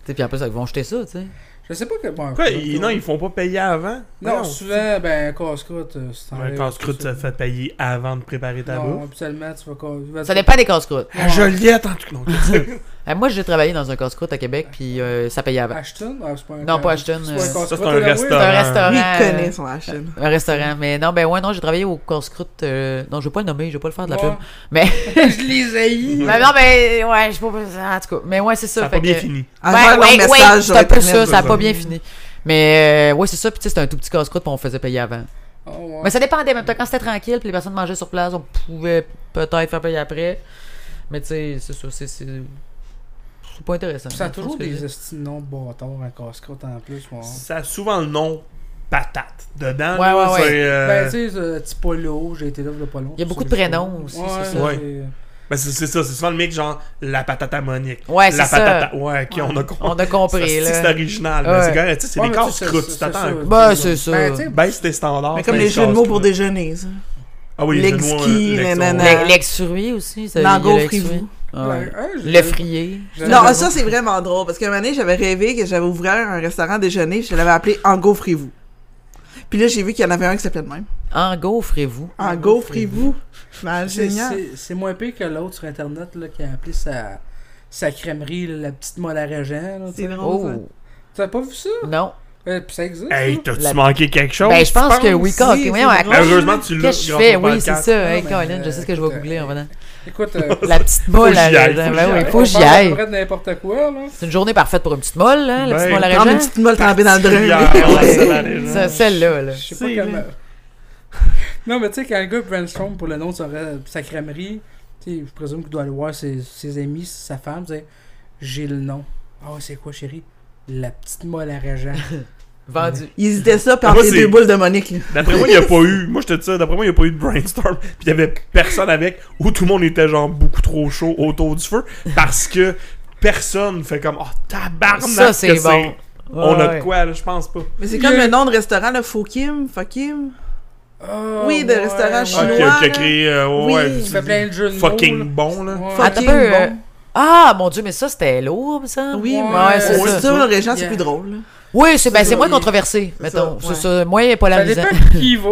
C: sais, puis en plus, ils vont jeter ça, tu sais.
A: je sais pas que. Bon,
B: Quoi,
A: écoute,
B: ils- non, ils font pas payer avant?
A: Non, souvent, ben, casse-croûte, euh, c'est
B: Un casse-croûte te fait payer avant de préparer ta
A: Non,
B: bouffe. Ah,
A: habituellement, tu vas casse
C: Ça dépend des casse-croûtes.
B: À Joliette, en tout cas.
C: Euh, moi, j'ai travaillé dans un casse-croûte à Québec, puis euh, ça payait avant.
A: Ashton Ah, c'est pas un-
C: Non, pas Ashton,
A: c'est
C: euh,
A: pas un
C: Ça,
A: casse-croûte,
B: c'est un
A: là, oui.
C: C'est
B: restaurant.
C: un restaurant.
D: Lui, il
C: euh,
D: connaît son Ashton.
C: un restaurant, mais non, ben ouais, non, j'ai travaillé au casse-croûte. euh, non, je vais pas le nommer, je vais pas le faire de la
A: Ouais.
C: pub. Mais,
A: Je les haïs.
C: mais non, mais ouais, je sais pas. En tout cas, mais ouais, c'est ça.
B: Ça a
C: fait
B: pas bien
C: que-
B: fini.
D: À
C: Ouais,
D: travers leur
C: ouais,
D: message
C: ouais,
D: sur
C: c'est un peu
D: Internet,
C: ça, ça a
D: là.
C: pas bien fini. Mais euh, ouais, c'est ça, puis tu sais, c'était un tout petit casse-croûte, puis on faisait payer avant.
A: Oh, ouais.
C: Mais ça dépendait, en même temps, quand c'était tranquille, puis les personnes mangeaient sur place, on pouvait peut-être faire payer après. Mais tu sais, c'est ça, c'est. C'est c'est pas intéressant.
A: Ça a
C: dans le fond,
A: toujours
C: ce que je
A: des
C: dis.
A: estis de noms de bâtards en casse-croûte en plus. moi.
B: Ça a souvent le nom patate. Dedans,
C: Ouais,
B: là,
C: ouais,
B: c'est,
C: ouais.
B: euh,
A: Ben, tu sais, euh, petit Polo, j'ai été là pour le Polo.
C: Il y a beaucoup de prénoms aussi, c'est ça.
B: Ouais. ben, c'est c'est ça, c'est souvent le mec genre la patate à Monique.
C: Ouais,
B: la
C: c'est
B: patata.
C: ça.
B: Ouais, ok, on a compris.
C: On a compris,
B: Ça, c'est
C: là.
B: original.
C: Ouais.
B: mais c'est correct, tu sais, c'est
A: Ouais,
B: des
A: mais tu sais,
B: casse-croûtes.
A: c'est-
B: Tu
A: c'est ça.
B: t'attends.
C: Ben, c'est ça.
A: Ben, tu sais,
B: Baisse tes standards.
D: Mais comme
B: c'est
D: les
B: des
D: jeux de mots pour
B: casse-croûtes.
D: déjeuner, ça.
B: Ah oui, les jeux de mots,
D: L'exquis,
B: euh,
D: nanana.
B: l'ex-
C: Le- L'ex-fruit aussi. ça- il y a
D: Mango
C: l'ex-fruit.
D: frivou.
C: Ah ouais.
A: ben, hein, j'ai-
C: Le frier.
A: j'ai-
D: Non, ah, ça c'est vraiment drôle parce qu'à un moment donné, j'avais rêvé que j'avais ouvert un restaurant à déjeuner, je l'avais appelé Engouffrez-vous. Puis là, j'ai vu qu'il y en avait un qui s'appelait de même.
C: Engouffrez-vous.
D: Engouffrez-vous. Ben,
A: C'est-
D: génial.
A: c'est- C'est moins pire que l'autre sur Internet là, qui a appelé sa, sa crèmerie là, la petite molle à Régent, là, tu
D: C'est
A: sais.
D: drôle.
C: Oh,
A: T'as pas vu ça?
C: non.
A: Euh, pis ça existe.
B: Hey,
A: ça?
B: t'as-tu
C: La-
B: manqué quelque chose?
C: Ben, je pense
B: Oh, tu
C: que oui,
A: Si,
C: quand
A: c'est
C: voyons, à-
A: drôle.
C: Qu'est-ce
B: Heureusement, tu l'as.
C: que je fais?
B: grâce au
C: Oui, c'est
B: podcast.
C: ça. Hey,
A: Non, mais,
C: Colin, je sais ce que je vais
A: écoute,
C: googler en
A: euh,
C: venant.
A: Écoute, euh,
C: La petite molle,
B: j'y
C: là,
B: aille,
C: ben
B: faut
C: ouais,
B: j'y aille.
C: faut que
A: on
C: j'y
A: parle à peu
C: aille.
A: près de n'importe quoi, là.
C: C'est une journée parfaite pour une petite molle, hein, la
B: Ben,
C: petite molle à
D: Prendre une
C: Régent.
D: petite molle trempée dans le drain.
B: Hier, ouais, c'est la légende.
C: Ça, Celle-là, là.
A: Je sais
B: C'est
A: pas comment. non, mais tu sais, quand le gars brainstorm pour le nom de sa, sa crèmerie, tu sais, je présume qu'il doit aller voir ses, ses amis, sa femme, tu sais, j'ai le nom. Ah, c'est quoi, chérie? La petite molle à Régent.
C: Vendu.
D: Ils hésitaient ça, puis
B: Ah, moi,
D: après les
B: c'est-
D: deux boules de Monique. là.
B: D'après moi, il n'y a pas eu. Moi, je te dis ça. D'après moi, il n'y a pas eu de brainstorm. Puis il n'y avait personne avec. Ou tout le monde était genre beaucoup trop chaud autour du feu. Parce que personne fait comme. Oh, tabarnak!
C: Ça,
B: que
C: c'est bon.
B: On
C: Ouais,
B: a
C: ouais.
B: de quoi, là, je pense pas.
D: Mais c'est comme le nom de restaurant, là, Fokim, Fokim.
A: Ah,
D: Oui, de restaurant
B: Ah,
D: chinois.
B: qui a- qui a
D: là.
B: créé. euh,
D: Oui.
B: ouais,
D: Il
A: Tu fais plein de jeux de
B: fucking
A: mots,
B: bon, là.
A: Ouais.
D: Fuck.
C: Attends un
D: Fucking
C: peu, euh,
D: bon.
C: Ah, mon Dieu, mais ça, c'était lourd, ça.
D: Oui,
A: Ouais,
D: mais
C: c'est
D: c'est
C: ça.
D: sûr, le
A: Yeah.
D: régent, c'est plus drôle. là.
C: Oui, c'est ben,
A: ça,
C: c'est moins
A: oui.
C: controversé,
D: C'est
C: mettons.
D: ça,
C: C'est
D: ouais.
C: ça, moins
A: Ça
C: polarisant.
A: dépend qui y va.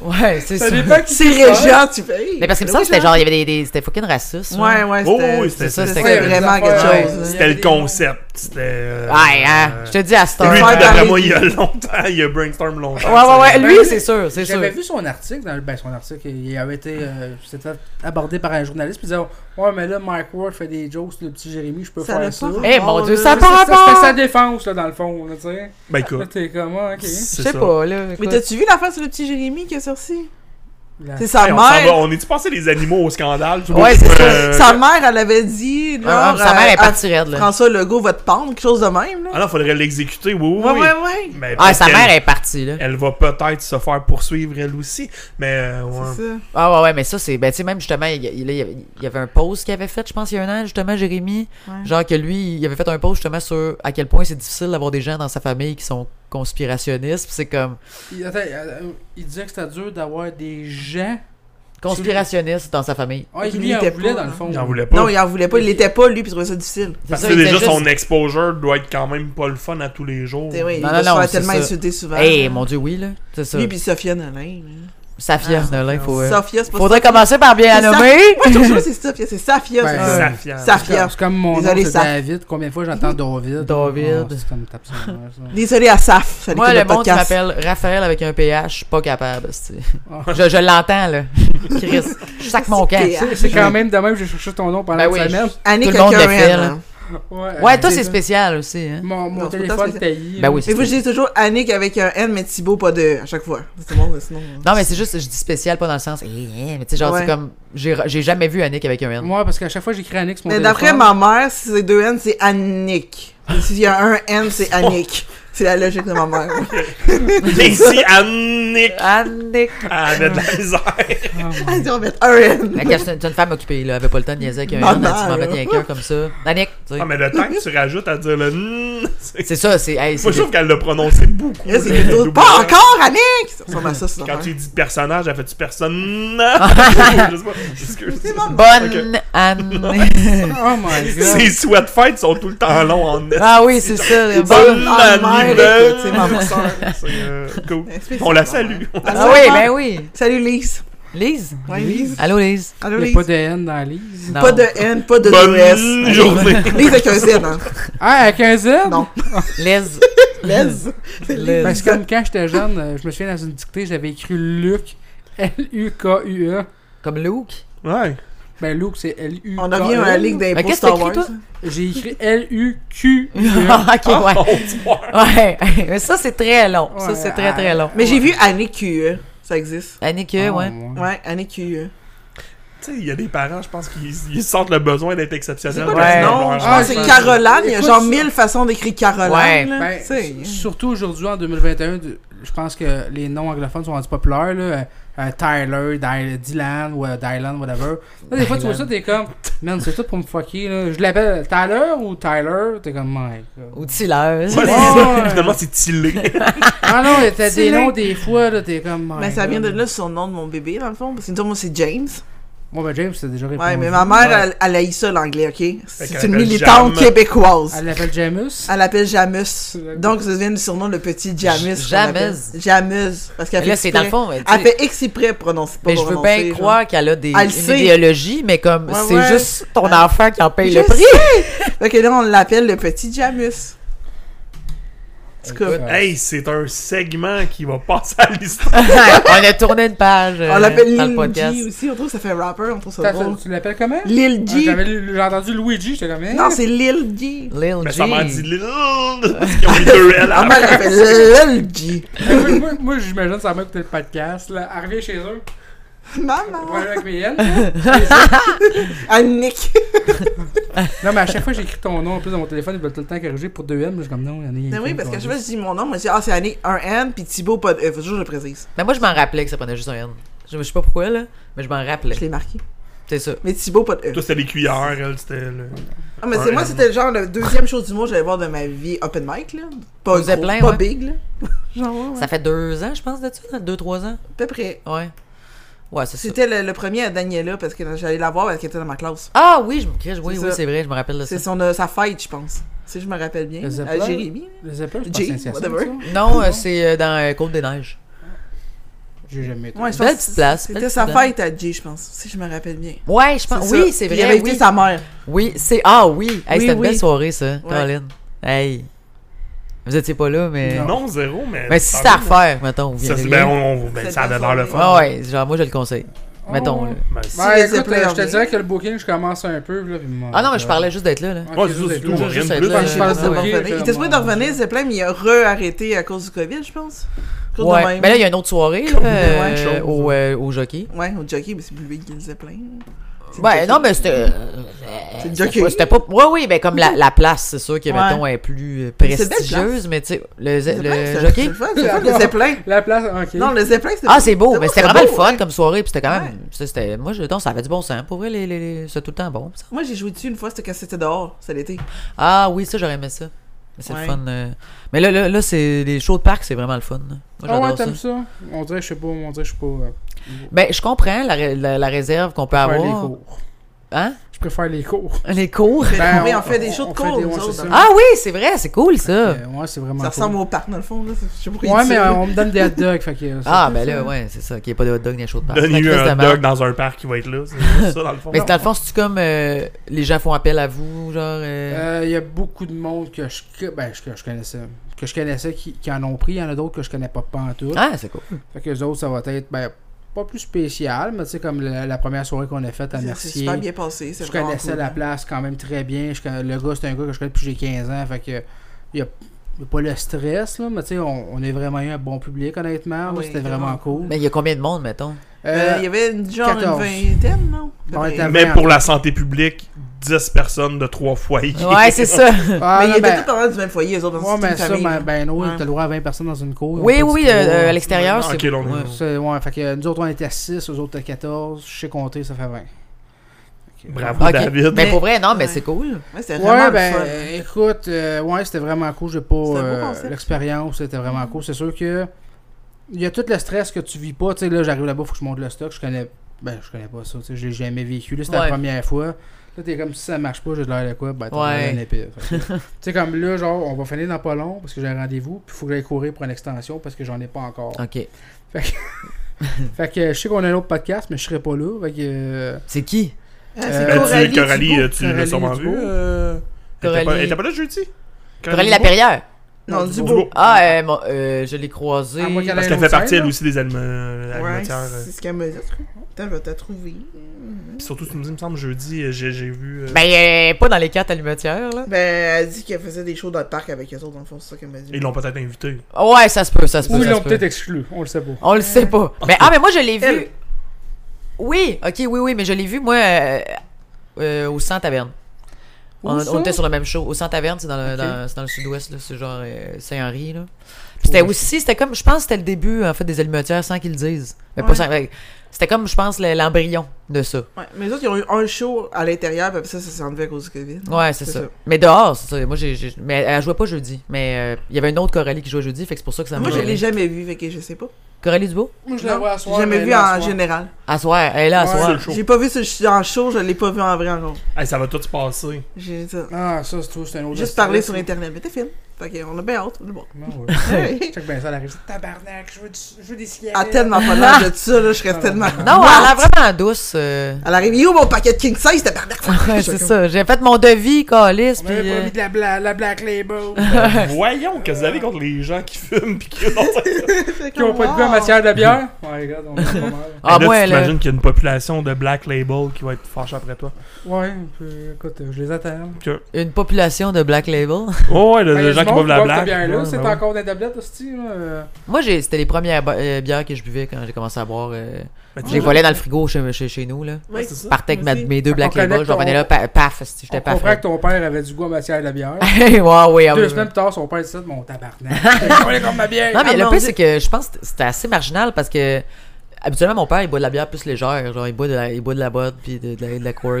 C: Ouais, c'est
A: Ça
C: ça.
A: dépend qui
D: C'est
A: y va.
D: régent, tu fais.
C: Mais parce que me semble que c'était genre, il y avait des- des. C'était fucking raciste.
D: Ouais, ouais,
B: Oh,
D: c'était.
B: oui, c'était
C: c'est ça,
B: c'était-
C: c'était-
D: C'était vraiment quelque
C: Ouais.
D: chose. là.
B: C'était le concept. C'était. euh,
C: Ouais, hein. Je te dis à Star.
B: Lui,
D: Ouais,
B: d'après
D: ouais.
B: moi, il y a longtemps. Il y a brainstorm
C: Ouais,
B: longtemps.
C: ouais, ouais.
B: ça.
C: Lui, c'est sûr, c'est sûr.
A: J'avais vu son article, dans le- ben son article, il avait été euh, c'était abordé par un journaliste, puis il disait Ouais, mais là, Mike Ward fait des jokes sur le petit Jérémy, je peux
D: Ça
A: faire
D: n'a
A: ça.
D: pas rapport,
C: Eh, mon Dieu,
D: là.
C: ça a pas-
A: Ça, ça,
C: rapport.
A: C'était sa défense, là, dans le fond, là, tu sais.
B: Ben,
A: Là,
B: écoute.
A: t'es comment, ok.
C: Je
B: c'est
C: sais
B: ça.
C: pas, là.
D: Mais
C: écoute.
D: t'as-tu vu l'affaire sur le petit Jérémy qui a sorti?
A: La-
D: C'est sa
B: Hey, on s'en va.
D: mère.
B: On est-tu passé les animaux au scandale? tu vois?
C: Ouais, c'est
B: Euh,
D: Sa mère, elle avait dit.
C: Ouais, ouais, Ah,
D: genre,
C: Sa mère
D: euh,
C: est
D: à
C: partie raide, là.
D: François Legault va te pendre, quelque chose de même. Là.
B: Ah non, faudrait l'exécuter, oui, oui.
D: ouais,
B: oui.
D: ouais, ouais.
B: Mais
C: Ah,
B: parce
C: sa
B: qu'elle-
C: mère est partie, là.
B: Elle va peut-être se faire poursuivre elle aussi. Mais euh, ouais.
D: C'est ça.
C: Ah ouais, ouais, mais ça, c'est. Ben, tu sais, même justement, il, il- là, il y avait- il y avait un post qu'il avait fait, je pense, il y a un an, justement, Jérémy.
D: Ouais.
C: Genre que lui, il avait fait un post justement sur à quel point c'est difficile d'avoir des gens dans sa famille qui sont conspirationnistes. Puis c'est comme.
A: Il, attends, euh, il disait que c'était dur d'avoir des gens.
C: Conspirationnistes dans sa famille.
A: Ah, il
D: Qu'il
A: lui en
D: était
A: voulait,
D: pas,
A: dans le
D: hein.
A: fond.
B: J'en voulais pas.
D: Non, il en voulait pas, il l'était pas, lui, puis il trouvait ça difficile.
B: Parce
C: ça,
B: que
C: il
B: déjà,
C: était
B: son
C: juste-
B: exposure doit être quand même pas le fun à tous les jours.
D: C'est vrai,
C: Non,
D: il
C: non,
D: se
C: non,
D: faire
C: c'est
D: tellement
C: ça.
D: insulter souvent.
C: Eh, mon Dieu, oui, là. C'est ça.
D: Lui, puis Sophia Nolin. là.
C: Safia,
D: Ah,
C: Nolin, faut. euh,
D: Sophia, c'est pas
C: Faudrait
D: Sophia.
C: commencer par bien la
D: C'est
C: nommer.
D: Moi, je trouve que c'est Sophia, c'est Safia.
A: Ben,
D: c'est ça.
A: euh,
B: Safia.
A: C'est
D: Safia.
A: comme- c'est comme mon
D: Désolé,
A: nom, c'est
D: Saf.
A: David. Combien de fois j'entends David
C: David.
A: Ah, c'est comme tape sur la main, ça.
D: Désolé à Saf, ça
C: Moi,
D: l'écoute
C: le
D: de
C: monde qui
D: podcast.
C: m'appelle Raphaël avec un PH, je suis pas capable. c'est-
A: Ah.
C: Je, je l'entends, là. Chris, je sac mon camp.
D: C'est-
A: C'est quand même de même, j'ai cherché ton nom pendant
C: Ben
A: la
C: oui,
A: semaine.
D: Annick
C: Tout le monde l'a fait,
D: O'Curren,
C: là.
D: hein.
A: Ouais,
C: Ouais,
A: euh,
C: toi, c'est
A: téléphone-
C: spécial aussi. Hein?
A: Mon, mon
D: Non, c'est pas
A: téléphone
D: spécial.
A: taillis.
C: Ben oui, c'est
D: Mais vous,
C: spécial.
D: je dis toujours Annick avec un N, mais Thibaut, pas de E à chaque fois. C'est bon, sinon.
C: Non, mais c'est juste, je dis spécial, pas dans le sens. eh, eh, mais tu sais, genre,
D: Ouais.
C: c'est comme. J'ai j'ai jamais vu Annick avec un N.
A: Moi, parce qu'à chaque fois, j'écris Annick sur mon
D: Mais d'après
A: téléphone.
D: ma mère, si c'est deux N, c'est Annick. Et S'il y a un N, c'est Annick. C'est la logique de ma mère.
B: Mais ici, Annick,
C: Annick!
B: elle a de la misère.
A: Ah,
D: Elle dit, on va mettre un N.
C: Fait que C'est une, c'est une femme occupée, là. Elle avait pas le temps de niaiser avec un N.
D: Non,
C: Elle dit,
D: non,
C: tu m'en
D: là.
C: mettre avec un comme ça. Annick! tu sais.
B: Ah, mais le temps que tu rajoutes à dire le N, c'est.
C: C'est ça, c'est. hey,
B: Moi,
C: c'est
B: je trouve qu'elle l'a prononcé beaucoup.
D: Là, c'est
B: là,
D: quelque chose-
B: double
D: Pas
B: N.
D: encore, Annick! Ça ressemble à ça, hein. c'est
B: Quand
D: normal.
B: tu dis personnage, elle fait-tu personne? Je sais pas. Excuse.
C: Bonne Annick!
A: Oh my god.
B: Ses sweat fights sont tout le temps longs en N.
C: Ah oui, c'est ça. là,
B: Bonne
C: Bonne.
D: Ah, merde,
B: année.
D: écoute, c'est ma soeur.
B: C'est euh, cool.
D: Explique
B: On la
D: ça, maman.
B: salue.
C: Ah oui, ben oui.
D: Salut Lise.
C: Lise?
D: Ouais, Lise.
C: Allô, Lise?
D: Allô
A: Il n'y
D: Lise.
A: a pas de N dans Lise.
C: Non.
D: Pas de N, pas de
B: Bonne
D: deux S.
B: journée.
D: Lise avec un Z, hein.
A: Ah, avec un Z?
D: Non.
C: Lise.
D: Lise.
C: Lise.
A: Parce que Ben, comme quand j'étais jeune, euh, je me souviens dans une dictée, j'avais écrit Luc. L-U-K-U-E.
C: Comme Luke.
B: Ouais.
A: E. Ben, Luke, c'est L-U.
D: On revient à la ligue
C: Mais
D: d'impôts
C: qu'est-ce
D: Star
C: que t'écris,
D: Wars.
C: toi?
A: J'ai écrit L-U-Q-U-E.
C: ok, ouais.
B: Oh, tu vois.
C: Ouais, mais ça c'est très long. ça
A: Ouais,
C: c'est très très long.
D: Mais j'ai vu Annick QE. Ça existe.
C: Annick,
A: Oh,
C: ouais.
A: mon-
D: Ouais, Annick QE.
B: Tu sais, il y a des parents, je pense, qui ils sentent le besoin d'être
D: C'est
B: exceptionnels.
D: quoi
C: Ouais.
D: le nom? Je
A: Ah,
D: pense que
A: je-
D: c'est Caroline. Il y a
A: Écoute,
D: genre
A: ça-
D: mille façons d'écrire Caroline.
C: Ouais.
D: là.
A: Ben,
D: Tu sais.
A: s- surtout aujourd'hui en 2021, de- je pense que les noms anglophones sont rendus populaires. Là. Euh, euh, Tyler, Dy- Dylan, ou euh, Dylan, whatever. Là, des fois, tu vois ça, t'es comme, man, c'est tout pour me fucker. Là. Je l'appelle Tyler ou Tyler, t'es comme, my God.
C: Ou Tiller.
B: Ouais, c'est ça. Finalement, c'est Tilly.
A: Ah non, il y a des
D: Dylan.
A: noms des fois, là, t'es comme, my
D: Mais Ben, ça
A: God.
D: vient de là sur le nom de mon bébé, dans le fond. Parce que moi, c'est James.
A: Moi, ben James, c'est déjà répondu.
D: Ouais, mais ma mère,
A: Ouais.
D: elle, elle haït ça, l'anglais, OK?
B: qu'elle
D: C'est une
B: l'appelle
D: militante
B: Jam.
A: Elle
D: québécoise.
A: l'appelle Jamus.
D: Elle l'appelle Jamus. Donc, ça devient le surnom le petit Jamus.
C: J-
D: qu'on appelle. Jamus. Parce qu'elle
C: Là,
D: fait
C: c'est dans le
D: exprès.
C: fond. Mais, tu
D: Elle
C: sais,
D: fait exprès prononcer pas
C: mais je veux
D: prononcer,
C: bien
D: genre.
C: croire qu'elle a des
D: Elle
C: une
D: sait.
C: idéologie, mais comme
D: Ouais,
C: c'est
D: ouais.
C: juste ton
D: Elle-
C: enfant qui en paye
D: Je
C: le prix.
D: Fait que là, on l'appelle le petit Jamus. En tout cas,
A: Écoute,
B: Hey, c'est un segment qui va passer à l'histoire.
C: on a tourné une page euh,
D: on l'appelle
C: dans le
D: Lil
C: podcast.
D: G aussi. On trouve que ça fait rapper, on trouve ça
A: t'as-
D: drôle.
A: tu l'appelles comment?
D: Lil
A: Ah,
D: G.
A: j'avais- J'ai entendu Luigi, j'étais comme, eh.
D: Non, c'est Lil G.
C: Lil
B: Mais
C: G.
B: ça m'a dit Lil. Parce qu'ils ont mis deux L
D: Ma
B: avant.
D: mère, Ah, elle fait Lil G.
A: moi, moi, moi, j'imagine ça m'a écouté le podcast, là, arrivé chez eux,
D: Maman.
A: problème avec mes N.
D: Annick.
A: Non, mais à chaque fois que j'écris ton nom en plus dans mon téléphone, ils veulent tout le temps corriger pour 2M. Je suis comme non, il y en a. il y
D: Mais
A: a
D: Ben oui,
A: une
D: parce que je
A: qui
D: fois que je dis mon nom, moi je dis Ah, c'est Annick, un N, puis Thibaut, pas de E. Faut toujours que je le précise.
C: Mais moi, je m'en rappelais que ça prenait juste un N. Je je sais pas pourquoi, là, mais je m'en rappelais.
D: Je l'ai marqué.
C: C'est ça.
D: Mais Thibaut, pas de E.
B: Toi, c'était les cuillères, elle, c'était le.
D: Ah, mais
B: un
D: c'est moi,
B: N.
D: c'était le genre la deuxième show du mois que j'allais voir de ma vie, Open Mic, là. Pas,
C: Vous êtes
D: gros,
C: plein,
D: pas
C: ouais.
D: big, là. genre, ouais, ouais.
C: Ça fait deux ans, je pense, de ça. Deux, trois ans.
D: À peu près.
C: Ouais. Ouais, c'est ça.
D: C'était le, le premier à Daniela, parce que j'allais la voir parce qu'elle était dans ma classe.
C: Ah oui, je me crée, oui,
D: C'est
C: oui,
D: ça.
C: c'est vrai, je me rappelle de ça.
D: C'est son, euh, sa fête, je pense. Si je me rappelle bien.
A: Je sais
D: Euh,
A: pas.
D: Jérémy.
A: Je sais pas, je
D: G,
A: pense que c'est ça.
D: whatever.
C: Non, euh, c'est euh, dans euh, Côte-des-Neiges.
A: J'ai jamais été.
D: Ouais, je
C: Belle
D: pense
C: petite
D: que
C: place,
D: C'était
C: belle
D: sa
C: petite place.
D: fête à J, je pense, si je me rappelle bien.
C: Ouais, je pense. Oui,
D: ça.
C: c'est
D: Puis
C: vrai.
D: Il avait
C: oui.
D: été sa mère.
C: Oui, c'est. Ah oui! Hey,
D: Oui,
C: c'était une
D: oui.
C: belle soirée, ça, Colin. Hey! Vous étiez pas là, mais.
B: Non, zéro, mais.
C: Mais si c'était à refaire, mettons, vous
B: Ça,
C: viendriez.
B: c'est- ben, on, on- ben,
D: C'est
B: ça avait
D: bien
B: l'air le
D: formé.
B: fun.
C: Ah ouais, genre, moi, je le conseille.
D: Oh.
C: Mettons, là.
B: Ben, c'est-
A: Oh. Ouais,
D: Si les
A: écoute,
D: appels
A: euh, je te
D: reviennent.
A: dirais que le booking, je commence un peu. Là, puis mon-
C: Ah non, mais je
D: euh,
C: parlais juste d'être là, là.
A: Ok,
B: Ouais, c'est ça, c'est tout.
A: juste-
B: Rien
C: juste
B: de plus. hein.
C: être là.
A: Je pense que c'est
C: Ouais.
A: bon.
D: Il était supposé de revenir, c'est plein, mais il a re-arrêté à cause du COVID, je pense. À cause de
C: Ouais. Ben
D: même.
C: Mais là, il y a une autre soirée, là,
D: Ouais.
C: euh,
B: Chose.
C: au, euh, au jockey.
D: Ouais, au jockey, mais c'est plus lui qui le plein. C'est
C: Ouais,
D: le
C: non, mais c'était. euh,
D: C'est le
C: C'était
D: jockey.
C: pas, c'était pas. Ouais, oui, ben, comme la, la place, c'est sûr que,
D: Ouais.
C: mettons, elle est plus euh,
D: Mais c'est belle
C: prestigieuse, mais tu sais, le,
D: Zeppelin,
C: le
D: c'est- c'est
C: jockey.
D: le fun, c'est le fun, le Zeppelin.
A: La place, ok.
D: Non, le Zeppelin, c'est
C: Ah, c'est beau, mais c'était vraiment le
D: beau.
C: fun comme soirée, puis c'était quand même. c'était- c'était- Moi, je donc, ça avait du bon sens. Pour vrai, les, les, les- c'est tout le temps bon, ça.
D: Moi, j'ai joué dessus une fois, c'était quand c'était dehors, c'est l'été.
A: Ben,
C: Ah oui, ça j'aurais aimé ça. Mais c'est le
D: Ouais.
C: fun. euh. Mais là, là, là c'est les shows de parc, c'est vraiment le fun. là. Moi
A: Ah
C: j'adore
A: ouais,
C: ça.
A: t'aimes ça? On dirait, je sais pas, on dirait, je suis pas. euh,
C: Ben, je comprends la, ré- la- la réserve qu'on peut
A: faire les
C: avoir.
A: cours.
C: Hein?
A: Je préfère les cours.
C: Les cours.
D: Mais
A: Ben,
D: oui,
A: on-
D: on fait des shows de
A: on fait
D: cours,
A: des-
D: nous
A: ouais, c'est
D: autres.
A: ça.
D: hein.
C: Ah oui, c'est vrai, c'est cool ça.
A: Euh, Ouais, c'est vraiment.
D: Ça
A: cool.
D: ressemble au parc, dans le fond, là. c'est- Je sais pas pourquoi
A: Ouais,
D: ils
A: mais
D: disent
A: euh,
D: ça.
A: on me donne des hot dogs. fait que, euh, ça
C: Ah
A: fait
C: ben
A: ça.
C: là, ouais, c'est ça, qu'il n'y ait pas de hot dog dans les shows de parc. C'est
B: Donne-lui
C: la crise
B: un
C: de
B: hot
C: merde.
B: dog dans un parc qui va être là. C'est juste ça, dans le fond.
C: Mais c'est dans le fond, c'est comme euh, les gens font appel à vous, genre. euh,
A: Euh, Il y a beaucoup de monde que je, que- ben, je- que je connaissais, que je connaissais qui, qui en ont pris. Il y en a d'autres que je connais pas, pas en tout.
C: Ah, c'est cool.
A: Fait que les autres, ça va être, ben, pas pas plus spécial, mais tu sais, comme la, la première soirée qu'on a faite à
D: C'est- C'est
A: Mercier.
D: super bien passé. c'est
A: Je
D: vraiment
A: connaissais
D: cool. hein.
A: la place quand même très bien. Je conna- le gars, c'est un gars que je connais depuis que j'ai 15 ans. Fait que il y a, y a pas le stress, là, mais tu sais, on, on est vraiment eu un bon public, honnêtement. là,
D: Oui,
A: C'était
D: vraiment.
A: vraiment cool.
C: Mais il y a combien de monde, mettons?
D: Euh,
A: Euh,
D: Il y avait une- genre
A: 14.
D: une vingtaine, non?
A: On était à-
B: Mais pour la santé publique, 10 personnes de 3 foyers.
C: Ouais, c'est ça.
A: ah,
D: mais
A: non,
D: ils étaient
A: ben,
D: tous parlant du même foyer, les autres,
A: ouais,
D: dans
A: mais
D: une
A: ça,
D: famille.
A: ben, ben non,
D: Ouais.
A: t'as le droit à 20 personnes dans une cour.
C: Oui,
A: on peut
C: oui,
A: dire
C: euh,
A: trois.
C: euh, à l'extérieur,
B: Ah,
C: c'est...
B: ok, là, on est-
C: ouais.
A: C'est- ouais, fait que nous autres, on était 6, eux autres, étaient 14. Je sais compter, ça fait 20.
B: Bravo,
C: Ah, Ok.
B: David.
C: Mais pour vrai, non, mais
D: Ouais.
C: c'est cool.
D: Ouais, c'était vraiment
A: Ouais,
D: le
A: ben,
D: fun.
A: euh, écoute, euh, ouais, c'était vraiment cool. J'ai pas.
D: C'était un beau
A: euh,
D: concept.
A: L'expérience, c'était vraiment cool. C'est sûr que. Il y a tout le stress que tu vis pas. Tu sais, là, j'arrive là-bas, faut que je monte le stock. Je connais. Ben, je connais pas ça. Tu sais, je l'ai jamais vécu. Là, c'était
C: Ouais.
A: la première fois. Là, t'es comme si ça marche pas, j'ai de l'air de quoi. Ben, t'as
C: Ouais.
A: l'air d'un épée. Fait que, Tu sais, comme là, genre, on va finir dans pas long parce que j'ai un rendez-vous. Puis faut que j'aille courir pour une extension parce que j'en ai pas encore.
C: Ok.
A: Fait que euh, je sais qu'on a un autre podcast, mais je serai pas là. Fait que. euh,
C: C'est qui?
D: Ah, c'est
A: euh,
B: Ben, tu-
D: Coralie Thibault.
B: Coralie, tu l'as
A: Coralie
B: sûrement
A: Dubois.
B: vu. euh, Elle était pas-
C: Coralie-
B: elle était pas là jeudi.
C: Coralie
B: Dubois?
C: Laperrière.
D: Non,
B: du
D: Dubois.
B: beau.
C: Ah, euh, mon- euh, je l'ai croisée.
A: À Ah, moi qu'elle
B: Parce
A: Elle
B: qu'elle
A: nous
B: fait partie,
A: aide,
B: elle
A: là.
B: aussi, des alme- euh,
D: Ouais,
B: alimentaires. euh.
D: c'est ce qu'elle me dit. Putain, je vais te trouver.
B: Puis Surtout, tu me dis, il me semble, jeudi, euh, j'ai j'ai vu. euh,
C: Ben, elle est pas dans les quatre allumetières, là.
D: Ben, elle dit qu'elle faisait des shows dans le parc avec eux autres, dans le fond, c'est ça qu'elle m'a dit.
B: Ils l'ont peut-être invité.
C: Ouais, ça se peut, ça se peut.
A: Ou ils
C: ça
A: l'ont
C: se peut.
A: peut-être exclu, on le sait pas.
C: On le sait pas. Mais ah, mais moi je l'ai vu.
D: Elle.
C: Oui, ok, oui, oui, mais je l'ai vu moi euh, euh, au 100 Taverne.
A: Où
C: On, on
A: ça?
C: était sur le même show. Au 100 Taverne, c'est dans le,
A: Ok.
C: dans- c'est dans le sud-ouest, là, c'est genre euh, Saint-Henri, là. Puis c'était
A: Ouais.
C: aussi, c'était comme, je pense que c'était le début, en fait, des allumetières sans qu'ils le disent. Mais pas
D: Ouais.
C: sans- mais c'était comme, je pense, le- l'embryon de ça.
D: Ouais, mais les autres, ils ont eu un show à l'intérieur, puis après ça, ça s'est enlevé à cause du COVID.
C: Ouais, c'est
D: C'est
C: ça.
D: ça.
C: Mais dehors, c'est ça. Moi, j'ai, j'ai- mais elle jouait pas jeudi. Mais euh, il y avait une autre Coralie qui jouait jeudi, fait que c'est pour ça que ça
D: Moi,
C: m'a-
D: je l'ai jamais vu, fait que je sais pas.
C: Coralie Dubois?
A: Moi, je
D: Non,
A: la vois à
D: j'ai
A: soir.
D: jamais
A: mais
D: vu
A: là, à
D: en
A: soir.
D: général.
C: À soir, elle est là à
A: Ouais.
C: soir.
B: C'est le show.
D: J'ai pas vu ce, en show, je l'ai pas vu en vrai encore.
B: Hey, ça va tout se passer.
D: J'ai ça.
A: Ah, ça, c'est tout, c'est un autre
D: Juste
A: style,
D: parler
A: ça.
D: sur Internet, mais t'es film. Fait que on a bien hâte, mais bon.
A: Non, ouais.
D: Ouais.
A: Check bien ça, elle arrive. Tabarnak, je veux, du- je veux des cigarettes.
D: Ah, tellement pas l'air de ça, là, je reste tellement.
C: Non,
A: hein?
C: elle a l'air vraiment douce. euh.
D: Elle arrive, yo, mon paquet de King Size, t'es perdu.
C: Ouais, c'est ça. J'ai fait mon devis, Calis,
A: On
C: puis
A: m'avait
C: euh,
A: pas mis de la, bla- la Black Label.
B: Voyons, qu'est-ce que vous avez contre les gens qui fument pis qui ont
A: Qui ont pas de goût en matière de bière. Ouais, regarde, on est pas mal.
C: Ah,
B: là,
C: moi,
B: tu
C: là.
B: t'imagines qu'il y a une population de Black Label qui va être fâchée après toi.
A: Ouais, un peu, écoute, euh, je les attends.
C: une population de Black Label.
B: Oh, ouais, le-
A: Ah, y a
B: les
A: du
B: gens qui
A: monde
B: boivent la
A: cette
B: Black.
A: bière-là,
B: Ouais,
A: C'est
B: ben ouais.
A: encore des tablettes, hostie. là, euh.
C: Moi, j'ai- c'était les premières bo- euh, bières que je buvais quand j'ai commencé à boire. euh,
B: Ben, tu
C: je les
B: sais,
C: volais dans le frigo chez, chez, chez nous, là.
B: Ouais, c'est ça.
C: Je partais avec ma-
D: Moi aussi.
C: mes deux Black
A: On connaît
C: Label, je revenais
A: ton-
C: là, pa- paf, si
A: On
C: j'étais pas
A: comprend
C: frais.
A: que ton père avait du goût en matière de bière.
C: ouais, ouais, ah oui,
A: Deux
C: oui.
A: semaines plus tard, son père dit mon tabarnak. On est comme ma bière.
C: Non, mais le
D: Ah,
C: pire,
D: mon
C: c'est que je pense que c'était assez marginal parce que. Habituellement, mon père, il boit de la bière plus légère. Genre, il boit de la, il boit de la botte puis de, de la, de la Coors.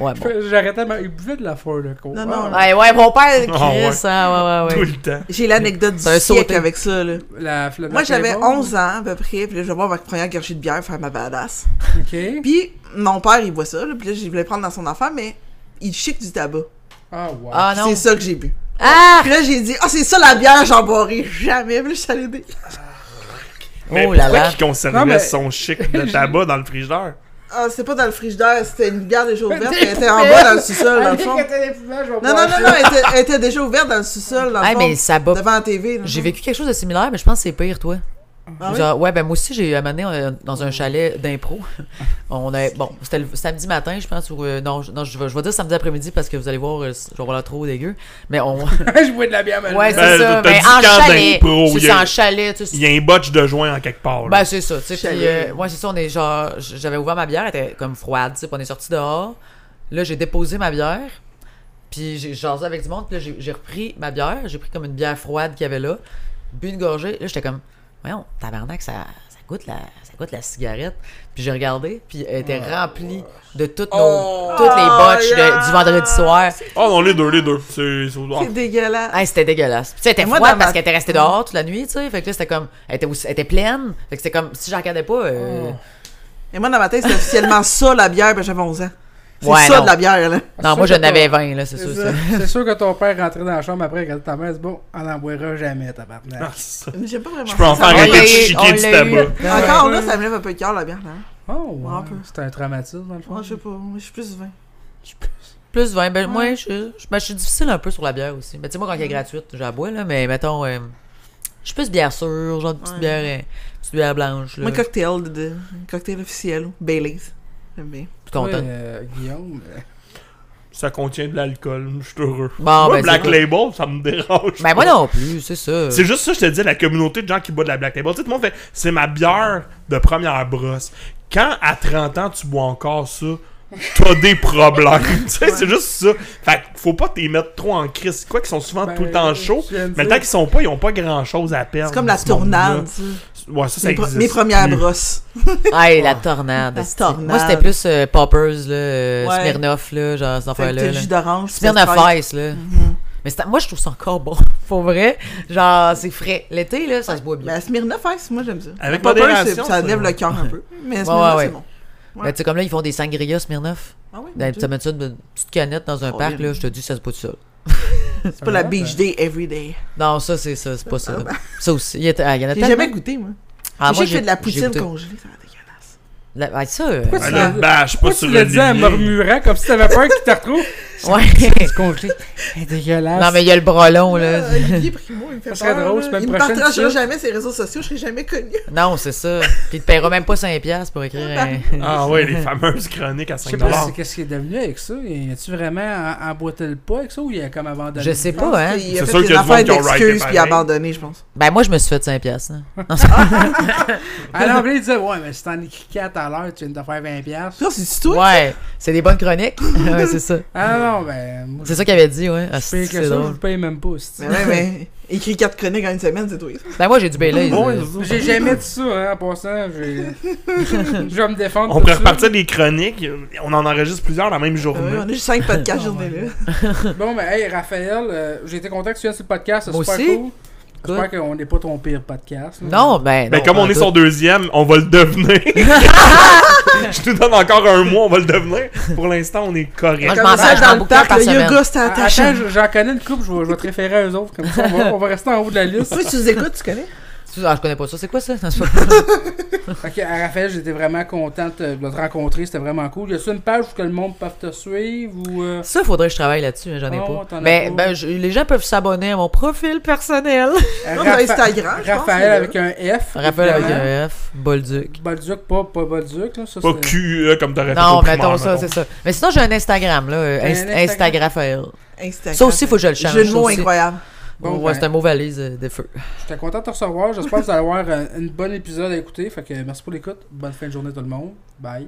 C: Ouais, bon.
A: J'arrêtais, ma- il buvait de la Ford, le con.
D: Non, non,
A: Ah,
C: Ouais, ouais, mon père, Chris,
B: Ah, ouais.
C: hein, ouais, ouais,
B: Tout
C: ouais.
B: le temps.
D: J'ai l'anecdote du
C: C'est un
D: siècle
C: sauté.
D: avec ça, là.
A: la- la
D: Moi,
A: Black
D: j'avais
A: Label.
D: 11 ans, à peu près, puis là, je vais boire ma première gorgée de bière, faire ma badass.
A: Ok.
D: Puis, mon père, il voit ça, là, puis là, je voulais prendre dans son enfant, mais il chic du tabac.
A: Ah, wow.
C: Ah non.
D: C'est ça que j'ai bu.
C: Ah!
D: Puis là, j'ai dit, ah, c'est ça la bière, j'en boirai jamais. Puis là, je suis allée dire,
B: Mais
C: Oh là
B: pourquoi
C: là.
B: qu'il conservait
A: Non, mais-
B: son chic de tabac dans le frigidaire?
D: ah, c'est pas dans le frigidaire, c'était une bière déjà ouverte,
A: Des
D: puis elle était en
A: poubelles.
D: bas dans le sous-sol, dans le fond.
A: Allez, qu'elle était poubelles, je vais
D: Non,
A: boire
D: non, non,
A: ça.
D: non, elle était, elle était déjà ouverte dans le sous-sol, dans le
C: Ah,
D: fond,
C: mais ça bat.
D: devant la TV. dans le
C: J'ai
B: Mhm.
D: fond.
C: vécu quelque chose de similaire, mais je pense que c'est pire, toi.
D: Ah oui?
C: Genre, ouais, ben moi aussi, j'ai amené dans un chalet d'impro. On a, bon, c'était le samedi matin, je pense, ou euh, non, je- non, je vais, je vais dire samedi après-midi parce que vous allez voir, euh, je vais voir trop dégueu. Mais on.
A: je bois de la bière, mais
C: Ouais,
A: je-
C: c'est
B: Ben,
C: ça.
B: t'as
C: Mais
B: dit
C: en
B: quand
C: chalet.
B: d'impro,
C: C'est
B: il y a-
C: ça, en chalet, tu sais.
B: Il y a un botch de joint en quelque part. là.
C: Ben, c'est ça, tu sais. puis,
D: Chalet.
C: euh, ouais, c'est ça, on est genre. j- J'avais ouvert ma bière, elle était comme froide, tu sais. puis on est sorti dehors. Là, j'ai déposé ma bière. Puis j'ai jasé avec du monde. Puis là, j'ai- j'ai repris ma bière. J'ai pris comme une bière froide qu'il y avait là. Bu une gorgée. Là, j'étais comme, voyons, tabarnak, ça, ça, goûte, la, ça goûte la cigarette. Puis j'ai regardé. Puis elle était remplie de toutes nos.
A: Oh.
C: toutes les botches de-
D: Oh, yeah.
C: du vendredi soir.
B: Oh non, les deux, les deux. C'est. c'est- ah.
D: C'est dégueulasse.
C: Hey, c'était dégueulasse. Puis, tu sais, elle était
D: Mais moi,
C: froide
D: dans ma-
C: parce qu'elle était restée dehors toute la nuit, tu sais. Fait que là, c'était comme. Elle était, aussi- elle était pleine. Fait que c'était comme. Si je la regardais pas.
D: Oh.
C: euh,
D: Et moi, dans ma tête, c'était officiellement ça, la bière, ben j'avais 11 ans. C'est
C: Ouais,
D: ça
C: non.
D: de la bière, là.
C: Non,
A: C'est
C: moi,
A: sûr
C: j'en
A: que
C: avais
A: t'as-
C: 20, là, c'est sûr.
A: C'est
C: ça.
A: ça. C'est sûr que ton père rentrait dans la chambre après, regardait ta mère, il dit bon, on n'en boira jamais, tabarnak.
B: Ah, ça.
D: J'aime pas vraiment
B: Je peux en
D: ça.
B: faire
C: On
B: un
C: l'a
B: petit
C: eu, on
B: chiquet du
C: l'a
B: tabac.
C: eu.
D: Encore là, ça me lève un peu le cœur, la bière, hein. là.
A: Oh,
D: Ouais,
A: ouais.
D: un Ah. peu.
A: C'est un traumatisme, dans le fond.
D: Moi, je sais pas, moi, je suis plus vin.
C: Plus 20. Ben, moi, je, je- ben, je suis difficile un peu sur la bière aussi. Mais tu sais, moi, quand elle est gratuite, je la bois, là. Mais mettons, euh, Je suis plus bière sûre, genre de petite
D: Ouais.
C: bière, euh, petite bière blanche. Là.
D: Moi, cocktail, de, de- cocktail officiel, Bailey's. J'aime bien.
C: Je suis content.
A: Ouais, euh, Guillaume. euh,
B: Ça contient de l'alcool, je suis heureux.
C: Bon,
B: moi,
C: ben,
B: Black
C: c'est-
B: Label, ça me dérange.
C: Ben
B: pas.
C: moi non plus, c'est ça.
B: C'est juste ça, je te dis, la communauté de gens qui boivent de la Black Label. Tu sais, tout le monde fait, c'est ma bière de première brosse. Quand à 30 ans, tu bois encore ça, t'as des problèmes. tu sais, c'est juste ça. Fait que faut pas t'y mettre trop en crise. Quoi qu'ils sont souvent
A: ben,
B: Ah, tout le temps chauds,
A: je viens de
B: mais
A: dire-
B: tant qu'ils sont pas, ils ont pas grand chose à perdre.
D: C'est comme la
B: ce monde-là.
D: tournade, ça.
B: Ouais, ça, ça
D: Mes, pre-
B: existe
D: mes premières
B: plus.
D: brosses.
C: Hey, la tornade.
D: La
C: esti.
D: tornade.
C: Moi, c'était plus euh, Poppers, là, euh,
D: Ouais.
C: Smirnoff, là, genre, cette
D: Fait que
C: affaire-là.
D: t'as
C: là.
D: le jus d'orange.
C: Smirnoff Ice, là. Mais c'est- moi, je trouve ça encore bon, pour vrai. Genre, c'est frais. L'été, là, ça se boit bien.
D: Mais Ben, Smirnoff Ice, moi, j'aime ça.
B: Avec
D: Popper,
B: modération,
D: c'est-
B: ça.
D: Ça lève le cœur un peu. Mais
C: Ouais,
D: Smirnoff,
C: ouais,
D: c'est
C: ouais.
D: bon.
C: Ben, tu sais, comme là, ils font des sangria Smirnoff.
D: Ah oui,
C: Ben,
D: Dieu.
C: tu mets ça dans une petite canette dans un
D: Oh,
C: parc,
D: bien.
C: là, je te dis, ça se boit tout seul.
D: c'est pas la beach day every day.
C: Non, ça, c'est ça, c'est pas ça. Ça aussi. Il y, a- ah, il y en a
D: ben. J'ai
C: tellement.
D: jamais goûté, moi.
C: Ah, moi,
D: j'ai fait de la
C: j'ai
D: poutine
C: goûté-
D: congelée, ça va dégueulasse.
C: La- ah, ça. euh,
A: Pourquoi
B: Ah,
A: tu
B: là,
A: l'as
B: bâche pas
A: Pourquoi
B: sur
A: tu
B: le
A: l'as dit en
B: lien.
A: murmurant comme si t'avais peur qu'il te retrouve?
C: Ouais.
A: C'est congelé. C'est dégueulasse.
C: non, mais il y a le brelon, Oh, là.
D: Euh, Olivier Primo, il me fait
A: Ça serait
D: peur,
A: drôle,
D: là.
A: semaine
D: Il me
A: prochaine,
D: partagera
A: ça.
D: jamais ses réseaux sociaux, je serai jamais connue.
C: Non, c'est ça. Puis il te paiera même pas 5$ piastres pour écrire
D: ben.
C: un.
B: Ah ouais, les fameuses chroniques à
A: Je sais
B: 5
A: pas si- qu'est-ce qui est devenu avec ça. Y a-tu vraiment en- emboîté le pas avec ça ou il a comme abandonné?
C: Je sais pas, hein.
D: Il
B: C'est
D: a
B: sûr qu'il
D: fait
B: y
D: des
B: a du monde
D: affaires
B: qui ont raté
D: d'excuses puis
B: pareil.
D: abandonné, je pense.
C: Ben, moi, je me suis fait 5$. piastres, hein. Non, c'est-
A: À l'anglais, il disait Ouais, mais si t'en écris 4 à l'heure, tu viens de te faire 20$. piastres.
D: Ça, c'est tout.
C: ouais, c'est des bonnes chroniques. ouais, c'est ça.
A: Ah non, ben. Moi,
C: C'est ça qu'il avait dit, ouais. Ah,
A: je paye que
C: c'est c'est
A: ça, je
C: drôle.
A: le paye même pas. c'est-tu.
D: Mais ouais, mais écrit quatre chroniques en une semaine, c'est tout.
C: Ben, moi, j'ai du Baileys.
B: Ouais,
C: là.
A: J'ai jamais dit ça, hein, en passant. j'ai- Je vais me défendre.
B: On
A: pour
B: pourrait
A: ça.
B: repartir des chroniques, on en enregistre plusieurs la même journée.
D: Ouais, on a juste cinq podcasts journée-là.
A: Bon, mais hey, Raphaël, euh, j'ai été content que tu viennes sur le podcast. C'est
C: Moi
A: super
C: aussi.
A: cool. J'espère qu'on n'est pas ton pire podcast. là. Ah,
C: Non, ben.
B: Ben,
C: non,
B: comme
C: pas
B: on est
C: tout.
B: son deuxième, on va le devenir. je te donne encore un mois, on va le devenir. Pour l'instant, on est
C: Moi,
B: correct.
C: je
D: Comme
C: m'en
D: ça,
C: sers, je
D: dans
C: m'en
D: le
C: boucle
D: parc,
C: par
D: le
C: semaine.
D: yoga, c'est
A: Ah,
D: attaché.
A: Attends, je- j'en connais une couple, je vais, je vais te référer à eux autres, comme ça on va, on va rester en haut de la liste.
D: Toi, tu nous écoutes, tu connais?
C: Ah, je connais pas ça. C'est quoi ça? Non, c'est pas-
A: Fait que, à Raphaël, j'étais vraiment contente de te rencontrer, c'était vraiment cool. Y a-tu une page où que le monde peut te suivre ou. euh,
C: Ça, faudrait que je travaille là-dessus, mais j'en ai
A: Ah, ouais,
C: pas.
A: t'en as
C: Ben,
A: pas.
C: ben, je- les gens peuvent s'abonner à mon profil personnel.
D: Non,
A: Rapha-
D: mais Instagram, je pense,
A: Raphaël
D: mais-
A: avec un F.
C: Rappel avec
A: évidemment.
C: un F, Bolduc.
A: Bolduc, pas, pas Bolduc, là. Ça,
B: Pas
A: c'est-
B: QE comme t'aurais fait.
C: Non,
B: au primaire,
C: mettons ça,
B: mettons.
C: c'est ça. Mais sinon, j'ai un Instagram, là. euh,
A: Un
C: Inst-
A: Instagram.
C: Instagraphaël.
D: Instagram.
C: Ça aussi, faut que je le change,
D: J'ai
C: ça
D: le mot
C: aussi.
D: incroyable.
A: Bon,
C: ouais,
A: ben,
C: c'est un mot valise euh, de feu.
A: J'étais content de te recevoir. J'espère que vous allez avoir un, un bon épisode à écouter. Fait que merci pour l'écoute. Bonne fin de journée, tout le monde. Bye.